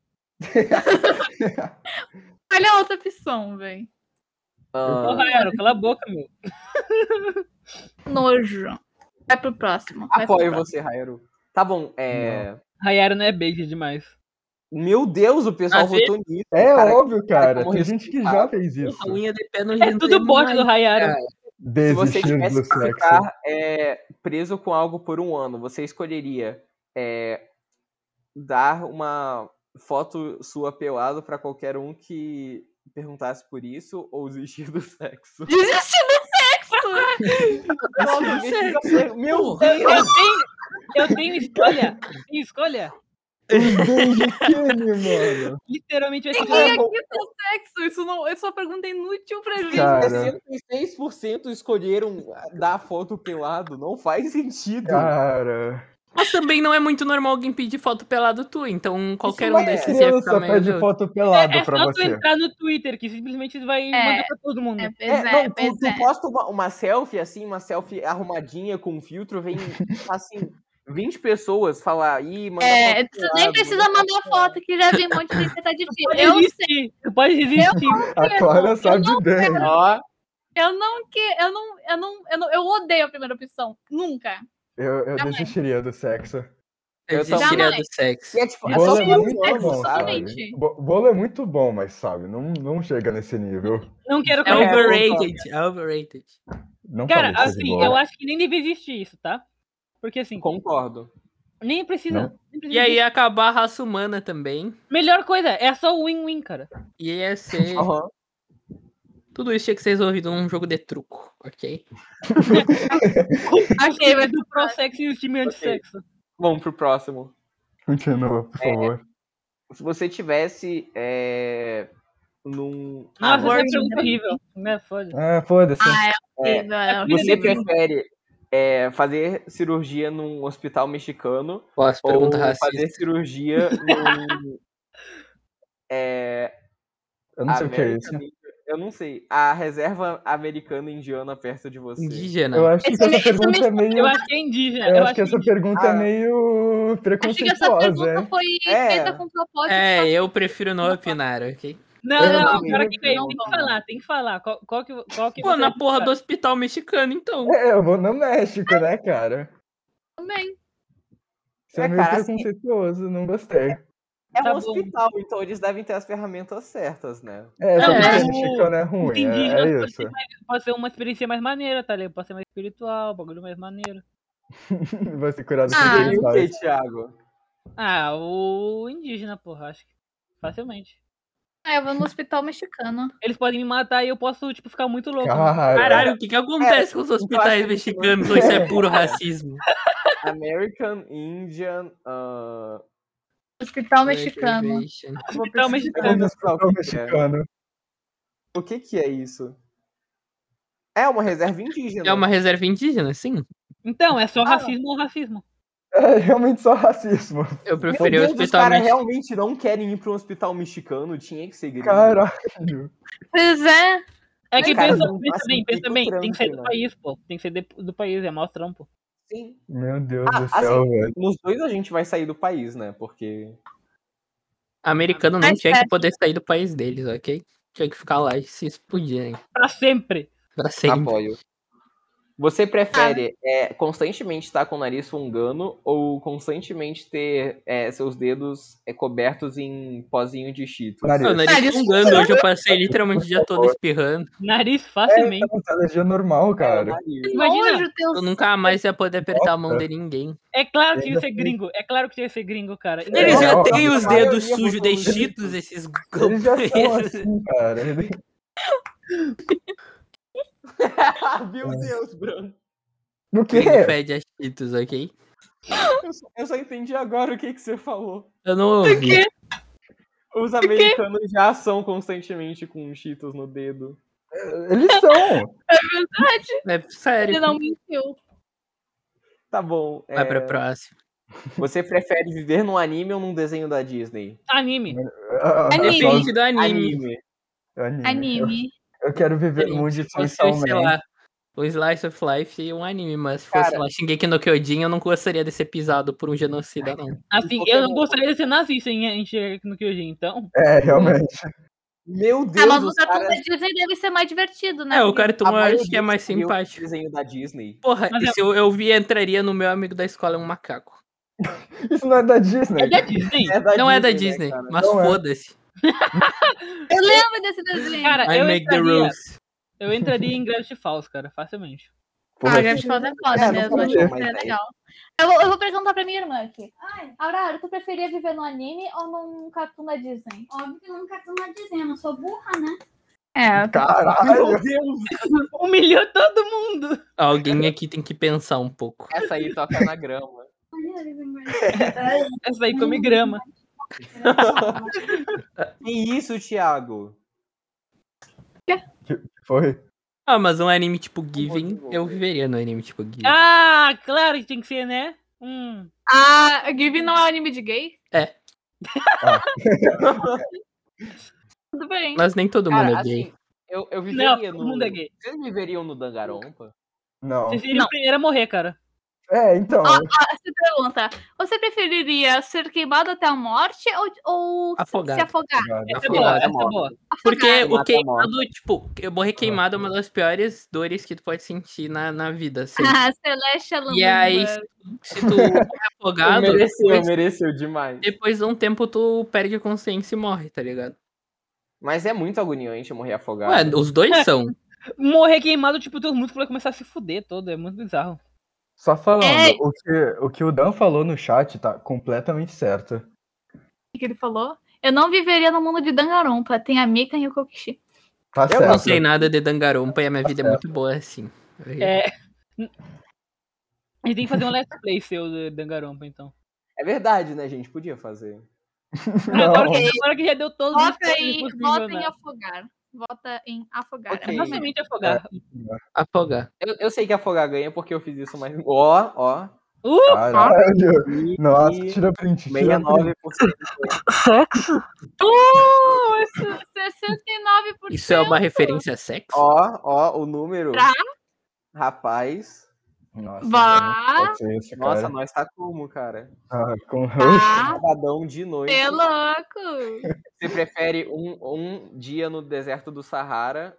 [SPEAKER 3] Olha a outra opção, velho.
[SPEAKER 5] Ô,
[SPEAKER 2] Ah,
[SPEAKER 5] Rayaro, cala a boca, meu.
[SPEAKER 3] Nojo. Vai pro próximo. Vai pro
[SPEAKER 2] apoio
[SPEAKER 3] próximo.
[SPEAKER 2] você, Rairo. Tá bom, é...
[SPEAKER 5] Rayaro não é beijo demais.
[SPEAKER 2] Meu Deus, o pessoal
[SPEAKER 1] Às
[SPEAKER 2] votou nisso.
[SPEAKER 4] É
[SPEAKER 2] cara.
[SPEAKER 4] óbvio, cara.
[SPEAKER 2] como
[SPEAKER 4] Tem gente que já fez isso.
[SPEAKER 1] A unha de pé no
[SPEAKER 5] É tudo bote do Rayaro.
[SPEAKER 2] Se você
[SPEAKER 4] Desistir
[SPEAKER 2] tivesse
[SPEAKER 4] do
[SPEAKER 2] que
[SPEAKER 4] sexo.
[SPEAKER 2] ficar é, preso com algo por um ano, você escolheria é, dar uma foto sua pelado pra qualquer um que perguntasse por isso ou desistir do sexo?
[SPEAKER 3] Desistir
[SPEAKER 2] Meu
[SPEAKER 5] Eu tenho. Eu tenho escolha. Tenho escolha.
[SPEAKER 4] Gene, mano.
[SPEAKER 5] Literalmente vai ser
[SPEAKER 7] Ninguém
[SPEAKER 5] cheirar.
[SPEAKER 3] é
[SPEAKER 7] aqui tem sexo. Isso não, essa pergunta é inútil pra gente.
[SPEAKER 4] Cara,
[SPEAKER 2] 66% escolheram dar foto pelado. Não faz sentido.
[SPEAKER 4] cara.
[SPEAKER 1] Mas também não é muito normal alguém pedir foto pelado tu, então qualquer um
[SPEAKER 4] Uma
[SPEAKER 1] desses ia
[SPEAKER 4] criança
[SPEAKER 1] ficar meio...
[SPEAKER 4] pede
[SPEAKER 1] doido.
[SPEAKER 4] foto pelado
[SPEAKER 5] É, é
[SPEAKER 4] pra
[SPEAKER 5] só tu
[SPEAKER 4] você.
[SPEAKER 5] entrar no Twitter, que simplesmente vai mandar pra todo mundo.
[SPEAKER 3] É, pois
[SPEAKER 2] É,
[SPEAKER 3] é,
[SPEAKER 2] não, tu,
[SPEAKER 3] pois
[SPEAKER 2] tu
[SPEAKER 3] é.
[SPEAKER 2] posta uma, uma selfie, assim, uma selfie arrumadinha com um filtro, vem, assim, 20 pessoas falar, ih, mano.
[SPEAKER 3] É, tu nem precisa mandar foto, que já vi um monte de gente atrás de ti. Eu,
[SPEAKER 5] sei. Tu pode desistir.
[SPEAKER 4] A Clara sabe bem.
[SPEAKER 2] Ó,
[SPEAKER 7] Eu não que. Eu não, eu não. Eu não. Eu odeio a primeira opção. Nunca.
[SPEAKER 4] Eu, eu
[SPEAKER 7] Jamais.
[SPEAKER 4] desistiria do sexo.
[SPEAKER 1] Eu
[SPEAKER 2] Eu
[SPEAKER 1] só
[SPEAKER 2] também.
[SPEAKER 1] queria do sexo.
[SPEAKER 2] e é tipo, é
[SPEAKER 4] Bolo
[SPEAKER 2] só
[SPEAKER 4] é
[SPEAKER 2] por um
[SPEAKER 4] muito
[SPEAKER 2] ano,
[SPEAKER 4] bom,
[SPEAKER 2] sabe?
[SPEAKER 7] Exatamente.
[SPEAKER 4] sabe? Bo- Bolo é muito bom, mas sabe, não, não chega nesse nível.
[SPEAKER 5] Não quero
[SPEAKER 1] É
[SPEAKER 5] comer.
[SPEAKER 2] over-
[SPEAKER 1] overrated, é overrated.
[SPEAKER 4] Não
[SPEAKER 5] Cara,
[SPEAKER 4] falei isso de
[SPEAKER 5] assim,
[SPEAKER 4] bolo.
[SPEAKER 5] eu acho que nem deveria existir isso, tá? Porque assim,
[SPEAKER 2] Concordo.
[SPEAKER 5] nem precisa.
[SPEAKER 4] Não.
[SPEAKER 5] nem precisa
[SPEAKER 1] E aí
[SPEAKER 5] existir.
[SPEAKER 1] ia acabar a raça humana também.
[SPEAKER 5] Melhor coisa, é só win-win, cara.
[SPEAKER 1] E ia ser.
[SPEAKER 2] Aham.
[SPEAKER 1] Tudo isso tinha que ser resolvido num jogo de truco, ok?
[SPEAKER 5] O
[SPEAKER 3] ok,
[SPEAKER 5] time
[SPEAKER 3] vai
[SPEAKER 5] é do pro-sexo e o time anti-sexo.
[SPEAKER 2] Vamos pro próximo.
[SPEAKER 4] Continua, por favor.
[SPEAKER 2] Se você tivesse é, num.
[SPEAKER 5] Nossa,
[SPEAKER 2] ah,
[SPEAKER 5] essa
[SPEAKER 3] Amor
[SPEAKER 5] é
[SPEAKER 3] de
[SPEAKER 5] pergunta
[SPEAKER 3] Deus.
[SPEAKER 5] horrível. Né, foda.
[SPEAKER 4] Ah, foda-se.
[SPEAKER 3] Ah,
[SPEAKER 2] É,
[SPEAKER 3] horrível, é horrível.
[SPEAKER 2] você prefere é, fazer cirurgia num hospital mexicano
[SPEAKER 1] Posso
[SPEAKER 2] ou
[SPEAKER 1] perguntar
[SPEAKER 2] fazer
[SPEAKER 1] racista?
[SPEAKER 2] cirurgia num. é,
[SPEAKER 4] eu não sei o que é
[SPEAKER 2] American
[SPEAKER 4] isso.
[SPEAKER 2] Indian- Eu não sei. A reserva americana indiana perto de você.
[SPEAKER 1] Indígena.
[SPEAKER 4] Eu acho que
[SPEAKER 3] Isso me-
[SPEAKER 4] essa
[SPEAKER 3] isso me
[SPEAKER 4] pergunta é meio.
[SPEAKER 5] Eu acho que é indígena.
[SPEAKER 4] Eu acho
[SPEAKER 5] acho
[SPEAKER 4] que essa
[SPEAKER 5] indígena.
[SPEAKER 4] pergunta é
[SPEAKER 2] Ah.
[SPEAKER 4] meio
[SPEAKER 3] Acho que essa
[SPEAKER 4] preconceituosa.
[SPEAKER 3] pergunta
[SPEAKER 4] hein?
[SPEAKER 3] foi
[SPEAKER 2] É.
[SPEAKER 3] feita com propósito.
[SPEAKER 1] É, eu prefiro não opinar, ok?
[SPEAKER 5] Não,
[SPEAKER 4] Eu
[SPEAKER 5] não,
[SPEAKER 2] não-
[SPEAKER 5] agora que vem,
[SPEAKER 3] não
[SPEAKER 5] tem que
[SPEAKER 3] vou.
[SPEAKER 5] falar, tem que falar. Qual, qual que, qual que
[SPEAKER 1] Pô,
[SPEAKER 5] você-
[SPEAKER 1] na porra do hospital mexicano, então.
[SPEAKER 4] É, eu vou no México, né, cara?
[SPEAKER 3] também.
[SPEAKER 4] Você é,
[SPEAKER 2] É,
[SPEAKER 4] meio
[SPEAKER 2] cara, assim-
[SPEAKER 4] preconceituoso, não gostei.
[SPEAKER 2] É
[SPEAKER 5] Tá
[SPEAKER 2] um
[SPEAKER 5] bom.
[SPEAKER 2] hospital, então eles devem ter as ferramentas certas, né?
[SPEAKER 4] É,
[SPEAKER 1] Não,
[SPEAKER 4] só porque
[SPEAKER 1] mas
[SPEAKER 4] é mexicano é
[SPEAKER 5] Os
[SPEAKER 4] ruim. É,
[SPEAKER 5] indígenas
[SPEAKER 4] é
[SPEAKER 5] pode,
[SPEAKER 4] isso.
[SPEAKER 5] ser mais- pode ser uma experiência mais maneira, tá ligado? Pode ser mais espiritual, um bagulho mais maneiro.
[SPEAKER 4] Vai ser curado
[SPEAKER 3] Ah.
[SPEAKER 4] por
[SPEAKER 2] E o que,
[SPEAKER 4] quem
[SPEAKER 2] Thiago?
[SPEAKER 5] Ah, o indígena, porra, acho que. Facilmente.
[SPEAKER 3] Ah, eu vou no hospital mexicano.
[SPEAKER 5] Eles podem me matar e eu posso, tipo, ficar muito louco.
[SPEAKER 4] Cara,
[SPEAKER 1] Caralho, o que que acontece com os hospitais
[SPEAKER 2] acho que-
[SPEAKER 1] mexicanos? ou Isso é puro racismo.
[SPEAKER 2] American, Indian. ah,
[SPEAKER 3] Hospital mexicano.
[SPEAKER 1] Reservation.
[SPEAKER 2] vou
[SPEAKER 5] Hospital
[SPEAKER 2] pesquisar
[SPEAKER 5] mexicano.
[SPEAKER 2] no hospital
[SPEAKER 4] é um
[SPEAKER 2] o que que é.
[SPEAKER 4] mexicano.
[SPEAKER 2] O que que é isso? É uma reserva indígena.
[SPEAKER 1] É uma reserva indígena, sim.
[SPEAKER 5] Então, é
[SPEAKER 1] Ah.
[SPEAKER 5] só racismo ou racismo.
[SPEAKER 4] É realmente só racismo.
[SPEAKER 1] Eu
[SPEAKER 2] Meu
[SPEAKER 1] preferi o
[SPEAKER 2] Deus, os é
[SPEAKER 1] hospital
[SPEAKER 2] caras
[SPEAKER 1] mexicano.
[SPEAKER 2] realmente não querem ir para um hospital mexicano, tinha que ser gringo.
[SPEAKER 4] Caralho.
[SPEAKER 3] Pois é.
[SPEAKER 5] É que
[SPEAKER 2] Cara,
[SPEAKER 5] pensa,
[SPEAKER 2] não,
[SPEAKER 5] pensa
[SPEAKER 2] assim,
[SPEAKER 5] bem, pensa
[SPEAKER 2] fica
[SPEAKER 5] bem.
[SPEAKER 2] o
[SPEAKER 5] Tem que sair do
[SPEAKER 2] trânsito, né?
[SPEAKER 5] país, pô. Tem que sair de- do país, é mó trampo.
[SPEAKER 2] Sim.
[SPEAKER 4] Meu Deus
[SPEAKER 2] Ah,
[SPEAKER 4] do céu, velho.
[SPEAKER 2] Nos dois a gente vai sair do país, né? Porque.
[SPEAKER 1] Americano não
[SPEAKER 3] Mas é.
[SPEAKER 1] tinha que
[SPEAKER 3] certo.
[SPEAKER 1] poder sair do país deles, ok? Tinha que ficar lá e se explodirem.
[SPEAKER 5] Pra sempre.
[SPEAKER 1] Pra sempre.
[SPEAKER 2] Apoio. Você prefere é, constantemente estar com o nariz fungando ou constantemente ter é, seus dedos é, cobertos em pozinho de cheetos?
[SPEAKER 4] Nariz.
[SPEAKER 1] Meu
[SPEAKER 3] Ah,
[SPEAKER 1] nariz
[SPEAKER 3] eles-
[SPEAKER 1] fungando, hoje eu passei literalmente o dia todo espirrando.
[SPEAKER 5] Nariz
[SPEAKER 4] É,
[SPEAKER 5] facilmente.
[SPEAKER 4] tá alergia normal,
[SPEAKER 2] É, o
[SPEAKER 4] cara.
[SPEAKER 2] nariz.
[SPEAKER 5] Imagina.
[SPEAKER 3] Nojo, teu
[SPEAKER 1] Eu nunca mais ia poder apertar a mão de ninguém.
[SPEAKER 5] É claro que tinha que ser
[SPEAKER 4] Ainda foi.
[SPEAKER 5] gringo. É claro que tinha que ser gringo, cara.
[SPEAKER 1] Eles
[SPEAKER 4] É,
[SPEAKER 1] já
[SPEAKER 4] ó,
[SPEAKER 1] têm
[SPEAKER 2] a
[SPEAKER 1] os dedos
[SPEAKER 2] maioria
[SPEAKER 1] sujos de
[SPEAKER 2] botou os
[SPEAKER 1] cheetos, esses
[SPEAKER 4] Eles já são
[SPEAKER 1] gambeiros.
[SPEAKER 4] assim, cara. Ele-
[SPEAKER 2] Ah, Meu Deus, Bruno.
[SPEAKER 4] No quê?
[SPEAKER 1] Gringo fede a cheetos, ok?
[SPEAKER 2] Eu só, eu só entendi agora o que, que você falou.
[SPEAKER 1] Eu não ouvi.
[SPEAKER 3] quê?
[SPEAKER 2] Os americanos já são constantemente com cheetos no dedo.
[SPEAKER 4] Eles são.
[SPEAKER 1] É sério.
[SPEAKER 3] Ele não mentiu.
[SPEAKER 2] Tá bom.
[SPEAKER 1] Vai
[SPEAKER 2] é,
[SPEAKER 1] pra próxima.
[SPEAKER 2] Você prefere viver num anime ou num desenho da Disney?
[SPEAKER 5] Anime.
[SPEAKER 4] Ah,
[SPEAKER 3] Anime.
[SPEAKER 4] só-
[SPEAKER 1] Depende do anime.
[SPEAKER 4] Anime.
[SPEAKER 3] Anime.
[SPEAKER 4] Eu quero viver no mundo de
[SPEAKER 1] Se fosse,
[SPEAKER 4] Chainsaw
[SPEAKER 1] sei
[SPEAKER 4] Man.
[SPEAKER 1] lá, o Slice of Life e um anime, mas se fosse
[SPEAKER 2] Cara.
[SPEAKER 1] lá Shingeki no Kyojin, eu não gostaria de ser pisado por um genocida, não.
[SPEAKER 5] Assim, eu não gostaria de ser nazista em em Shingeki no Kyojin, então.
[SPEAKER 4] É, realmente.
[SPEAKER 2] Meu Deus,
[SPEAKER 3] Ah, mas
[SPEAKER 2] os
[SPEAKER 3] o
[SPEAKER 2] caras
[SPEAKER 3] cartoon da Disney deve ser mais divertido, né?
[SPEAKER 1] É, o
[SPEAKER 3] Porque-
[SPEAKER 1] cartoon eu é acho que é mais
[SPEAKER 2] maioria escolheu
[SPEAKER 1] simpático.
[SPEAKER 2] o desenho da Disney.
[SPEAKER 1] Porra,
[SPEAKER 5] Mas
[SPEAKER 1] e
[SPEAKER 5] é-
[SPEAKER 1] se eu, eu vi, entraria no meu amigo da escola um macaco.
[SPEAKER 4] Isso não é da
[SPEAKER 5] É
[SPEAKER 4] Disney.
[SPEAKER 5] da Disney.
[SPEAKER 2] da
[SPEAKER 1] não é da
[SPEAKER 2] né,
[SPEAKER 1] Disney,
[SPEAKER 2] cara?
[SPEAKER 1] mas
[SPEAKER 4] Não é.
[SPEAKER 1] foda-se. é
[SPEAKER 3] Eu lembro desse desenho. Ah,
[SPEAKER 5] Cara,
[SPEAKER 1] I
[SPEAKER 5] É, eu
[SPEAKER 1] make the
[SPEAKER 5] entraria,
[SPEAKER 1] rules.
[SPEAKER 5] eu entraria em Gravity Falls, cara, facilmente.
[SPEAKER 4] Porra,
[SPEAKER 3] ah, a gente fala é foda
[SPEAKER 2] É, não
[SPEAKER 3] mesmo.
[SPEAKER 2] pode
[SPEAKER 3] Acho que
[SPEAKER 2] ter
[SPEAKER 3] isso
[SPEAKER 2] mais
[SPEAKER 3] é
[SPEAKER 2] ideia.
[SPEAKER 3] legal. Eu vou, eu vou perguntar pra minha irmã aqui. Aurora, tu preferia viver no anime ou num cartoon da Disney?
[SPEAKER 6] Óbvio que eu nunca tô mais dizendo, eu sou burra, né?
[SPEAKER 3] É,
[SPEAKER 4] Caralho.
[SPEAKER 2] Meu Deus,
[SPEAKER 5] Humilhou todo mundo!
[SPEAKER 1] Alguém aqui tem que pensar um pouco.
[SPEAKER 2] essa aí toca na grama.
[SPEAKER 5] Essa aí come grama.
[SPEAKER 2] Que isso, Thiago?
[SPEAKER 4] Foi.
[SPEAKER 1] Ah, mas um anime tipo
[SPEAKER 2] vou
[SPEAKER 1] Giving, eu
[SPEAKER 2] desenvolver.
[SPEAKER 1] viveria no anime tipo Giving.
[SPEAKER 5] Ah, claro que tem que ser, né? Hum.
[SPEAKER 3] Ah, Give não é anime de gay?
[SPEAKER 1] É.
[SPEAKER 4] Ah.
[SPEAKER 3] Tudo bem.
[SPEAKER 1] Mas nem todo mundo
[SPEAKER 2] Cara,
[SPEAKER 1] é gay.
[SPEAKER 2] assim, eu, eu
[SPEAKER 5] Não,
[SPEAKER 2] viveria
[SPEAKER 5] todo
[SPEAKER 2] no.
[SPEAKER 5] mundo é gay.
[SPEAKER 2] Vocês viveriam no Dangarompa?
[SPEAKER 4] Não.
[SPEAKER 5] Vocês seriam o primeiro a morrer, cara.
[SPEAKER 4] É, então.
[SPEAKER 3] Ah, se pergunta. Você preferiria ser queimado até a morte ou, ou
[SPEAKER 1] Afogado.
[SPEAKER 3] se afogar?
[SPEAKER 5] Essa é
[SPEAKER 1] Afogado.
[SPEAKER 5] boa, essa é
[SPEAKER 2] Afogado.
[SPEAKER 5] boa.
[SPEAKER 1] Porque
[SPEAKER 2] Mata
[SPEAKER 1] o
[SPEAKER 2] a
[SPEAKER 1] queimado, tipo, eu morrer queimado é uma das piores dores que tu pode sentir na, na vida, assim.
[SPEAKER 3] Ah, Celeste Alonso.
[SPEAKER 1] E aí, se tu, se tu morrer afogado,
[SPEAKER 2] mereceu,
[SPEAKER 1] depois,
[SPEAKER 2] mereceu demais.
[SPEAKER 1] depois de um tempo tu perde a consciência e morre, tá ligado?
[SPEAKER 2] Mas é muito agoniante morrer afogado.
[SPEAKER 1] Ué, os dois são.
[SPEAKER 5] Morrer queimado, tipo, todo mundo vai começar a se fuder todo. É muito bizarro.
[SPEAKER 4] Só falando,
[SPEAKER 3] É.
[SPEAKER 4] o, que, o que o Dan falou no chat tá completamente certo.
[SPEAKER 3] O que ele falou? Eu não viveria no mundo de Dangarompa. Tem a Mika e o Kokishi.
[SPEAKER 4] Tá
[SPEAKER 2] Eu
[SPEAKER 1] Eu não
[SPEAKER 4] certo.
[SPEAKER 1] sei nada de Dangarompa e a minha vida é muito boa assim.
[SPEAKER 5] É. A gente tem que fazer um let's play seu do Dangarompa, então.
[SPEAKER 2] É verdade, né, gente? Podia fazer.
[SPEAKER 4] Não.
[SPEAKER 5] Agora, que, agora que já deu todos os
[SPEAKER 3] Vota,
[SPEAKER 5] spoilers
[SPEAKER 3] aí,
[SPEAKER 5] possíveis,
[SPEAKER 3] vota em
[SPEAKER 5] né?
[SPEAKER 3] afogar. Vota em afogar.
[SPEAKER 2] Ok.
[SPEAKER 5] É facilmente afogar.
[SPEAKER 1] Afogar.
[SPEAKER 2] Eu, eu sei que afogar ganha porque eu fiz isso, mas. Ó, ó.
[SPEAKER 5] Uh!
[SPEAKER 4] Caralho.
[SPEAKER 2] E-
[SPEAKER 4] Nossa,
[SPEAKER 2] e
[SPEAKER 4] tira print. Tira print.
[SPEAKER 2] 69%.
[SPEAKER 3] Uh, esse 69%.
[SPEAKER 1] Isso é uma referência a sexo?
[SPEAKER 2] Ó, ó, o número.
[SPEAKER 3] Tá.
[SPEAKER 2] Rapaz.
[SPEAKER 4] Nossa,
[SPEAKER 3] Vá.
[SPEAKER 4] Dan, pode ser esse,
[SPEAKER 2] Nossa,
[SPEAKER 4] cara.
[SPEAKER 2] nós tá como, cara?
[SPEAKER 4] Ah, com...
[SPEAKER 3] Tá,
[SPEAKER 2] Sabadão de noite.
[SPEAKER 3] é louco.
[SPEAKER 2] Você prefere um, um dia no deserto do Sahara?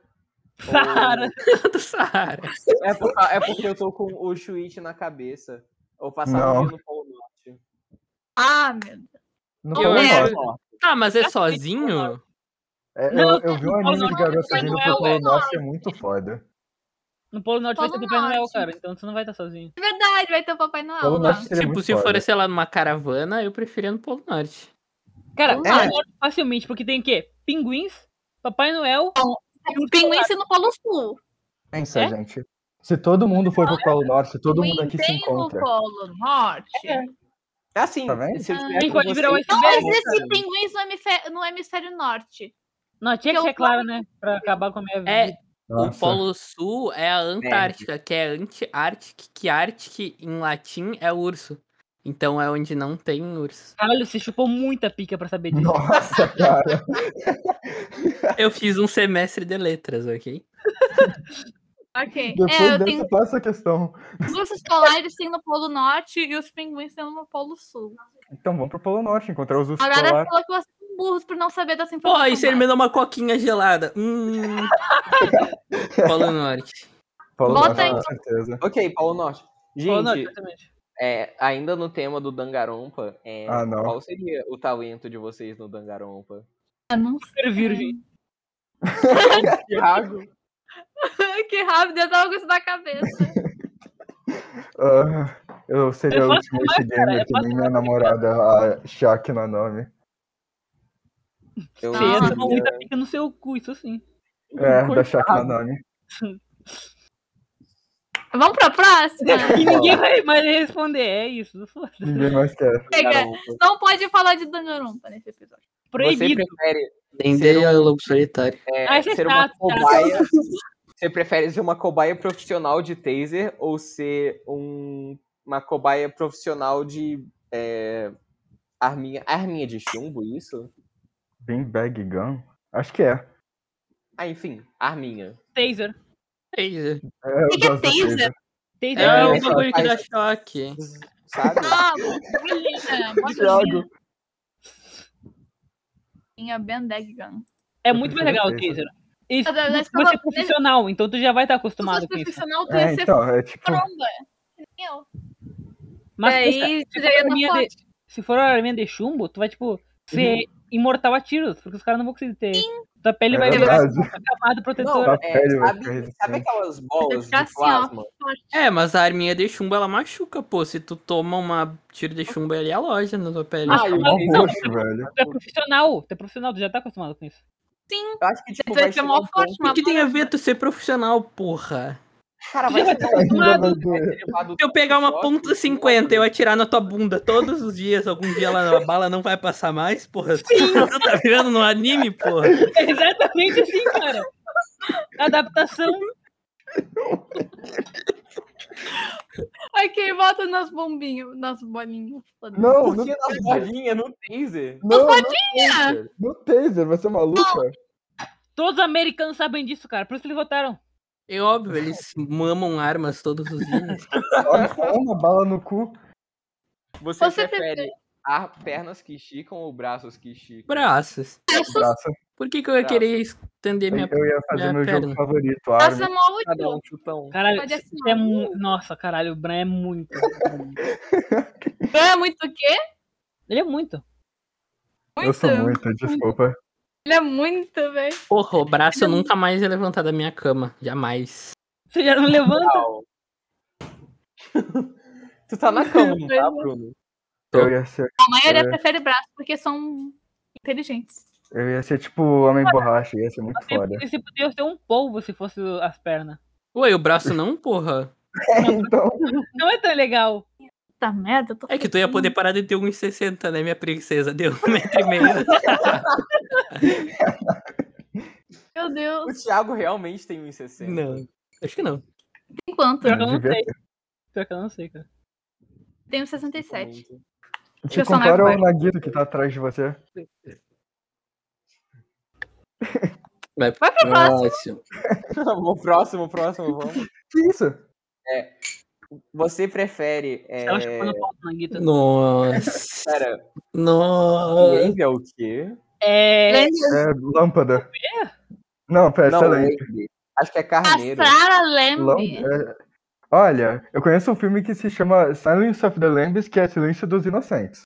[SPEAKER 2] ou-
[SPEAKER 5] Sahara.
[SPEAKER 1] do Saara.
[SPEAKER 2] É, por ca- é porque eu tô com o Chuit na cabeça. Ou passar
[SPEAKER 4] Não.
[SPEAKER 2] um dia no Polo Norte.
[SPEAKER 3] Ah, meu Deus.
[SPEAKER 4] No
[SPEAKER 1] Eu
[SPEAKER 4] Polo
[SPEAKER 1] lembro.
[SPEAKER 4] Norte.
[SPEAKER 1] Tá, mas é sozinho?
[SPEAKER 4] É, eu,
[SPEAKER 5] Não,
[SPEAKER 4] eu vi um anime de
[SPEAKER 5] Norte
[SPEAKER 4] garota
[SPEAKER 5] também
[SPEAKER 4] vindo
[SPEAKER 5] não é
[SPEAKER 4] pro
[SPEAKER 5] o
[SPEAKER 4] Polo Norte, é muito foda.
[SPEAKER 5] No Polo Norte vai
[SPEAKER 3] Polo
[SPEAKER 5] ter Papai Noel,
[SPEAKER 3] Norte.
[SPEAKER 5] cara. Então tu não vai estar sozinho.
[SPEAKER 3] É verdade, vai ter o Papai Noel
[SPEAKER 4] Polo
[SPEAKER 3] lá.
[SPEAKER 4] Norte seria
[SPEAKER 1] tipo,
[SPEAKER 4] é muito
[SPEAKER 1] se for,
[SPEAKER 4] foda.
[SPEAKER 1] sei lá, numa caravana, eu preferia no Polo Norte.
[SPEAKER 5] Cara,
[SPEAKER 3] Polo
[SPEAKER 5] Polo
[SPEAKER 2] Norte.
[SPEAKER 5] Norte facilmente, porque tem o quê? Pinguins, Papai Noel.
[SPEAKER 3] O pinguim se no Polo Sul.
[SPEAKER 4] Pensa,
[SPEAKER 5] É?
[SPEAKER 4] gente. Se todo mundo for pro Polo Norte, todo mundo aqui se
[SPEAKER 3] Tem no
[SPEAKER 4] encontra.
[SPEAKER 3] Polo Norte.
[SPEAKER 2] É assim.
[SPEAKER 4] Tá vendo?
[SPEAKER 2] se eu estiver
[SPEAKER 5] Ele
[SPEAKER 2] com
[SPEAKER 5] pode
[SPEAKER 2] vocês,
[SPEAKER 5] virar um
[SPEAKER 3] Não
[SPEAKER 5] iceberg,
[SPEAKER 3] existe pinguins no hemisfério, no hemisfério norte.
[SPEAKER 5] Não, tinha que
[SPEAKER 3] Eu-
[SPEAKER 5] ser claro, né? Pra acabar com a minha vida.
[SPEAKER 1] É,
[SPEAKER 4] Nossa.
[SPEAKER 1] O Polo Sul é a Antártica, que é anti-Ártica, que Ártica em latim é urso. Então é onde não tem urso.
[SPEAKER 5] Caralho, você chupou muita pica pra saber disso.
[SPEAKER 4] Nossa, cara.
[SPEAKER 1] Eu fiz um semestre de letras, ok?
[SPEAKER 3] Ok.
[SPEAKER 4] Depois
[SPEAKER 3] é, eu
[SPEAKER 4] dessa,
[SPEAKER 3] tenho
[SPEAKER 4] passa a questão.
[SPEAKER 3] os ursos polares tem no Polo Norte e os pinguins tem no Polo Sul.
[SPEAKER 4] Então vamos pro Polo Norte, encontrar os ursos
[SPEAKER 3] Aurora
[SPEAKER 4] polares.
[SPEAKER 3] falou que vocês são burros por não saber dessa informação.
[SPEAKER 1] Porra, e se ele me dá uma coquinha gelada? Hum. Polo Norte.
[SPEAKER 4] Polo
[SPEAKER 3] Bota
[SPEAKER 4] Norte,
[SPEAKER 3] aí,
[SPEAKER 4] com
[SPEAKER 3] então.
[SPEAKER 4] certeza.
[SPEAKER 2] Ok, Polo Norte.
[SPEAKER 5] Polo
[SPEAKER 2] Gente,
[SPEAKER 5] Norte, exatamente.
[SPEAKER 2] é, ainda no tema do Dangarompa, é,
[SPEAKER 4] Ah, não.
[SPEAKER 2] qual seria o talento de vocês no Dangarompa?
[SPEAKER 3] Ah, não sei.
[SPEAKER 5] Super virgem.
[SPEAKER 2] Thiago?
[SPEAKER 3] que rápido, eu tava com isso na cabeça.
[SPEAKER 4] Ah, eu seria
[SPEAKER 5] Eu
[SPEAKER 4] o
[SPEAKER 5] faço
[SPEAKER 4] Ultimate
[SPEAKER 5] mais, cara,
[SPEAKER 4] Gamer,
[SPEAKER 5] eu
[SPEAKER 4] que
[SPEAKER 5] faço
[SPEAKER 4] nem minha namorada, a Shaq na nome.
[SPEAKER 2] Eu
[SPEAKER 5] Você
[SPEAKER 3] Nossa.
[SPEAKER 5] ia
[SPEAKER 2] seria
[SPEAKER 5] chupar muita pica no seu cu, isso sim.
[SPEAKER 4] É,
[SPEAKER 5] Coitado.
[SPEAKER 4] da Shaq na nome.
[SPEAKER 3] Vamos pra próxima?
[SPEAKER 5] E ninguém vai mais responder. É isso. foda-se.
[SPEAKER 4] Ninguém mais quer.
[SPEAKER 2] Dangarompa.
[SPEAKER 3] Não pode falar de Danganronpa nesse episódio.
[SPEAKER 2] Você
[SPEAKER 5] Proibido.
[SPEAKER 2] prefere
[SPEAKER 1] Entender é lobo solitário.
[SPEAKER 2] é,
[SPEAKER 5] Ah, esse é
[SPEAKER 2] ser uma
[SPEAKER 5] chato, cara.
[SPEAKER 2] cobaia? Você prefere ser uma cobaia profissional de taser ou ser um- uma cobaia profissional de é, arminha, arminha de chumbo, isso?
[SPEAKER 4] Bem bag gun? Acho que é.
[SPEAKER 2] Ah, enfim, arminha.
[SPEAKER 5] Taser.
[SPEAKER 1] É isso.
[SPEAKER 4] É, eu
[SPEAKER 3] que é
[SPEAKER 4] gosto da
[SPEAKER 3] taser?
[SPEAKER 4] taser.
[SPEAKER 5] Taser.
[SPEAKER 1] É,
[SPEAKER 2] É,
[SPEAKER 1] um
[SPEAKER 2] essa
[SPEAKER 1] bagulho que dá
[SPEAKER 2] faz-
[SPEAKER 1] choque.
[SPEAKER 2] Sabe?
[SPEAKER 3] Ah, bolinha, bolinha.
[SPEAKER 4] Thiago.
[SPEAKER 3] Bolinha, Bendeg Gun.
[SPEAKER 5] É muito mais
[SPEAKER 4] prefiro
[SPEAKER 5] legal o taser.
[SPEAKER 4] taser.
[SPEAKER 5] E
[SPEAKER 3] Ah, deve
[SPEAKER 5] você
[SPEAKER 3] ser uma-
[SPEAKER 5] é profissional, então tu já vai estar
[SPEAKER 3] Se
[SPEAKER 5] acostumado
[SPEAKER 3] fosse
[SPEAKER 5] com isso.
[SPEAKER 3] profissional, tu
[SPEAKER 4] É,
[SPEAKER 3] ia ser
[SPEAKER 4] então, é tipo.
[SPEAKER 3] fromba. que nem eu.
[SPEAKER 5] Mas pensa,
[SPEAKER 3] É, Daí,
[SPEAKER 5] se,
[SPEAKER 3] seria
[SPEAKER 5] for
[SPEAKER 3] na
[SPEAKER 5] arminha
[SPEAKER 3] foto.
[SPEAKER 5] de, se for uma arminha de chumbo, tu vai, tipo, ser imortal a tiros, porque os caras não vão conseguir ter. Tua pele
[SPEAKER 4] É
[SPEAKER 5] vai virar
[SPEAKER 4] verdade.
[SPEAKER 5] uma camada protetora.
[SPEAKER 4] Não, tá
[SPEAKER 2] Não, é,
[SPEAKER 4] papel vai
[SPEAKER 2] sabe,
[SPEAKER 4] ficar resistente.
[SPEAKER 2] sabe aquelas bolas
[SPEAKER 3] ficar
[SPEAKER 2] de
[SPEAKER 3] assim, ó.
[SPEAKER 2] plasma?
[SPEAKER 1] É, mas a arminha de chumbo ela machuca, pô. Se tu toma uma tiro de chumbo ali, a loja na tua pele.
[SPEAKER 5] Ah,
[SPEAKER 2] eu,
[SPEAKER 4] Mó
[SPEAKER 5] Não,
[SPEAKER 4] um roxo, velho.
[SPEAKER 5] Tu é profissional, tu é profissional, tu já tá acostumado com isso.
[SPEAKER 2] eu acho que tipo,
[SPEAKER 3] Vai
[SPEAKER 2] vai
[SPEAKER 3] ser
[SPEAKER 2] chegar
[SPEAKER 3] mó
[SPEAKER 2] um
[SPEAKER 3] é forte,
[SPEAKER 2] ponto-
[SPEAKER 1] O que tem a ver tu ser profissional, porra?
[SPEAKER 2] Cara, vai chegar um
[SPEAKER 4] Ainda vai
[SPEAKER 5] Acostumado.
[SPEAKER 4] doer.
[SPEAKER 2] elevado
[SPEAKER 1] Se eu pegar uma
[SPEAKER 2] choque,
[SPEAKER 1] ponta 50 e eu atirar na tua bunda todos os dias, algum dia ela, a bala não vai passar mais, porra. Tu tá virando no anime, porra.
[SPEAKER 5] É exatamente assim, cara. Adaptação.
[SPEAKER 3] ok, volta nas bombinhas, nas bolinhas. foda-se.
[SPEAKER 4] Não,
[SPEAKER 2] Por
[SPEAKER 4] no
[SPEAKER 2] que na
[SPEAKER 4] taser.
[SPEAKER 2] bolinha, no taser?
[SPEAKER 4] Não, no taser. No taser, você é maluca?
[SPEAKER 5] Todos os americanos sabem disso, cara. Por isso que eles votaram.
[SPEAKER 1] É óbvio, eles mamam armas todos os dias.
[SPEAKER 4] Olha uma bala no cu.
[SPEAKER 2] Você,
[SPEAKER 3] Você
[SPEAKER 2] prefere, a- pernas que esticam ou braços que esticam?
[SPEAKER 1] Braços.
[SPEAKER 4] Braço.
[SPEAKER 1] Por que, que eu ia
[SPEAKER 2] Braços.
[SPEAKER 1] querer estender minha.
[SPEAKER 4] Eu ia fazer
[SPEAKER 1] minha
[SPEAKER 4] meu jogo
[SPEAKER 1] perna.
[SPEAKER 4] favorito,
[SPEAKER 3] Nossa,
[SPEAKER 4] arma.
[SPEAKER 3] é mó
[SPEAKER 2] Cada um
[SPEAKER 3] útil.
[SPEAKER 2] chutão.
[SPEAKER 5] Caralho,
[SPEAKER 3] Pode
[SPEAKER 5] isso
[SPEAKER 3] assinar.
[SPEAKER 5] é mu... Nossa, caralho, o Bran é muito.
[SPEAKER 3] É muito o quê?
[SPEAKER 5] Ele é muito.
[SPEAKER 4] Eu sou
[SPEAKER 3] Muito.
[SPEAKER 4] muito, desculpa.
[SPEAKER 3] Ele é muito, velho.
[SPEAKER 1] Porra, o braço eu nunca mais ia levantar da minha cama. Jamais.
[SPEAKER 5] Você já não levanta?
[SPEAKER 2] Tchau. tu tá na cama, não tá, Bruno?
[SPEAKER 1] Tô.
[SPEAKER 4] Eu ia ser,
[SPEAKER 3] A maioria
[SPEAKER 4] É.
[SPEAKER 3] prefere braço porque são inteligentes.
[SPEAKER 4] eu ia ser tipo homem borracha, ia ser muito
[SPEAKER 5] Você-
[SPEAKER 4] Ah, foda.
[SPEAKER 5] Você poderia ser um polvo se fosse as pernas.
[SPEAKER 1] Ué, o braço não, porra.
[SPEAKER 4] Então,
[SPEAKER 5] Não é tão legal.
[SPEAKER 3] Tá merda, eu tô
[SPEAKER 1] É que tu ia poder parar de ter 1,60, né, minha princesa? Deu um metro e meio.
[SPEAKER 3] Meu Deus.
[SPEAKER 2] O Thiago realmente tem 1,60.
[SPEAKER 1] Não. Acho que não.
[SPEAKER 3] Enquanto,
[SPEAKER 5] Pior que eu não
[SPEAKER 4] devia
[SPEAKER 5] sei. Pior que eu não sei, cara.
[SPEAKER 3] tenho
[SPEAKER 2] É.
[SPEAKER 3] 67.
[SPEAKER 4] te
[SPEAKER 3] Eu sou
[SPEAKER 4] compara
[SPEAKER 3] mais
[SPEAKER 4] ao Nagito que tá atrás de você.
[SPEAKER 1] Vai
[SPEAKER 3] Vai pro próximo.
[SPEAKER 2] Vamos, próximo, próximo, vamos.
[SPEAKER 4] Que isso?
[SPEAKER 2] Você prefere. É...
[SPEAKER 5] Ela chupando pau na guita.
[SPEAKER 1] Nossa.
[SPEAKER 2] Pera,
[SPEAKER 1] Nossa.
[SPEAKER 2] Wave é o quê?
[SPEAKER 3] Né?
[SPEAKER 5] É.
[SPEAKER 4] É lâmpada. Não, pera,
[SPEAKER 2] Não,
[SPEAKER 4] excelente.
[SPEAKER 2] Wave. Acho que é carneiro.
[SPEAKER 3] Castrar a Lembre.
[SPEAKER 4] Lâmpada. é- Olha, eu conheço um filme que se chama Silence of the Lambs, que é Silêncio dos Inocentes.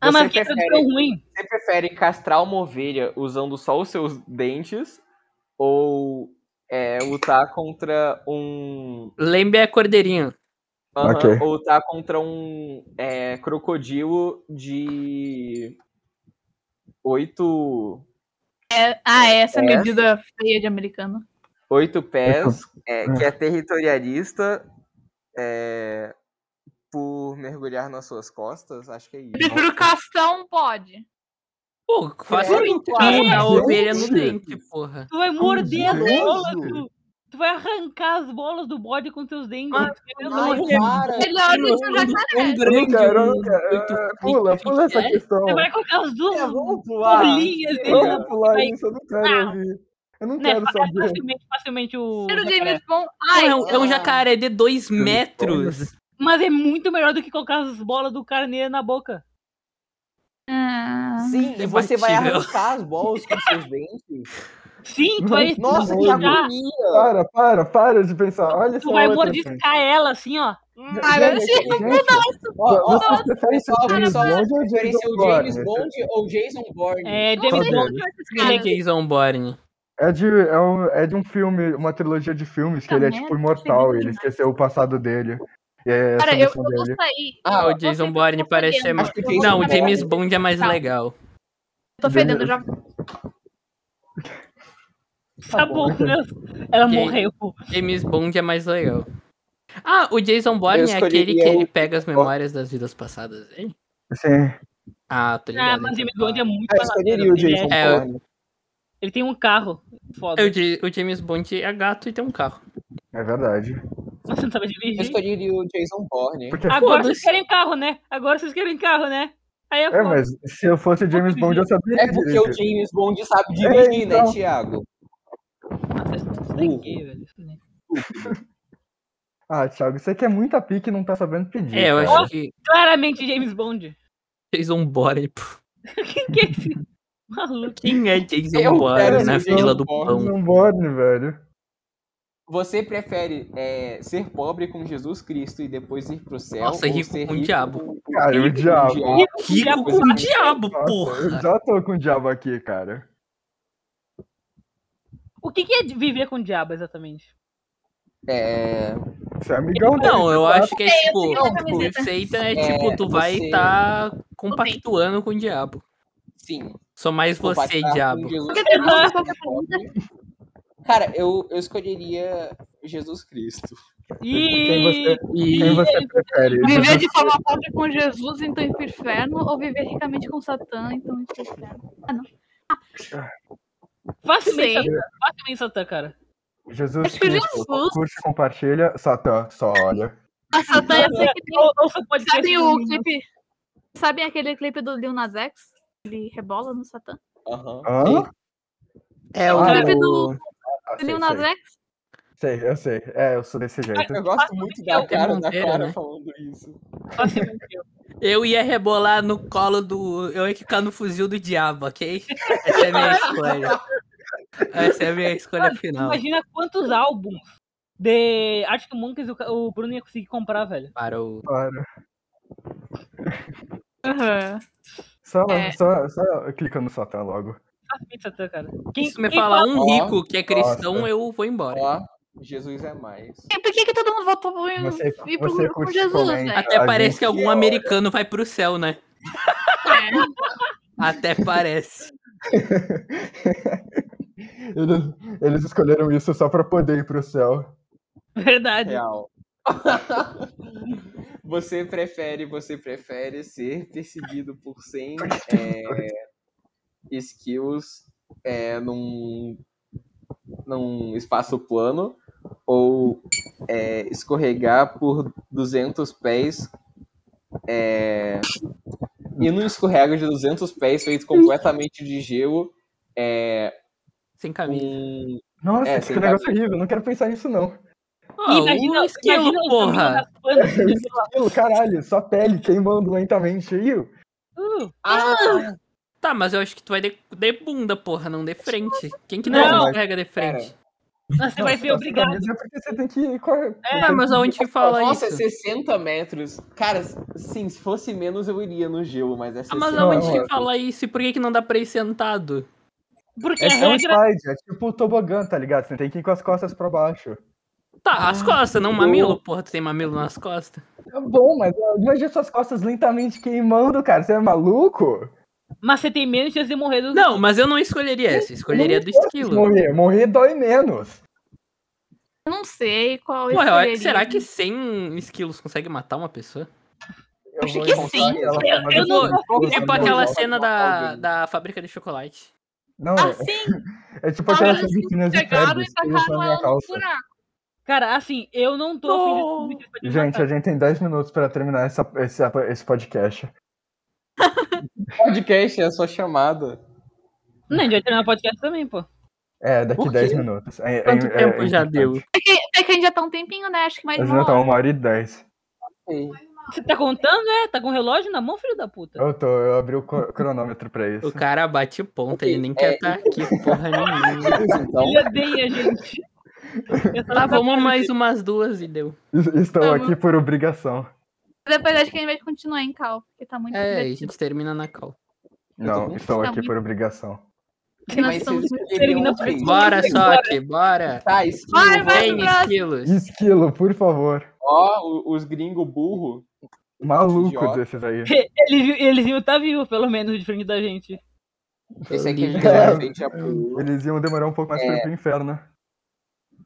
[SPEAKER 5] Ah, mas
[SPEAKER 2] Você
[SPEAKER 5] que
[SPEAKER 2] prefere-
[SPEAKER 5] tradução ruim.
[SPEAKER 2] Você prefere castrar uma ovelha usando só os seus dentes ou é, lutar contra um.
[SPEAKER 1] Lembre é cordeirinho.
[SPEAKER 2] Aham,
[SPEAKER 4] Ok.
[SPEAKER 2] Ou lutar contra um é, crocodilo de. Oito.
[SPEAKER 3] Ah, essa
[SPEAKER 2] Essa.
[SPEAKER 3] é medida feia de americano.
[SPEAKER 2] Oito
[SPEAKER 4] Tipo,
[SPEAKER 2] pés, é, que é territorialista é, por mergulhar nas suas costas, acho que é isso.
[SPEAKER 3] Prefiro castar um pod.
[SPEAKER 1] Pô, facilmente
[SPEAKER 2] Sério,
[SPEAKER 1] é, a
[SPEAKER 4] cara?
[SPEAKER 1] ovelha no
[SPEAKER 4] Gente.
[SPEAKER 1] dente, porra.
[SPEAKER 5] Tu vai morder as
[SPEAKER 4] Deus.
[SPEAKER 5] bolas do. Tu vai arrancar as bolas do bode com teus dentes.
[SPEAKER 1] Mas-
[SPEAKER 5] Meu
[SPEAKER 2] Ai,
[SPEAKER 5] Deus.
[SPEAKER 2] para!
[SPEAKER 3] Melhor do que
[SPEAKER 1] Nossa,
[SPEAKER 3] um jacaré.
[SPEAKER 1] quão
[SPEAKER 4] Eu não
[SPEAKER 1] grande
[SPEAKER 4] quero, eu
[SPEAKER 1] um-
[SPEAKER 4] não quero.
[SPEAKER 1] oito
[SPEAKER 4] Ah,
[SPEAKER 1] feet
[SPEAKER 4] Pula, pula essa
[SPEAKER 1] é?
[SPEAKER 4] questão.
[SPEAKER 5] Você vai colocar as duas
[SPEAKER 2] É, vamos pular.
[SPEAKER 5] bolinhas dele na
[SPEAKER 4] Vamos pular isso, eu não quero ouvir. Eu não é
[SPEAKER 5] né?
[SPEAKER 4] quero saber.
[SPEAKER 5] Facilmente, facilmente o.
[SPEAKER 3] Primeiro
[SPEAKER 5] jacaré.
[SPEAKER 3] James Bond.
[SPEAKER 1] um Não,
[SPEAKER 3] Ai,
[SPEAKER 1] é, um, é um jacaré de dois
[SPEAKER 4] não
[SPEAKER 1] metros.
[SPEAKER 5] Mas é muito melhor do que colocar as bolas do carneiro na boca.
[SPEAKER 3] ah,
[SPEAKER 2] Sim, e você vai
[SPEAKER 1] Imbatível.
[SPEAKER 2] arrancar as bolas com seus dentes.
[SPEAKER 5] Sim, tu vai.
[SPEAKER 2] Nossa, que
[SPEAKER 5] tu vai-
[SPEAKER 2] agonia!
[SPEAKER 4] Para, para, para de pensar. Olha
[SPEAKER 5] Tu
[SPEAKER 4] só
[SPEAKER 5] vai
[SPEAKER 4] é outra coisa.
[SPEAKER 5] mordiscar ela assim, ó.
[SPEAKER 3] Cara,
[SPEAKER 4] Gente,
[SPEAKER 3] gente,
[SPEAKER 4] gente,
[SPEAKER 2] Ó, ó,
[SPEAKER 4] vocês preferem ser
[SPEAKER 2] pessoal,
[SPEAKER 4] James
[SPEAKER 2] pessoal,
[SPEAKER 4] Bond ou James
[SPEAKER 2] Preferência é o James
[SPEAKER 4] Bond?
[SPEAKER 2] Bond ou Jason Bourne?
[SPEAKER 5] É,
[SPEAKER 3] não
[SPEAKER 5] James
[SPEAKER 3] sei
[SPEAKER 5] Bond.
[SPEAKER 3] como são esses
[SPEAKER 1] Quem é
[SPEAKER 3] caras.
[SPEAKER 1] Jason Bourne?
[SPEAKER 4] É de, é, um, é de um filme, uma trilogia de filmes que
[SPEAKER 3] Puta
[SPEAKER 4] ele é
[SPEAKER 3] merda,
[SPEAKER 4] tipo imortal,
[SPEAKER 3] chega
[SPEAKER 4] ele esqueceu o passado dele. E é essa
[SPEAKER 3] Cara,
[SPEAKER 4] a
[SPEAKER 3] eu, eu
[SPEAKER 4] missão
[SPEAKER 3] vou
[SPEAKER 4] dele.
[SPEAKER 3] sair.
[SPEAKER 1] Ah, o
[SPEAKER 3] Eu
[SPEAKER 1] Jason
[SPEAKER 3] vou
[SPEAKER 1] Bourne
[SPEAKER 3] sair,
[SPEAKER 1] parece ser.
[SPEAKER 3] eu vou
[SPEAKER 2] Acho que
[SPEAKER 3] sair.
[SPEAKER 1] Não, o
[SPEAKER 2] Jason
[SPEAKER 1] James Bond é mais
[SPEAKER 3] Tá.
[SPEAKER 1] legal.
[SPEAKER 3] Eu tô fedendo, eu já
[SPEAKER 5] Tá bom, né? Ela
[SPEAKER 1] Ok.
[SPEAKER 5] morreu.
[SPEAKER 1] James Bond é mais legal. Ah, o Jason Bourne é
[SPEAKER 2] escolheria
[SPEAKER 1] aquele que ele
[SPEAKER 2] o-
[SPEAKER 1] pega as memórias das vidas passadas, hein?
[SPEAKER 4] Sim.
[SPEAKER 1] Ah, tô ligado.
[SPEAKER 5] Ah, mas
[SPEAKER 1] então.
[SPEAKER 5] James Bond é muito
[SPEAKER 2] Ah, eu
[SPEAKER 5] baladeiro.
[SPEAKER 2] escolheria o
[SPEAKER 5] Ele,
[SPEAKER 2] Jason
[SPEAKER 5] é-
[SPEAKER 1] É, eu-
[SPEAKER 2] Bourne.
[SPEAKER 5] ele tem um carro. Foda.
[SPEAKER 1] É, o Ja- o James Bond é gato e tem um carro.
[SPEAKER 4] É verdade.
[SPEAKER 5] Mas Você não sabe
[SPEAKER 2] Eu
[SPEAKER 5] dirigir.
[SPEAKER 2] escolheria o Jason Bourne.
[SPEAKER 4] Porque,
[SPEAKER 5] Agora
[SPEAKER 1] Foda-se.
[SPEAKER 5] vocês querem carro, né? Agora vocês querem carro, né? Aí é
[SPEAKER 4] é,
[SPEAKER 5] foda.
[SPEAKER 4] mas se eu fosse James Bond, eu sabia
[SPEAKER 2] É porque o
[SPEAKER 4] dirigir.
[SPEAKER 2] James Bond sabe dirigir, né,
[SPEAKER 4] então.
[SPEAKER 2] Thiago?
[SPEAKER 5] Nossa, isso daqui, velho. isso é-" daqui.
[SPEAKER 4] Ah, Thiago, você quer muita pique e não tá sabendo pedir.
[SPEAKER 1] É, eu
[SPEAKER 4] cara.
[SPEAKER 1] acho que
[SPEAKER 5] Claramente James Bond.
[SPEAKER 1] Jason Bourne. pô,
[SPEAKER 5] Quem que é esse maluco?
[SPEAKER 1] Quem é Jason
[SPEAKER 2] Eu
[SPEAKER 1] Bourne
[SPEAKER 2] quero
[SPEAKER 1] na
[SPEAKER 2] ser
[SPEAKER 1] fila
[SPEAKER 2] Jason
[SPEAKER 1] do
[SPEAKER 2] Bourne.
[SPEAKER 1] pão?
[SPEAKER 4] Jason Bourne, velho.
[SPEAKER 2] Você prefere é, ser pobre com Jesus Cristo e depois ir pro céu?
[SPEAKER 1] Nossa, é
[SPEAKER 2] ou
[SPEAKER 1] rico
[SPEAKER 2] ser
[SPEAKER 1] com o diabo.
[SPEAKER 4] Cara, o
[SPEAKER 5] Rico,
[SPEAKER 4] diabo.
[SPEAKER 2] Tá
[SPEAKER 1] Rico
[SPEAKER 5] Diabo,
[SPEAKER 1] com o
[SPEAKER 5] sabe?
[SPEAKER 1] diabo,
[SPEAKER 4] Nossa,
[SPEAKER 1] porra!
[SPEAKER 4] eu já tô com o diabo aqui, cara.
[SPEAKER 5] O que, que é de viver com o diabo, exatamente?
[SPEAKER 2] É,
[SPEAKER 4] Você é amigão dele.
[SPEAKER 1] Não, eu acho que é tipo.
[SPEAKER 3] eu tenho
[SPEAKER 1] O
[SPEAKER 3] uma camiseta.
[SPEAKER 1] receita é
[SPEAKER 2] É,
[SPEAKER 1] tipo, tu vai
[SPEAKER 2] você-
[SPEAKER 1] estar tá compactuando com o diabo.
[SPEAKER 2] sim.
[SPEAKER 1] Só mais você,
[SPEAKER 2] compactar com
[SPEAKER 1] diabo.
[SPEAKER 2] Jesus
[SPEAKER 3] Qualquer
[SPEAKER 2] Cristo.
[SPEAKER 3] pergunta, qualquer pergunta.
[SPEAKER 2] Cara, eu, eu escolheria Jesus Cristo.
[SPEAKER 5] E...
[SPEAKER 1] E
[SPEAKER 4] Quem você prefere?
[SPEAKER 3] Viver
[SPEAKER 4] Jesus-
[SPEAKER 3] de forma pobre com Jesus, então ir pro inferno, ou viver ricamente com Satã, então ir pro inferno.
[SPEAKER 5] Facilmente,
[SPEAKER 3] Sei.
[SPEAKER 5] Satã, facilmente Satã, cara.
[SPEAKER 4] Jesus
[SPEAKER 3] Acho que
[SPEAKER 4] Cristo,
[SPEAKER 3] Jesus.
[SPEAKER 4] curte, compartilha, Satã, só olha.
[SPEAKER 3] A Satã ia ser que tem.
[SPEAKER 5] Ou- ouça o podcast
[SPEAKER 3] Sabe
[SPEAKER 5] do
[SPEAKER 3] o
[SPEAKER 5] Lil
[SPEAKER 3] clipe? Sabe aquele clipe do Lil Nas X? Ele rebola no Satã?
[SPEAKER 2] Aham.
[SPEAKER 4] Hã?
[SPEAKER 1] Sim. É o.
[SPEAKER 4] Ah,
[SPEAKER 3] clipe do
[SPEAKER 4] Ah,
[SPEAKER 3] Lil
[SPEAKER 4] sei,
[SPEAKER 3] Nas
[SPEAKER 4] sei,
[SPEAKER 3] X?
[SPEAKER 4] sei, eu sei. É, eu sou desse jeito.
[SPEAKER 2] Eu gosto muito da
[SPEAKER 1] o Pedro
[SPEAKER 2] cara da
[SPEAKER 1] Monteiro,
[SPEAKER 2] Clara
[SPEAKER 1] né?
[SPEAKER 2] falando isso.
[SPEAKER 5] Nossa, meu Deus.
[SPEAKER 1] Eu ia rebolar no colo do. Eu ia ficar no fuzil do diabo, ok? Essa é a minha escolha. Essa é a minha escolha final.
[SPEAKER 5] Imagina quantos álbuns de Arctic Monkeys o ca- o Bruno ia conseguir comprar, velho.
[SPEAKER 1] Para o.
[SPEAKER 4] Claro.
[SPEAKER 3] Aham.
[SPEAKER 4] Só,
[SPEAKER 3] É.
[SPEAKER 4] só, só clica no Satã logo.
[SPEAKER 5] Faz pizza, tá, cara.
[SPEAKER 1] Quem, se me
[SPEAKER 5] quem
[SPEAKER 1] falar um
[SPEAKER 2] Ó,
[SPEAKER 1] rico que é cristão,
[SPEAKER 4] nossa.
[SPEAKER 1] eu vou embora.
[SPEAKER 2] Ó, Jesus é mais.
[SPEAKER 3] E Por que, que todo mundo votou pro,
[SPEAKER 4] Você-
[SPEAKER 3] ir pro
[SPEAKER 4] você
[SPEAKER 3] grupo com
[SPEAKER 4] curte
[SPEAKER 3] Jesus,
[SPEAKER 4] comédia.
[SPEAKER 3] velho?
[SPEAKER 1] Até
[SPEAKER 4] A
[SPEAKER 1] parece
[SPEAKER 4] gente-
[SPEAKER 1] que algum americano vai pro céu, né?
[SPEAKER 3] É,
[SPEAKER 1] Até parece.
[SPEAKER 4] Eles, eles escolheram isso só pra poder ir pro céu.
[SPEAKER 5] Verdade.
[SPEAKER 2] Real. você prefere, você prefere ser perseguido por 100 é, skills é, num, num espaço plano ou é, escorregar por 200 pés é, e num escorrega de 200 pés feito completamente de gelo é,
[SPEAKER 1] Sem camisa.
[SPEAKER 2] com...
[SPEAKER 4] Nossa,
[SPEAKER 2] É,
[SPEAKER 4] que
[SPEAKER 2] sem
[SPEAKER 4] negócio horrível, não quero pensar nisso não.
[SPEAKER 1] Ah, um esquilo,
[SPEAKER 5] imagina o
[SPEAKER 1] porra.
[SPEAKER 5] tamanho das plantas, sei lá.
[SPEAKER 4] Ih, Caralho, só pele queimando lentamente. Ih,
[SPEAKER 5] Uh,
[SPEAKER 1] Tá, mas eu acho que tu vai de, de bunda, porra, não de frente. Quem que
[SPEAKER 5] Não,
[SPEAKER 1] não,
[SPEAKER 4] mas-
[SPEAKER 1] escorrega de frente?
[SPEAKER 5] Você vai ser
[SPEAKER 4] Nossa,
[SPEAKER 5] obrigado.
[SPEAKER 4] mas É porque você tem que ir com a-
[SPEAKER 1] Ah, mas aonde que fala
[SPEAKER 2] Nossa, é
[SPEAKER 1] isso?
[SPEAKER 2] 60 metros. Cara, sim, se fosse menos eu iria no gelo, mas é
[SPEAKER 1] Ah,
[SPEAKER 2] 60
[SPEAKER 1] mas
[SPEAKER 4] Não,
[SPEAKER 1] aonde que
[SPEAKER 4] mano.
[SPEAKER 1] fala isso? E por que, que não dá pra ir sentado?
[SPEAKER 5] Porque
[SPEAKER 1] É
[SPEAKER 5] a
[SPEAKER 1] só um
[SPEAKER 4] É um
[SPEAKER 5] regra.
[SPEAKER 4] slide, é tipo o tobogã, tá ligado? Você tem que ir com as costas pra baixo.
[SPEAKER 1] Tá, as costas, não mamilo, porra. Tu tem mamilo nas costas?
[SPEAKER 4] É bom, mas ó, imagina suas costas lentamente queimando, cara. Você é maluco?
[SPEAKER 5] Mas é você tem menos chance de morrer do
[SPEAKER 1] Não, mas eu não escolheria essa. Eu escolheria do esquilo.
[SPEAKER 4] Morrer, morrer dói menos.
[SPEAKER 3] Eu não sei qual
[SPEAKER 1] Porra, eu acho-
[SPEAKER 3] escolheria.
[SPEAKER 1] será que 100 esquilos consegue matar uma pessoa?
[SPEAKER 4] Eu
[SPEAKER 3] Acho
[SPEAKER 4] vou
[SPEAKER 3] que
[SPEAKER 4] encontrar
[SPEAKER 3] sim.
[SPEAKER 4] ela
[SPEAKER 5] Eu-
[SPEAKER 4] tomando
[SPEAKER 5] eu não
[SPEAKER 4] um
[SPEAKER 5] vou-
[SPEAKER 4] couro,
[SPEAKER 1] Tipo
[SPEAKER 4] tomando
[SPEAKER 1] aquela
[SPEAKER 4] um couro.
[SPEAKER 1] cena da, da fábrica de chocolate.
[SPEAKER 4] Não, é-
[SPEAKER 3] Assim,
[SPEAKER 4] é tipo aquela
[SPEAKER 3] Olha,
[SPEAKER 4] cena de Phineas e
[SPEAKER 3] pegaram
[SPEAKER 4] Ferb,
[SPEAKER 3] assim, e tacaram
[SPEAKER 4] esquilo na é minha
[SPEAKER 3] ela no
[SPEAKER 4] calça.
[SPEAKER 3] buraco.
[SPEAKER 5] Cara, assim, eu não tô afim de
[SPEAKER 1] Não.
[SPEAKER 5] discutir pra te
[SPEAKER 4] Gente, é- a
[SPEAKER 5] matar.
[SPEAKER 4] gente tem 10 minutos pra terminar essa, esse, esse podcast.
[SPEAKER 2] Podcast é a sua chamada.
[SPEAKER 5] Não, a gente vai terminar o podcast também, pô.
[SPEAKER 4] É, daqui
[SPEAKER 2] Por
[SPEAKER 4] 10
[SPEAKER 2] quê?
[SPEAKER 4] minutos. É- é-
[SPEAKER 1] Quanto
[SPEAKER 4] é-
[SPEAKER 1] tempo
[SPEAKER 4] é
[SPEAKER 1] já
[SPEAKER 4] importante.
[SPEAKER 1] deu?
[SPEAKER 3] É que, é que a gente já tá um tempinho, né? Acho que mais
[SPEAKER 4] Hoje
[SPEAKER 3] uma
[SPEAKER 4] já tá
[SPEAKER 3] hora.
[SPEAKER 4] uma hora e 10.
[SPEAKER 5] Você tá contando, é? Tá com o relógio na mão, filho da puta?
[SPEAKER 4] Eu tô, eu abri o cro- cronômetro pra isso.
[SPEAKER 1] O cara bate ponta,
[SPEAKER 2] Ok,
[SPEAKER 1] ele nem quer
[SPEAKER 2] é,
[SPEAKER 1] estar aqui, porra nenhuma.
[SPEAKER 2] Então,
[SPEAKER 5] Ele odeia a gente. Eu
[SPEAKER 1] Tá,
[SPEAKER 5] tava-
[SPEAKER 1] vamos mais umas duas e deu.
[SPEAKER 4] Es- Estou
[SPEAKER 3] Vamos.
[SPEAKER 4] aqui por
[SPEAKER 1] Tá
[SPEAKER 4] obrigação.
[SPEAKER 3] Depois acho que a gente vai continuar em cal, porque tá muito
[SPEAKER 1] É, a
[SPEAKER 3] divertido.
[SPEAKER 1] gente termina na call.
[SPEAKER 4] Não,
[SPEAKER 2] bom.
[SPEAKER 4] estou
[SPEAKER 3] Tá
[SPEAKER 4] aqui por obrigação.
[SPEAKER 3] Porque nós
[SPEAKER 2] mas
[SPEAKER 3] somos
[SPEAKER 2] vocês
[SPEAKER 3] muito-
[SPEAKER 2] escolheriam
[SPEAKER 5] Termina
[SPEAKER 2] o quê?
[SPEAKER 1] Bora, Soque, bora!
[SPEAKER 2] Tá, esquilo,
[SPEAKER 3] Vai, vai,
[SPEAKER 2] vai,
[SPEAKER 1] Tem
[SPEAKER 3] vai.
[SPEAKER 1] esquilos.
[SPEAKER 4] Esquilo, por favor.
[SPEAKER 2] Ó, o- os gringos burro.
[SPEAKER 4] Maluco
[SPEAKER 2] Idiota.
[SPEAKER 4] desses aí.
[SPEAKER 5] Ele viu, ele viu, tá vivo, pelo menos, de frente da gente.
[SPEAKER 2] Esse aqui já
[SPEAKER 1] Ligado.
[SPEAKER 2] era feito já pro-
[SPEAKER 4] Eles iam demorar um pouco mais pra ir pro inferno. né?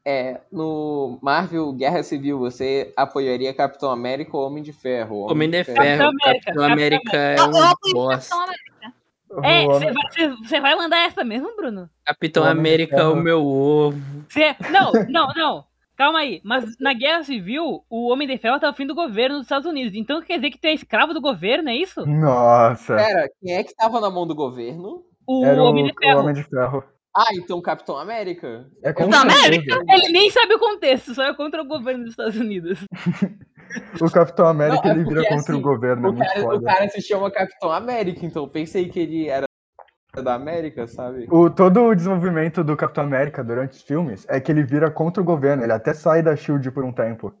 [SPEAKER 2] É, no Marvel Guerra Civil, você apoiaria Capitão América ou Homem de Ferro?
[SPEAKER 1] Homem de é Ferro,
[SPEAKER 5] Capitão América,
[SPEAKER 1] Capitão América é
[SPEAKER 3] Eu amo
[SPEAKER 1] um
[SPEAKER 3] isso,
[SPEAKER 1] bosta.
[SPEAKER 3] então, né?
[SPEAKER 5] É,
[SPEAKER 4] O
[SPEAKER 5] você
[SPEAKER 4] homem-
[SPEAKER 5] vai, cê- cê vai mandar essa mesmo, Bruno?
[SPEAKER 1] Capitão
[SPEAKER 4] Homem de
[SPEAKER 1] América é o
[SPEAKER 4] Ferro.
[SPEAKER 1] meu ovo.
[SPEAKER 5] Cê- Não, não, não. Calma aí. Mas na Guerra Civil, o Homem de Ferro tá ao fim do governo dos Estados Unidos. Então quer dizer que tu é escravo do governo, é isso?
[SPEAKER 4] Nossa.
[SPEAKER 2] Pera, quem é que tava na mão do governo?
[SPEAKER 5] O
[SPEAKER 4] Era o,
[SPEAKER 5] Homem de Ferro.
[SPEAKER 4] o Homem de Ferro.
[SPEAKER 2] Ah, então Capitão América.
[SPEAKER 4] É com
[SPEAKER 3] Capitão
[SPEAKER 4] certeza.
[SPEAKER 5] Ele nem sabe o contexto, só é contra o governo dos Estados Unidos.
[SPEAKER 4] O Capitão América
[SPEAKER 2] Não, é
[SPEAKER 4] ele vira
[SPEAKER 2] porque,
[SPEAKER 4] contra o
[SPEAKER 2] assim,
[SPEAKER 4] governo, é
[SPEAKER 2] O
[SPEAKER 4] muito
[SPEAKER 2] cara, o
[SPEAKER 4] foda.
[SPEAKER 2] cara se chama Capitão América, então eu pensei que ele era da América, sabe?
[SPEAKER 4] O, todo o desenvolvimento do Capitão América durante os filmes é que ele vira contra o governo. Ele até sai da Shield por um tempo.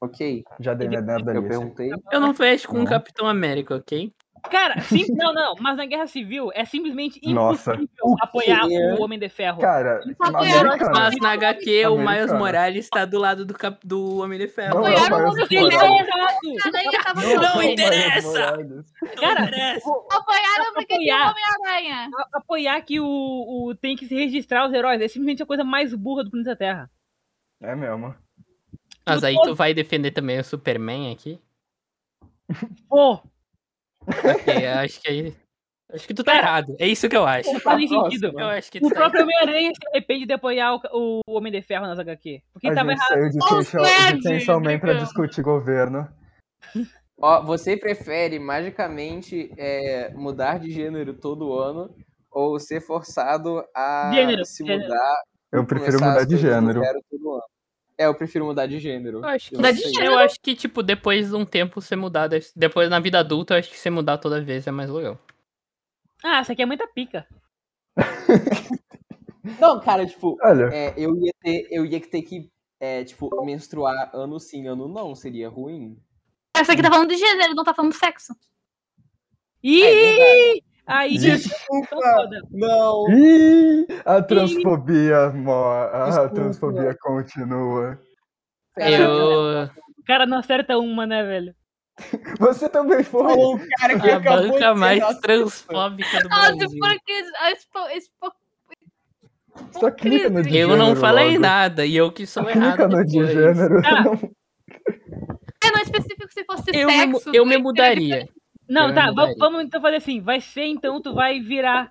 [SPEAKER 2] Ok,
[SPEAKER 4] Já dei minha merda
[SPEAKER 2] eu
[SPEAKER 4] ali. assim.
[SPEAKER 2] perguntei.
[SPEAKER 1] Eu não fecho com
[SPEAKER 4] Não.
[SPEAKER 1] o Capitão América, ok?
[SPEAKER 5] Cara, sim, não, não. Mas na Guerra Civil é simplesmente
[SPEAKER 4] Nossa.
[SPEAKER 5] impossível apoiar o Homem de Ferro.
[SPEAKER 4] Cara,
[SPEAKER 3] Só
[SPEAKER 4] uma
[SPEAKER 3] apoiaram
[SPEAKER 4] americana.
[SPEAKER 1] Mas na HQ, o Miles
[SPEAKER 4] Americano.
[SPEAKER 1] Morales tá do lado do, cap... do Homem de Ferro.
[SPEAKER 4] Não,
[SPEAKER 3] Apoiaram
[SPEAKER 4] não,
[SPEAKER 3] o Homem de
[SPEAKER 5] Ele
[SPEAKER 3] Ferro.
[SPEAKER 5] é errado.
[SPEAKER 3] Cara, ele tava
[SPEAKER 1] Não,
[SPEAKER 3] só-
[SPEAKER 1] não interessa!
[SPEAKER 5] Cara,
[SPEAKER 3] Apoiaram porque tinha o
[SPEAKER 5] Apoiar.
[SPEAKER 3] Homem-Aranha.
[SPEAKER 5] a- apoiar que o, o tem que se registrar os heróis é simplesmente a coisa mais burra do planeta Terra.
[SPEAKER 4] É mesmo.
[SPEAKER 1] Mas aí tu vai defender também o Superman aqui?
[SPEAKER 5] Pô,
[SPEAKER 1] Ok, eu acho que aí. Acho que tu tá errado. É isso que eu acho.
[SPEAKER 5] Não faz nem
[SPEAKER 4] Nossa,
[SPEAKER 5] sentido.
[SPEAKER 1] Eu acho que tu
[SPEAKER 5] O
[SPEAKER 1] tá
[SPEAKER 5] próprio Homem-Aranha se arrepende de apoiar o, o Homem de Ferro nas HQ. Porque
[SPEAKER 4] a
[SPEAKER 5] tava
[SPEAKER 4] gente
[SPEAKER 5] errado.
[SPEAKER 4] saiu de
[SPEAKER 7] Olha os
[SPEAKER 4] Chainsaw- de
[SPEAKER 7] nerds,
[SPEAKER 4] Chainsaw Man pra
[SPEAKER 7] brigando.
[SPEAKER 4] discutir governo.
[SPEAKER 2] Ó, você prefere magicamente é, mudar de gênero todo ano ou ser forçado a
[SPEAKER 5] Gênero,
[SPEAKER 2] se
[SPEAKER 5] gênero.
[SPEAKER 2] mudar?
[SPEAKER 4] Eu prefiro
[SPEAKER 2] começar
[SPEAKER 4] mudar
[SPEAKER 2] as
[SPEAKER 4] de
[SPEAKER 2] coisas do
[SPEAKER 4] gênero.
[SPEAKER 2] zero todo ano? É, eu prefiro mudar de gênero.
[SPEAKER 1] Eu acho que,
[SPEAKER 2] Mudar de
[SPEAKER 1] eu,
[SPEAKER 7] gênero.
[SPEAKER 1] acho que, tipo, depois de um tempo você mudar. deve- Depois na vida adulta, eu acho que você mudar toda vez é mais legal.
[SPEAKER 5] Ah, isso aqui é muita pica.
[SPEAKER 2] Não, cara, tipo,
[SPEAKER 4] Olha,
[SPEAKER 2] é, eu, ia ter, eu ia ter que, é, tipo, menstruar ano sim, ano não. Seria ruim.
[SPEAKER 7] Essa aqui tá falando de gênero, não tá falando sexo.
[SPEAKER 5] Ih! Aí, então
[SPEAKER 2] Desculpa!
[SPEAKER 5] foda.
[SPEAKER 2] Não!
[SPEAKER 4] ih, a transfobia, mo- a
[SPEAKER 2] Desculpa.
[SPEAKER 4] transfobia continua.
[SPEAKER 2] É.
[SPEAKER 1] Eu.
[SPEAKER 5] O cara não acerta uma, né, velho?
[SPEAKER 4] Você também foi.
[SPEAKER 2] Falou o cara que
[SPEAKER 1] A
[SPEAKER 2] acabou de
[SPEAKER 1] banca
[SPEAKER 2] ser
[SPEAKER 1] mais
[SPEAKER 2] racista.
[SPEAKER 1] transfóbica do
[SPEAKER 7] Ah, se
[SPEAKER 1] Brasil.
[SPEAKER 7] for que a expo- expo-
[SPEAKER 4] Só clica no de
[SPEAKER 1] Eu não
[SPEAKER 4] gênero
[SPEAKER 1] falei
[SPEAKER 4] logo.
[SPEAKER 1] nada e eu que sou
[SPEAKER 4] Clica
[SPEAKER 1] errado.
[SPEAKER 4] no de
[SPEAKER 1] depois.
[SPEAKER 4] gênero.
[SPEAKER 5] Ah,
[SPEAKER 4] Não-
[SPEAKER 7] É, não é específico se fosse
[SPEAKER 1] Eu, me, mu-
[SPEAKER 7] sexo.
[SPEAKER 1] eu me
[SPEAKER 7] né?
[SPEAKER 1] mudaria.
[SPEAKER 5] Não,
[SPEAKER 1] Eu
[SPEAKER 5] tá,
[SPEAKER 1] mudaria.
[SPEAKER 5] va- vamos então fazer assim. Vai ser então, tu vai virar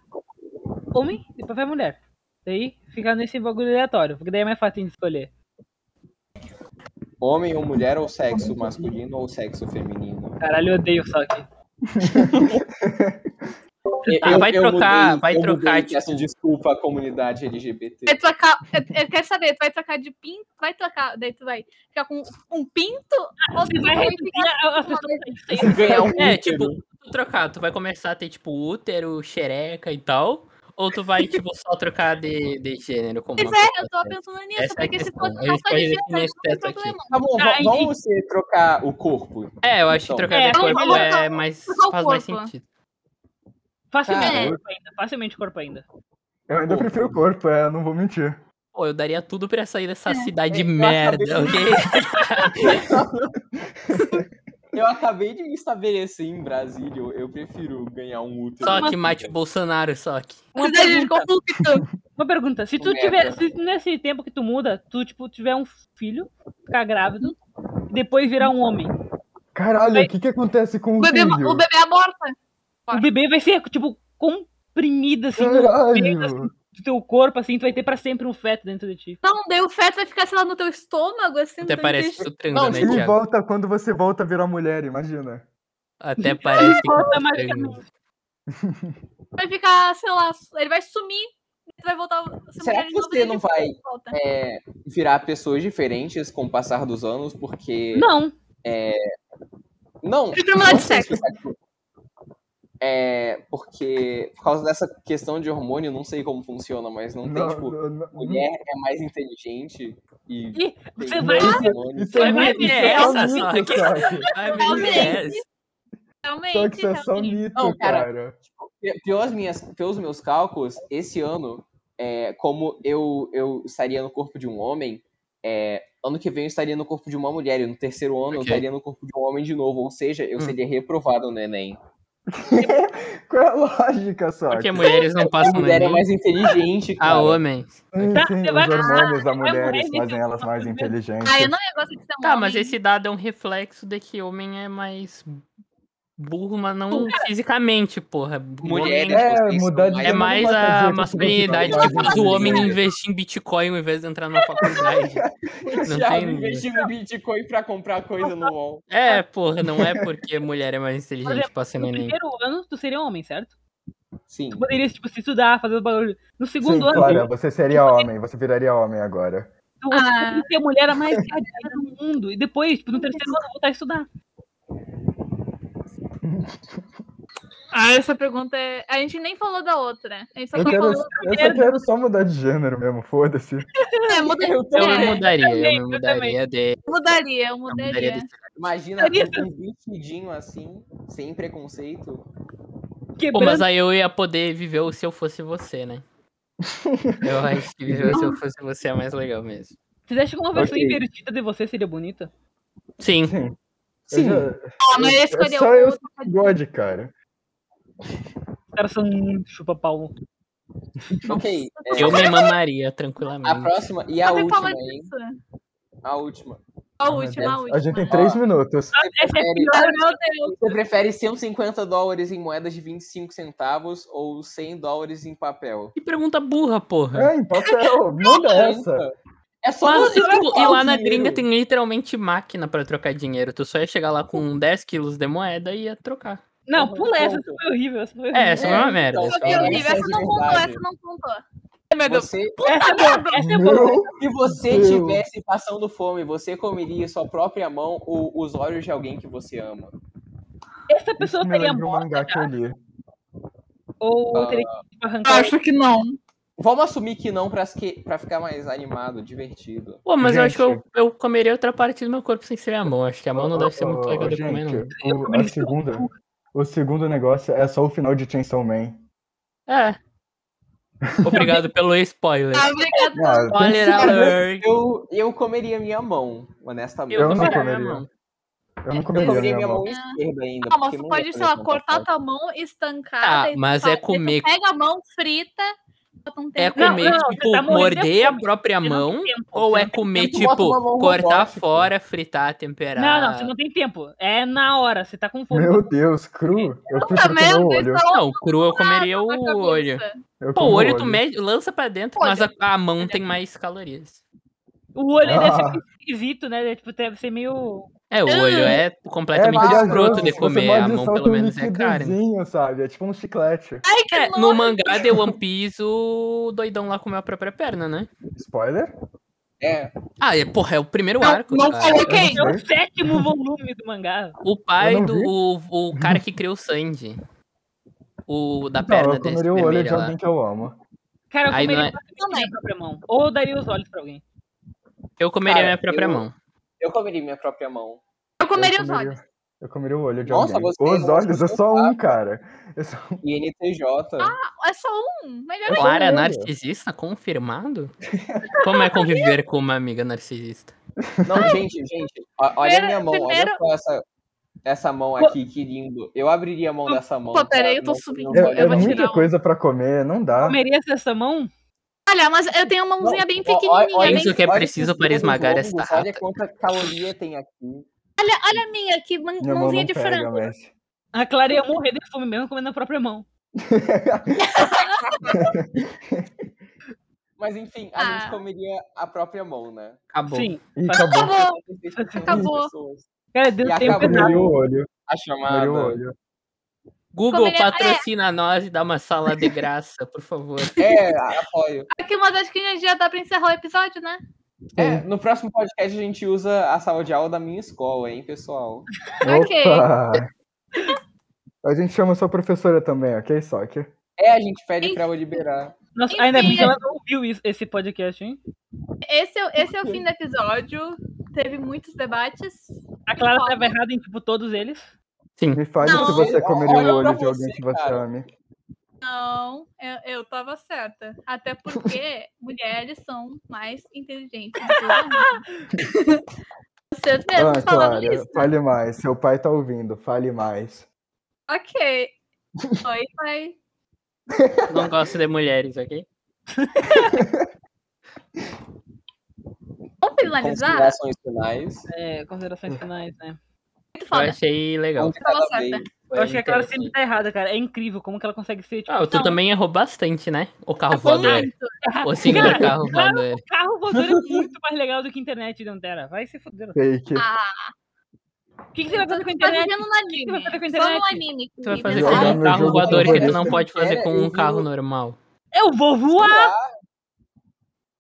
[SPEAKER 5] homem, depois vai mulher. Daí fica nesse bagulho aleatório, porque daí é mais fácil de escolher.
[SPEAKER 2] Homem ou mulher ou sexo masculino ou sexo feminino?
[SPEAKER 5] Caralho, eu odeio só que.
[SPEAKER 1] Ah, vai trocar, vai trocar,
[SPEAKER 2] eu peço
[SPEAKER 1] tipo-
[SPEAKER 2] desculpa à comunidade LGBT.
[SPEAKER 7] Vai trocar, eu, eu quero saber, tu vai trocar de pinto, vai trocar, daí tu vai ficar com um pinto,
[SPEAKER 1] Ah,
[SPEAKER 7] ou tu vai ficar
[SPEAKER 5] As
[SPEAKER 7] com uma
[SPEAKER 5] pessoas
[SPEAKER 2] Ganhar um
[SPEAKER 1] É,
[SPEAKER 2] útero.
[SPEAKER 1] tipo, tu trocar, tu vai começar a ter, tipo, útero, xereca e tal. Ou tu vai, tipo, só trocar de, de gênero como
[SPEAKER 7] Pois
[SPEAKER 1] uma
[SPEAKER 7] é,
[SPEAKER 1] pessoa
[SPEAKER 7] eu tava
[SPEAKER 1] trans?
[SPEAKER 7] pensando nisso,
[SPEAKER 1] Essa é a
[SPEAKER 7] porque se
[SPEAKER 1] questão.
[SPEAKER 7] fosse
[SPEAKER 1] A
[SPEAKER 7] só
[SPEAKER 1] gente pode
[SPEAKER 7] de
[SPEAKER 1] definir
[SPEAKER 7] gênero,
[SPEAKER 1] esse
[SPEAKER 7] não tem
[SPEAKER 1] teto aqui.
[SPEAKER 7] problema.
[SPEAKER 2] Tá bom,
[SPEAKER 5] Ah,
[SPEAKER 2] va- vamos você trocar o corpo.
[SPEAKER 1] É, eu acho
[SPEAKER 2] Então.
[SPEAKER 1] que trocar
[SPEAKER 5] É,
[SPEAKER 1] de
[SPEAKER 5] vamos
[SPEAKER 1] corpo
[SPEAKER 7] trocar-
[SPEAKER 1] é mais,
[SPEAKER 7] trocar o
[SPEAKER 1] faz mais
[SPEAKER 7] corpo.
[SPEAKER 1] sentido.
[SPEAKER 5] Facilmente
[SPEAKER 2] Cara.
[SPEAKER 5] corpo ainda, facilmente corpo ainda.
[SPEAKER 4] Eu ainda
[SPEAKER 2] Corpo.
[SPEAKER 4] prefiro o corpo, é, não vou mentir.
[SPEAKER 1] Pô, eu daria tudo pra sair dessa cidade
[SPEAKER 2] Eu
[SPEAKER 1] merda,
[SPEAKER 2] acabei-
[SPEAKER 1] ok?
[SPEAKER 2] Eu acabei de me estabelecer em Brasília, eu- eu prefiro ganhar um útero.
[SPEAKER 1] Só que mate o Bolsonaro, só que.
[SPEAKER 5] Uma
[SPEAKER 7] Cidade de
[SPEAKER 5] pergunta.
[SPEAKER 7] conflito.
[SPEAKER 5] Uma pergunta, se tu
[SPEAKER 2] Merda.
[SPEAKER 5] tiver, se nesse tempo que tu muda, tu tipo tiver um filho, ficar grávido, e depois virar um homem,
[SPEAKER 4] Caralho,
[SPEAKER 5] Vai-
[SPEAKER 4] o que que acontece com
[SPEAKER 7] O
[SPEAKER 4] o
[SPEAKER 7] bebê,
[SPEAKER 4] filho?
[SPEAKER 7] o bebê é aborta.
[SPEAKER 5] o bebê vai ser tipo comprimido assim no peito, assim,
[SPEAKER 4] Caralho.
[SPEAKER 5] do teu corpo assim, tu vai ter pra sempre um feto dentro de ti.
[SPEAKER 7] Não, daí o feto vai ficar, sei lá, no teu estômago, assim. no
[SPEAKER 1] Até
[SPEAKER 7] teu
[SPEAKER 1] parece que
[SPEAKER 7] intestino.
[SPEAKER 1] tu transa, né,
[SPEAKER 4] E
[SPEAKER 1] Thiago?
[SPEAKER 4] volta quando você volta a virar mulher, imagina.
[SPEAKER 1] Até parece que tu
[SPEAKER 5] Automaticamente.
[SPEAKER 1] transa.
[SPEAKER 7] Vai ficar, sei lá, ele vai sumir, ele vai voltar. a ser
[SPEAKER 2] Será
[SPEAKER 7] mulher
[SPEAKER 2] que
[SPEAKER 7] de novo,
[SPEAKER 2] você
[SPEAKER 7] daí
[SPEAKER 2] não
[SPEAKER 7] ele
[SPEAKER 2] vai-
[SPEAKER 7] volta.
[SPEAKER 2] É, virar pessoas diferentes com o passar dos anos, porque.
[SPEAKER 5] Não,
[SPEAKER 2] Não,
[SPEAKER 7] Prefiro mudar
[SPEAKER 2] não
[SPEAKER 7] de
[SPEAKER 2] sei
[SPEAKER 7] sexo.
[SPEAKER 2] explicar, tipo, É, porque por causa dessa questão de hormônio, não sei como funciona, mas não, tem,
[SPEAKER 4] Não,
[SPEAKER 2] tipo,
[SPEAKER 4] não, não,
[SPEAKER 1] Uhum.
[SPEAKER 2] mulher é mais inteligente e.
[SPEAKER 5] Ih,
[SPEAKER 2] tem
[SPEAKER 5] você vai-
[SPEAKER 2] dois hormônios.
[SPEAKER 4] Isso é
[SPEAKER 1] Vai
[SPEAKER 4] muito-
[SPEAKER 1] ver
[SPEAKER 4] isso
[SPEAKER 1] essa,
[SPEAKER 4] só
[SPEAKER 1] só
[SPEAKER 4] mito,
[SPEAKER 1] que-
[SPEAKER 4] Soque.
[SPEAKER 1] tipo, Ai, meu
[SPEAKER 7] Realmente.
[SPEAKER 1] Deus.
[SPEAKER 7] Realmente.
[SPEAKER 4] Só que isso é só
[SPEAKER 7] realmente.
[SPEAKER 4] mito,
[SPEAKER 2] Não, cara.
[SPEAKER 4] cara.
[SPEAKER 2] Pe- Pelas minhas, pelos meus cálculos, esse ano, é, como eu, eu estaria no corpo de um homem, é, ano que vem eu estaria no corpo de uma mulher, e no terceiro ano eu
[SPEAKER 1] Ok.
[SPEAKER 2] estaria no corpo de um homem de novo, ou seja, eu
[SPEAKER 1] Hum.
[SPEAKER 2] seria reprovado no Enem.
[SPEAKER 4] Qual é a lógica, só?
[SPEAKER 1] Porque mulheres não
[SPEAKER 2] A
[SPEAKER 1] passam no
[SPEAKER 2] mulher é
[SPEAKER 1] Enem.
[SPEAKER 2] mais inteligente,
[SPEAKER 1] Ah,
[SPEAKER 2] cara.
[SPEAKER 1] homem.
[SPEAKER 5] Tá,
[SPEAKER 4] Sim,
[SPEAKER 5] você
[SPEAKER 4] os
[SPEAKER 5] vai-
[SPEAKER 4] hormônios da
[SPEAKER 5] vai morrer
[SPEAKER 4] mulher
[SPEAKER 5] nesse
[SPEAKER 4] fazem elas mais
[SPEAKER 5] momento.
[SPEAKER 4] inteligentes.
[SPEAKER 7] Ah, eu não ia gostar de ser um
[SPEAKER 1] Tá, mas
[SPEAKER 7] homem.
[SPEAKER 1] esse dado é um reflexo de que homem é mais burro, mas não fisicamente, porra.
[SPEAKER 2] Mulheres,
[SPEAKER 1] Homem
[SPEAKER 4] É,
[SPEAKER 2] vocês são né?
[SPEAKER 4] mudar de-
[SPEAKER 1] é
[SPEAKER 4] não
[SPEAKER 1] mais
[SPEAKER 4] vai fazer tá
[SPEAKER 1] a
[SPEAKER 4] tudo
[SPEAKER 1] masculinidade
[SPEAKER 4] isso, não vai
[SPEAKER 1] que faz o
[SPEAKER 4] né? fazer
[SPEAKER 1] homem
[SPEAKER 4] isso.
[SPEAKER 1] investir em Bitcoin ao invés de entrar na faculdade. Não
[SPEAKER 2] Já
[SPEAKER 1] tem-
[SPEAKER 2] investindo em Bitcoin pra comprar coisa no UOL.
[SPEAKER 1] É, porra, não é porque mulher é mais
[SPEAKER 5] Por
[SPEAKER 1] inteligente
[SPEAKER 5] exemplo,
[SPEAKER 1] passando no
[SPEAKER 5] no
[SPEAKER 1] Enem.
[SPEAKER 5] primeiro ano tu seria um homem, certo?
[SPEAKER 2] Sim.
[SPEAKER 5] Tu poderia tipo se estudar, fazer os bagulhos. No
[SPEAKER 4] Sim,
[SPEAKER 5] segundo ano,
[SPEAKER 4] Clara, você seria homem, você viraria homem agora.
[SPEAKER 5] tu
[SPEAKER 7] Ah.
[SPEAKER 5] ah. ser a mulher a mais cadeira do mundo e depois, tipo, no terceiro ano voltar a estudar.
[SPEAKER 7] Ah, essa pergunta é. A gente nem falou da outra. A gente só
[SPEAKER 4] Eu,
[SPEAKER 7] tá
[SPEAKER 4] quero,
[SPEAKER 7] falando.
[SPEAKER 4] eu só quero só mudar de gênero mesmo, foda-se.
[SPEAKER 7] É, muda-
[SPEAKER 2] Eu
[SPEAKER 1] Eu
[SPEAKER 2] também.
[SPEAKER 7] É.
[SPEAKER 1] mudaria, eu,
[SPEAKER 5] também,
[SPEAKER 1] me
[SPEAKER 5] eu
[SPEAKER 1] mudaria de.
[SPEAKER 7] mudaria, eu
[SPEAKER 1] Eu
[SPEAKER 7] mudaria.
[SPEAKER 1] mudaria de...
[SPEAKER 2] Imagina um vestidinho assim, sem preconceito.
[SPEAKER 1] Pô, mas
[SPEAKER 5] Quebrando
[SPEAKER 1] aí eu ia poder viver o se eu fosse você, né? Eu acho que viver o se eu fosse você é mais legal mesmo.
[SPEAKER 5] Se fizesse uma versão
[SPEAKER 2] Ok.
[SPEAKER 5] invertida de você, seria bonita.
[SPEAKER 1] Sim.
[SPEAKER 4] Sim.
[SPEAKER 2] Sim.
[SPEAKER 4] Eu já-
[SPEAKER 7] Ah, mas eu escolhi
[SPEAKER 4] é só
[SPEAKER 7] o-
[SPEAKER 4] eu sou God, cara.
[SPEAKER 5] Os caras são muito chupa-pau.
[SPEAKER 2] Ok. é,
[SPEAKER 1] Eu me mamaria
[SPEAKER 2] a
[SPEAKER 1] tranquilamente.
[SPEAKER 2] próxima e a
[SPEAKER 7] Alguém
[SPEAKER 2] última,
[SPEAKER 7] falou
[SPEAKER 2] hein?
[SPEAKER 7] disso?
[SPEAKER 2] A é última.
[SPEAKER 3] A última, a última.
[SPEAKER 4] A gente tem três
[SPEAKER 2] Ó.
[SPEAKER 4] minutos.
[SPEAKER 2] Você
[SPEAKER 7] é
[SPEAKER 2] prefere,
[SPEAKER 3] Ai, meu Deus.
[SPEAKER 2] você prefere 150 dólares em moedas de 25 centavos ou 100 dólares em papel?
[SPEAKER 1] Que pergunta burra, porra.
[SPEAKER 4] É, em papel, muda essa.
[SPEAKER 2] É só
[SPEAKER 1] Lá-
[SPEAKER 2] você
[SPEAKER 1] e, tipo,
[SPEAKER 2] trocar
[SPEAKER 1] e
[SPEAKER 2] o
[SPEAKER 1] lá na
[SPEAKER 2] dinheiro.
[SPEAKER 1] gringa tem literalmente máquina pra trocar dinheiro. Tu só ia chegar lá com 10 quilos de moeda e ia trocar.
[SPEAKER 5] Não,
[SPEAKER 2] Porra,
[SPEAKER 5] pula essa,
[SPEAKER 2] Uhum, ponto.
[SPEAKER 5] essa foi horrível. Essa foi
[SPEAKER 1] É,
[SPEAKER 5] horrível.
[SPEAKER 1] essa é uma merda.
[SPEAKER 2] então,
[SPEAKER 1] essa
[SPEAKER 2] foi
[SPEAKER 1] é uma
[SPEAKER 2] horrível.
[SPEAKER 1] merda.
[SPEAKER 3] Essa não contou,
[SPEAKER 2] verdade.
[SPEAKER 3] essa não contou. Ai, Meu Deus.
[SPEAKER 2] Você,
[SPEAKER 5] Essa é boa, essa é boa.
[SPEAKER 4] Meu
[SPEAKER 2] se você
[SPEAKER 4] Deus.
[SPEAKER 2] tivesse passando fome, você comeria sua própria mão ou os olhos de alguém que você ama?
[SPEAKER 5] Essa pessoa
[SPEAKER 4] me
[SPEAKER 5] teria
[SPEAKER 4] lembra um
[SPEAKER 5] morte
[SPEAKER 4] mangá que eu li.
[SPEAKER 5] ou
[SPEAKER 2] Ah.
[SPEAKER 5] teria que tipo, arrancar
[SPEAKER 7] Acho que não.
[SPEAKER 2] Vamos assumir que não pra, que, pra ficar mais animado, divertido.
[SPEAKER 1] Pô, mas eu acho que eu,
[SPEAKER 4] Gente.
[SPEAKER 1] eu comeria outra parte do meu corpo sem ser a mão. Acho que a mão não deve ser muito
[SPEAKER 4] Ô,
[SPEAKER 1] legal de comer, não.
[SPEAKER 4] Gente, o, a segunda, o segundo negócio é só o final de Chainsaw Man.
[SPEAKER 1] É. Obrigado pelo
[SPEAKER 2] é
[SPEAKER 1] spoiler.
[SPEAKER 7] Ah, obrigada.
[SPEAKER 4] Ah, tem que
[SPEAKER 1] Spoiler
[SPEAKER 4] ser-
[SPEAKER 1] alert.
[SPEAKER 2] Eu, eu comeria minha mão, honestamente.
[SPEAKER 4] Eu não
[SPEAKER 1] comeria
[SPEAKER 4] comeria.
[SPEAKER 1] minha mão.
[SPEAKER 4] eu não
[SPEAKER 2] Eu
[SPEAKER 4] comeria
[SPEAKER 2] comeria
[SPEAKER 4] minha
[SPEAKER 2] minha mão
[SPEAKER 4] mão.
[SPEAKER 2] esquerda ainda.
[SPEAKER 3] Calma,
[SPEAKER 2] porque
[SPEAKER 3] você
[SPEAKER 2] não
[SPEAKER 3] Ah, pode,
[SPEAKER 2] ia
[SPEAKER 3] sei lá,
[SPEAKER 2] comer
[SPEAKER 3] cortar
[SPEAKER 2] tanta
[SPEAKER 3] tua mão, estancar.
[SPEAKER 1] Tá,
[SPEAKER 3] daí tu
[SPEAKER 1] mas
[SPEAKER 3] faz-
[SPEAKER 1] é
[SPEAKER 3] daí tu
[SPEAKER 1] comer.
[SPEAKER 3] Pega a mão, frita, bota um
[SPEAKER 1] É
[SPEAKER 3] tempo.
[SPEAKER 5] Não,
[SPEAKER 1] comer,
[SPEAKER 5] não, você
[SPEAKER 1] tipo,
[SPEAKER 5] tá morrendo de
[SPEAKER 1] morder a
[SPEAKER 5] fome.
[SPEAKER 1] própria
[SPEAKER 5] Você não tem
[SPEAKER 1] mão?
[SPEAKER 5] tempo,
[SPEAKER 1] Ou
[SPEAKER 5] você
[SPEAKER 1] é
[SPEAKER 5] não tem
[SPEAKER 1] comer,
[SPEAKER 5] tempo.
[SPEAKER 2] Tu bota uma
[SPEAKER 1] tipo,
[SPEAKER 2] mão
[SPEAKER 1] cortar
[SPEAKER 2] robótica.
[SPEAKER 1] fora, fritar, temperar?
[SPEAKER 5] Não, não, você não tem tempo. É na hora, você tá com fome.
[SPEAKER 4] Meu Deus, cru. Eu
[SPEAKER 3] Puta
[SPEAKER 4] prefiro comer
[SPEAKER 3] merda,
[SPEAKER 4] o olho.
[SPEAKER 3] isso é
[SPEAKER 1] Não, cru eu comeria
[SPEAKER 3] uma
[SPEAKER 1] o
[SPEAKER 3] cabeça. É
[SPEAKER 1] olho.
[SPEAKER 4] Eu
[SPEAKER 1] Pô,
[SPEAKER 4] como
[SPEAKER 1] o olho tu mede, lança pra dentro,
[SPEAKER 3] Olha.
[SPEAKER 1] mas a, a mão tem mais calorias.
[SPEAKER 5] O olho deve ser
[SPEAKER 4] Ah.
[SPEAKER 5] meio esquisito, né? Deve- Tipo, deve ser meio.
[SPEAKER 1] É, o
[SPEAKER 5] Hum.
[SPEAKER 1] olho é completamente
[SPEAKER 4] maravilhoso,
[SPEAKER 1] escroto de
[SPEAKER 4] você
[SPEAKER 1] comer,
[SPEAKER 4] morde
[SPEAKER 1] a mão
[SPEAKER 4] só
[SPEAKER 1] pelo
[SPEAKER 4] tem um
[SPEAKER 1] menos é carne.
[SPEAKER 4] liquidozinho, sabe? É tipo um chiclete.
[SPEAKER 3] Ai, que
[SPEAKER 1] É,
[SPEAKER 3] nojo.
[SPEAKER 1] no mangá de One Piece, o doidão lá comeu a própria perna, né?
[SPEAKER 4] Spoiler?
[SPEAKER 2] É,
[SPEAKER 1] Ah, é, porra, é o primeiro
[SPEAKER 7] Não-
[SPEAKER 1] arco.
[SPEAKER 7] não
[SPEAKER 1] cara.
[SPEAKER 7] coloquei.
[SPEAKER 5] É o sétimo volume do mangá.
[SPEAKER 1] O pai
[SPEAKER 4] Eu não
[SPEAKER 1] do.
[SPEAKER 4] vi.
[SPEAKER 1] O, o cara que criou o Sandy. O da
[SPEAKER 4] Não, Então,
[SPEAKER 1] perna
[SPEAKER 4] eu
[SPEAKER 1] desse
[SPEAKER 4] comeria o olho de
[SPEAKER 1] vermelha lá.
[SPEAKER 4] alguém que eu amo.
[SPEAKER 5] Cara, eu
[SPEAKER 1] Aí não
[SPEAKER 5] comeria
[SPEAKER 1] é-
[SPEAKER 5] basicamente minha própria mão. Ou eu daria os olhos pra alguém.
[SPEAKER 1] Eu comeria
[SPEAKER 2] Cara,
[SPEAKER 1] minha própria
[SPEAKER 2] eu-
[SPEAKER 1] mão.
[SPEAKER 2] eu comeria minha própria mão.
[SPEAKER 7] Eu comeria os
[SPEAKER 4] eu comeria,
[SPEAKER 7] olhos.
[SPEAKER 4] Eu comeria o olho de
[SPEAKER 2] Nossa,
[SPEAKER 4] alguém.
[SPEAKER 2] você-
[SPEAKER 4] Os olhos, é só um, cara. É só
[SPEAKER 2] INTJ.
[SPEAKER 3] É só um. Melhor
[SPEAKER 4] eu
[SPEAKER 1] Clara
[SPEAKER 4] comeria.
[SPEAKER 1] narcisista, confirmado? Como é conviver com uma amiga narcisista?
[SPEAKER 2] Não, gente, gente, ó- olha a minha mão, olha
[SPEAKER 3] Ah! primeiro-
[SPEAKER 2] só essa, essa mão aqui, que lindo. Eu abriria a mão dessa mão.
[SPEAKER 3] pô, peraí,
[SPEAKER 2] pra
[SPEAKER 3] eu tô
[SPEAKER 2] não
[SPEAKER 3] subindo.
[SPEAKER 2] comer um
[SPEAKER 4] É,
[SPEAKER 2] olho
[SPEAKER 4] é
[SPEAKER 3] Eu vou
[SPEAKER 2] da mão.
[SPEAKER 4] muita
[SPEAKER 3] tirar um.
[SPEAKER 4] coisa pra comer, não dá.
[SPEAKER 5] Comeria essa mão?
[SPEAKER 3] Olha, mas eu tenho uma mãozinha bem
[SPEAKER 2] Ó, ó,
[SPEAKER 3] pequenininha.
[SPEAKER 2] olha
[SPEAKER 1] bem-
[SPEAKER 2] esse
[SPEAKER 1] Isso que é
[SPEAKER 2] olho
[SPEAKER 1] preciso
[SPEAKER 2] aqui
[SPEAKER 1] para
[SPEAKER 2] dos
[SPEAKER 1] esmagar
[SPEAKER 2] longos,
[SPEAKER 1] esta
[SPEAKER 2] Olha
[SPEAKER 1] rata.
[SPEAKER 2] quanta caloria tem aqui.
[SPEAKER 3] Olha, olha a minha, que man-
[SPEAKER 4] Minha mão
[SPEAKER 3] mãozinha
[SPEAKER 4] não
[SPEAKER 3] de
[SPEAKER 4] pega,
[SPEAKER 3] frango.
[SPEAKER 4] mas...
[SPEAKER 5] A Clara ia morrer de fome mesmo comendo a própria mão.
[SPEAKER 2] Mas enfim, a
[SPEAKER 3] Ah.
[SPEAKER 2] gente comeria a própria mão, né?
[SPEAKER 1] Acabou.
[SPEAKER 5] Sim.
[SPEAKER 4] E
[SPEAKER 5] Faz-
[SPEAKER 4] acabou.
[SPEAKER 3] Acabou. Acabou.
[SPEAKER 2] Acabou.
[SPEAKER 5] Cara, deu
[SPEAKER 2] E
[SPEAKER 5] tempo
[SPEAKER 2] acabou.
[SPEAKER 5] errado.
[SPEAKER 4] Comeria o olho.
[SPEAKER 2] A
[SPEAKER 4] Comeria o
[SPEAKER 2] chamada.
[SPEAKER 4] olho.
[SPEAKER 1] Google
[SPEAKER 3] Comeria-
[SPEAKER 1] patrocina nós e dá uma sala de graça, por favor.
[SPEAKER 2] É, apoio.
[SPEAKER 3] Aqui, mas acho que a gente já dá pra encerrar o episódio, né?
[SPEAKER 2] É, no próximo podcast a gente usa a sala de aula da minha escola, hein, pessoal?
[SPEAKER 3] Ok.
[SPEAKER 4] Opa! A gente chama sua professora também, ok, Soccer?
[SPEAKER 2] É, a gente pede pra ela liberar.
[SPEAKER 5] Nossa,
[SPEAKER 3] Enfim,
[SPEAKER 5] ainda bem que
[SPEAKER 3] é-
[SPEAKER 5] ela não ouviu isso- esse podcast, hein?
[SPEAKER 3] Esse é, o- esse é o fim do episódio. Teve muitos debates.
[SPEAKER 5] A Clara
[SPEAKER 3] Qual?
[SPEAKER 5] tava errada em tipo todos eles.
[SPEAKER 4] Me fale
[SPEAKER 3] Não.
[SPEAKER 4] se você comeria
[SPEAKER 2] Olha
[SPEAKER 4] o
[SPEAKER 2] pra
[SPEAKER 4] olho de alguém
[SPEAKER 2] você,
[SPEAKER 4] que você
[SPEAKER 2] cara.
[SPEAKER 4] ame.
[SPEAKER 3] Não, eu, eu tava certa. Até porque mulheres são mais inteligentes. do que homens. Vocês mesmos
[SPEAKER 4] Ah,
[SPEAKER 3] falaram
[SPEAKER 4] Clara,
[SPEAKER 3] isso.
[SPEAKER 4] fale mais. Seu pai tá ouvindo, fale mais.
[SPEAKER 3] Ok. Oi, pai.
[SPEAKER 1] Não gosto de mulheres, ok?
[SPEAKER 3] Vamos finalizar?
[SPEAKER 2] Considerações finais.
[SPEAKER 5] É, considerações finais, né?
[SPEAKER 3] Muito
[SPEAKER 1] Eu
[SPEAKER 3] foda.
[SPEAKER 1] achei legal.
[SPEAKER 2] Um de cada
[SPEAKER 3] certa.
[SPEAKER 2] vez.
[SPEAKER 5] Eu acho que a Clara sempre
[SPEAKER 1] Interessante.
[SPEAKER 5] tá errada, cara. É incrível como que ela consegue ser, tipo,
[SPEAKER 1] Ah, tu
[SPEAKER 3] Não.
[SPEAKER 1] também assim, errou bastante, né? O carro
[SPEAKER 3] Foi
[SPEAKER 1] voador.
[SPEAKER 3] muito.
[SPEAKER 1] O signo
[SPEAKER 5] Cara,
[SPEAKER 1] do carro
[SPEAKER 5] claro.
[SPEAKER 1] voador.
[SPEAKER 5] carro voador é muito mais legal do que internet, Dantera. Vai se fuder.
[SPEAKER 4] Fake.
[SPEAKER 3] Ah,
[SPEAKER 5] O que, que você vai fazer com a
[SPEAKER 3] tá
[SPEAKER 5] internet?
[SPEAKER 3] vivendo no anime.
[SPEAKER 5] vai fazer com a
[SPEAKER 3] Só no
[SPEAKER 5] internet?
[SPEAKER 3] anime.
[SPEAKER 1] Tu vai
[SPEAKER 3] querido.
[SPEAKER 1] fazer
[SPEAKER 4] Jogar
[SPEAKER 1] com um
[SPEAKER 4] meu
[SPEAKER 1] carro
[SPEAKER 4] jogo né?
[SPEAKER 1] voador que tu
[SPEAKER 4] favorito.
[SPEAKER 1] não pode fazer com um
[SPEAKER 2] É,
[SPEAKER 1] carro
[SPEAKER 2] eu-
[SPEAKER 1] normal.
[SPEAKER 5] Eu vou voar!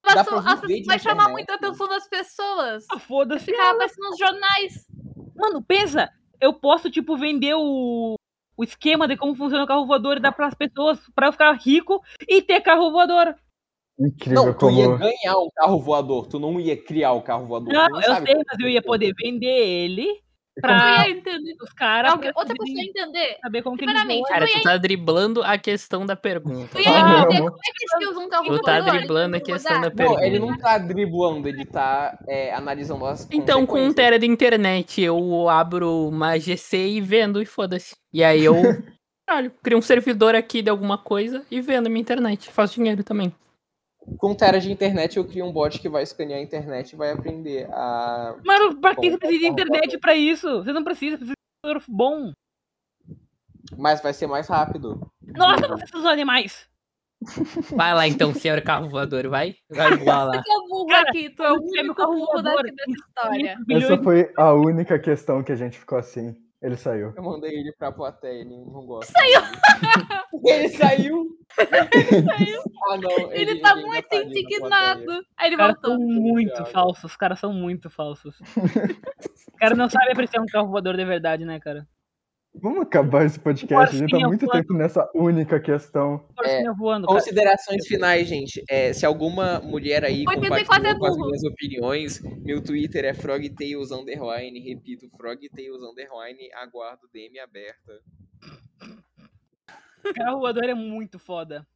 [SPEAKER 3] Mas
[SPEAKER 2] Dá
[SPEAKER 3] tu-
[SPEAKER 2] pra
[SPEAKER 3] as
[SPEAKER 2] viver de
[SPEAKER 3] pessoas- vai chamar
[SPEAKER 2] internet.
[SPEAKER 3] muito a atenção das pessoas.
[SPEAKER 1] Tá.
[SPEAKER 5] Ah, Foda-se.
[SPEAKER 3] Ficar aparecendo nos jornais.
[SPEAKER 5] Mano, pensa, eu posso, tipo, vender o, o esquema de como funciona o carro voador e dar pras pessoas pra eu ficar rico e ter carro voador.
[SPEAKER 4] Incrível
[SPEAKER 2] Não, tu
[SPEAKER 4] como.
[SPEAKER 2] ia ganhar um carro voador, tu não ia criar o carro voador. tu
[SPEAKER 5] Não,
[SPEAKER 2] nem
[SPEAKER 5] eu
[SPEAKER 2] sabe
[SPEAKER 5] sei,
[SPEAKER 2] como
[SPEAKER 5] mas eu ia poder vender ele
[SPEAKER 3] Tu
[SPEAKER 5] pra
[SPEAKER 3] ia entender.
[SPEAKER 5] os caras.
[SPEAKER 3] Alguém-
[SPEAKER 5] Tá. pra
[SPEAKER 3] Outra pessoa
[SPEAKER 5] poderem
[SPEAKER 3] ia entender.
[SPEAKER 5] saber como que eles
[SPEAKER 3] Primeiramente,
[SPEAKER 5] voam.
[SPEAKER 1] Cara,
[SPEAKER 3] tu ia
[SPEAKER 1] tu tá driblando a questão da pergunta.
[SPEAKER 3] Tu ia
[SPEAKER 4] Ah,
[SPEAKER 3] entender
[SPEAKER 4] não.
[SPEAKER 3] como é que se usa um carro
[SPEAKER 1] Tu tá
[SPEAKER 3] voador,
[SPEAKER 1] driblando a
[SPEAKER 3] como
[SPEAKER 1] questão da
[SPEAKER 3] rodar.
[SPEAKER 2] Não, ele
[SPEAKER 1] pergunta.
[SPEAKER 5] né?
[SPEAKER 2] não tá driblando, ele tá é, analisando as
[SPEAKER 1] Então, com um
[SPEAKER 2] consequências.
[SPEAKER 1] tera de internet, eu abro uma GC e vendo e foda-se. E aí eu caralho, crio um servidor aqui de alguma coisa e vendo a minha internet. Faço dinheiro também.
[SPEAKER 2] com tera de internet, eu crio um bot que vai escanear a internet e vai aprender a.
[SPEAKER 5] Mano, pra que você precisa de internet pra isso? Você não precisa, precisa de um computador bom.
[SPEAKER 2] Mas vai ser mais rápido.
[SPEAKER 5] Nossa, vocês são os animais!
[SPEAKER 1] Vai lá então, senhor carro voador, vai. Vai voar lá.
[SPEAKER 7] Tu é o burro
[SPEAKER 5] Cara,
[SPEAKER 7] aqui, tu é o
[SPEAKER 5] eu quero
[SPEAKER 7] único
[SPEAKER 5] meu carro
[SPEAKER 7] burro
[SPEAKER 5] voador.
[SPEAKER 7] daqui dessa história.
[SPEAKER 5] Bilhões
[SPEAKER 4] Essa foi a única questão que a gente ficou assim. Ele saiu.
[SPEAKER 2] Eu mandei ele pra plateia, ele não gosta. Saiu! ele saiu! Ah, não.
[SPEAKER 7] Ele, tá muito
[SPEAKER 2] ainda ali na plateia.
[SPEAKER 7] indignado. Aí ele
[SPEAKER 5] Os caras
[SPEAKER 7] voltou.
[SPEAKER 5] são muito
[SPEAKER 2] Obrigado.
[SPEAKER 5] falsos, os caras são muito falsos. Os caras não sabem apreciar um carro voador de verdade, né, cara?
[SPEAKER 4] Vamos acabar esse podcast. A gente tá
[SPEAKER 5] Porcinha
[SPEAKER 4] muito
[SPEAKER 5] voando.
[SPEAKER 4] tempo nessa única questão.
[SPEAKER 5] Porcinha voando, cara.
[SPEAKER 2] Considerações finais, gente. É, se alguma mulher aí
[SPEAKER 7] 84
[SPEAKER 2] compartilhou
[SPEAKER 7] é
[SPEAKER 2] com as
[SPEAKER 7] burro.
[SPEAKER 2] minhas opiniões, meu Twitter é frogtails underline. Repito, frogtails underline. Aguardo DM aberta.
[SPEAKER 5] Carro voador é muito foda.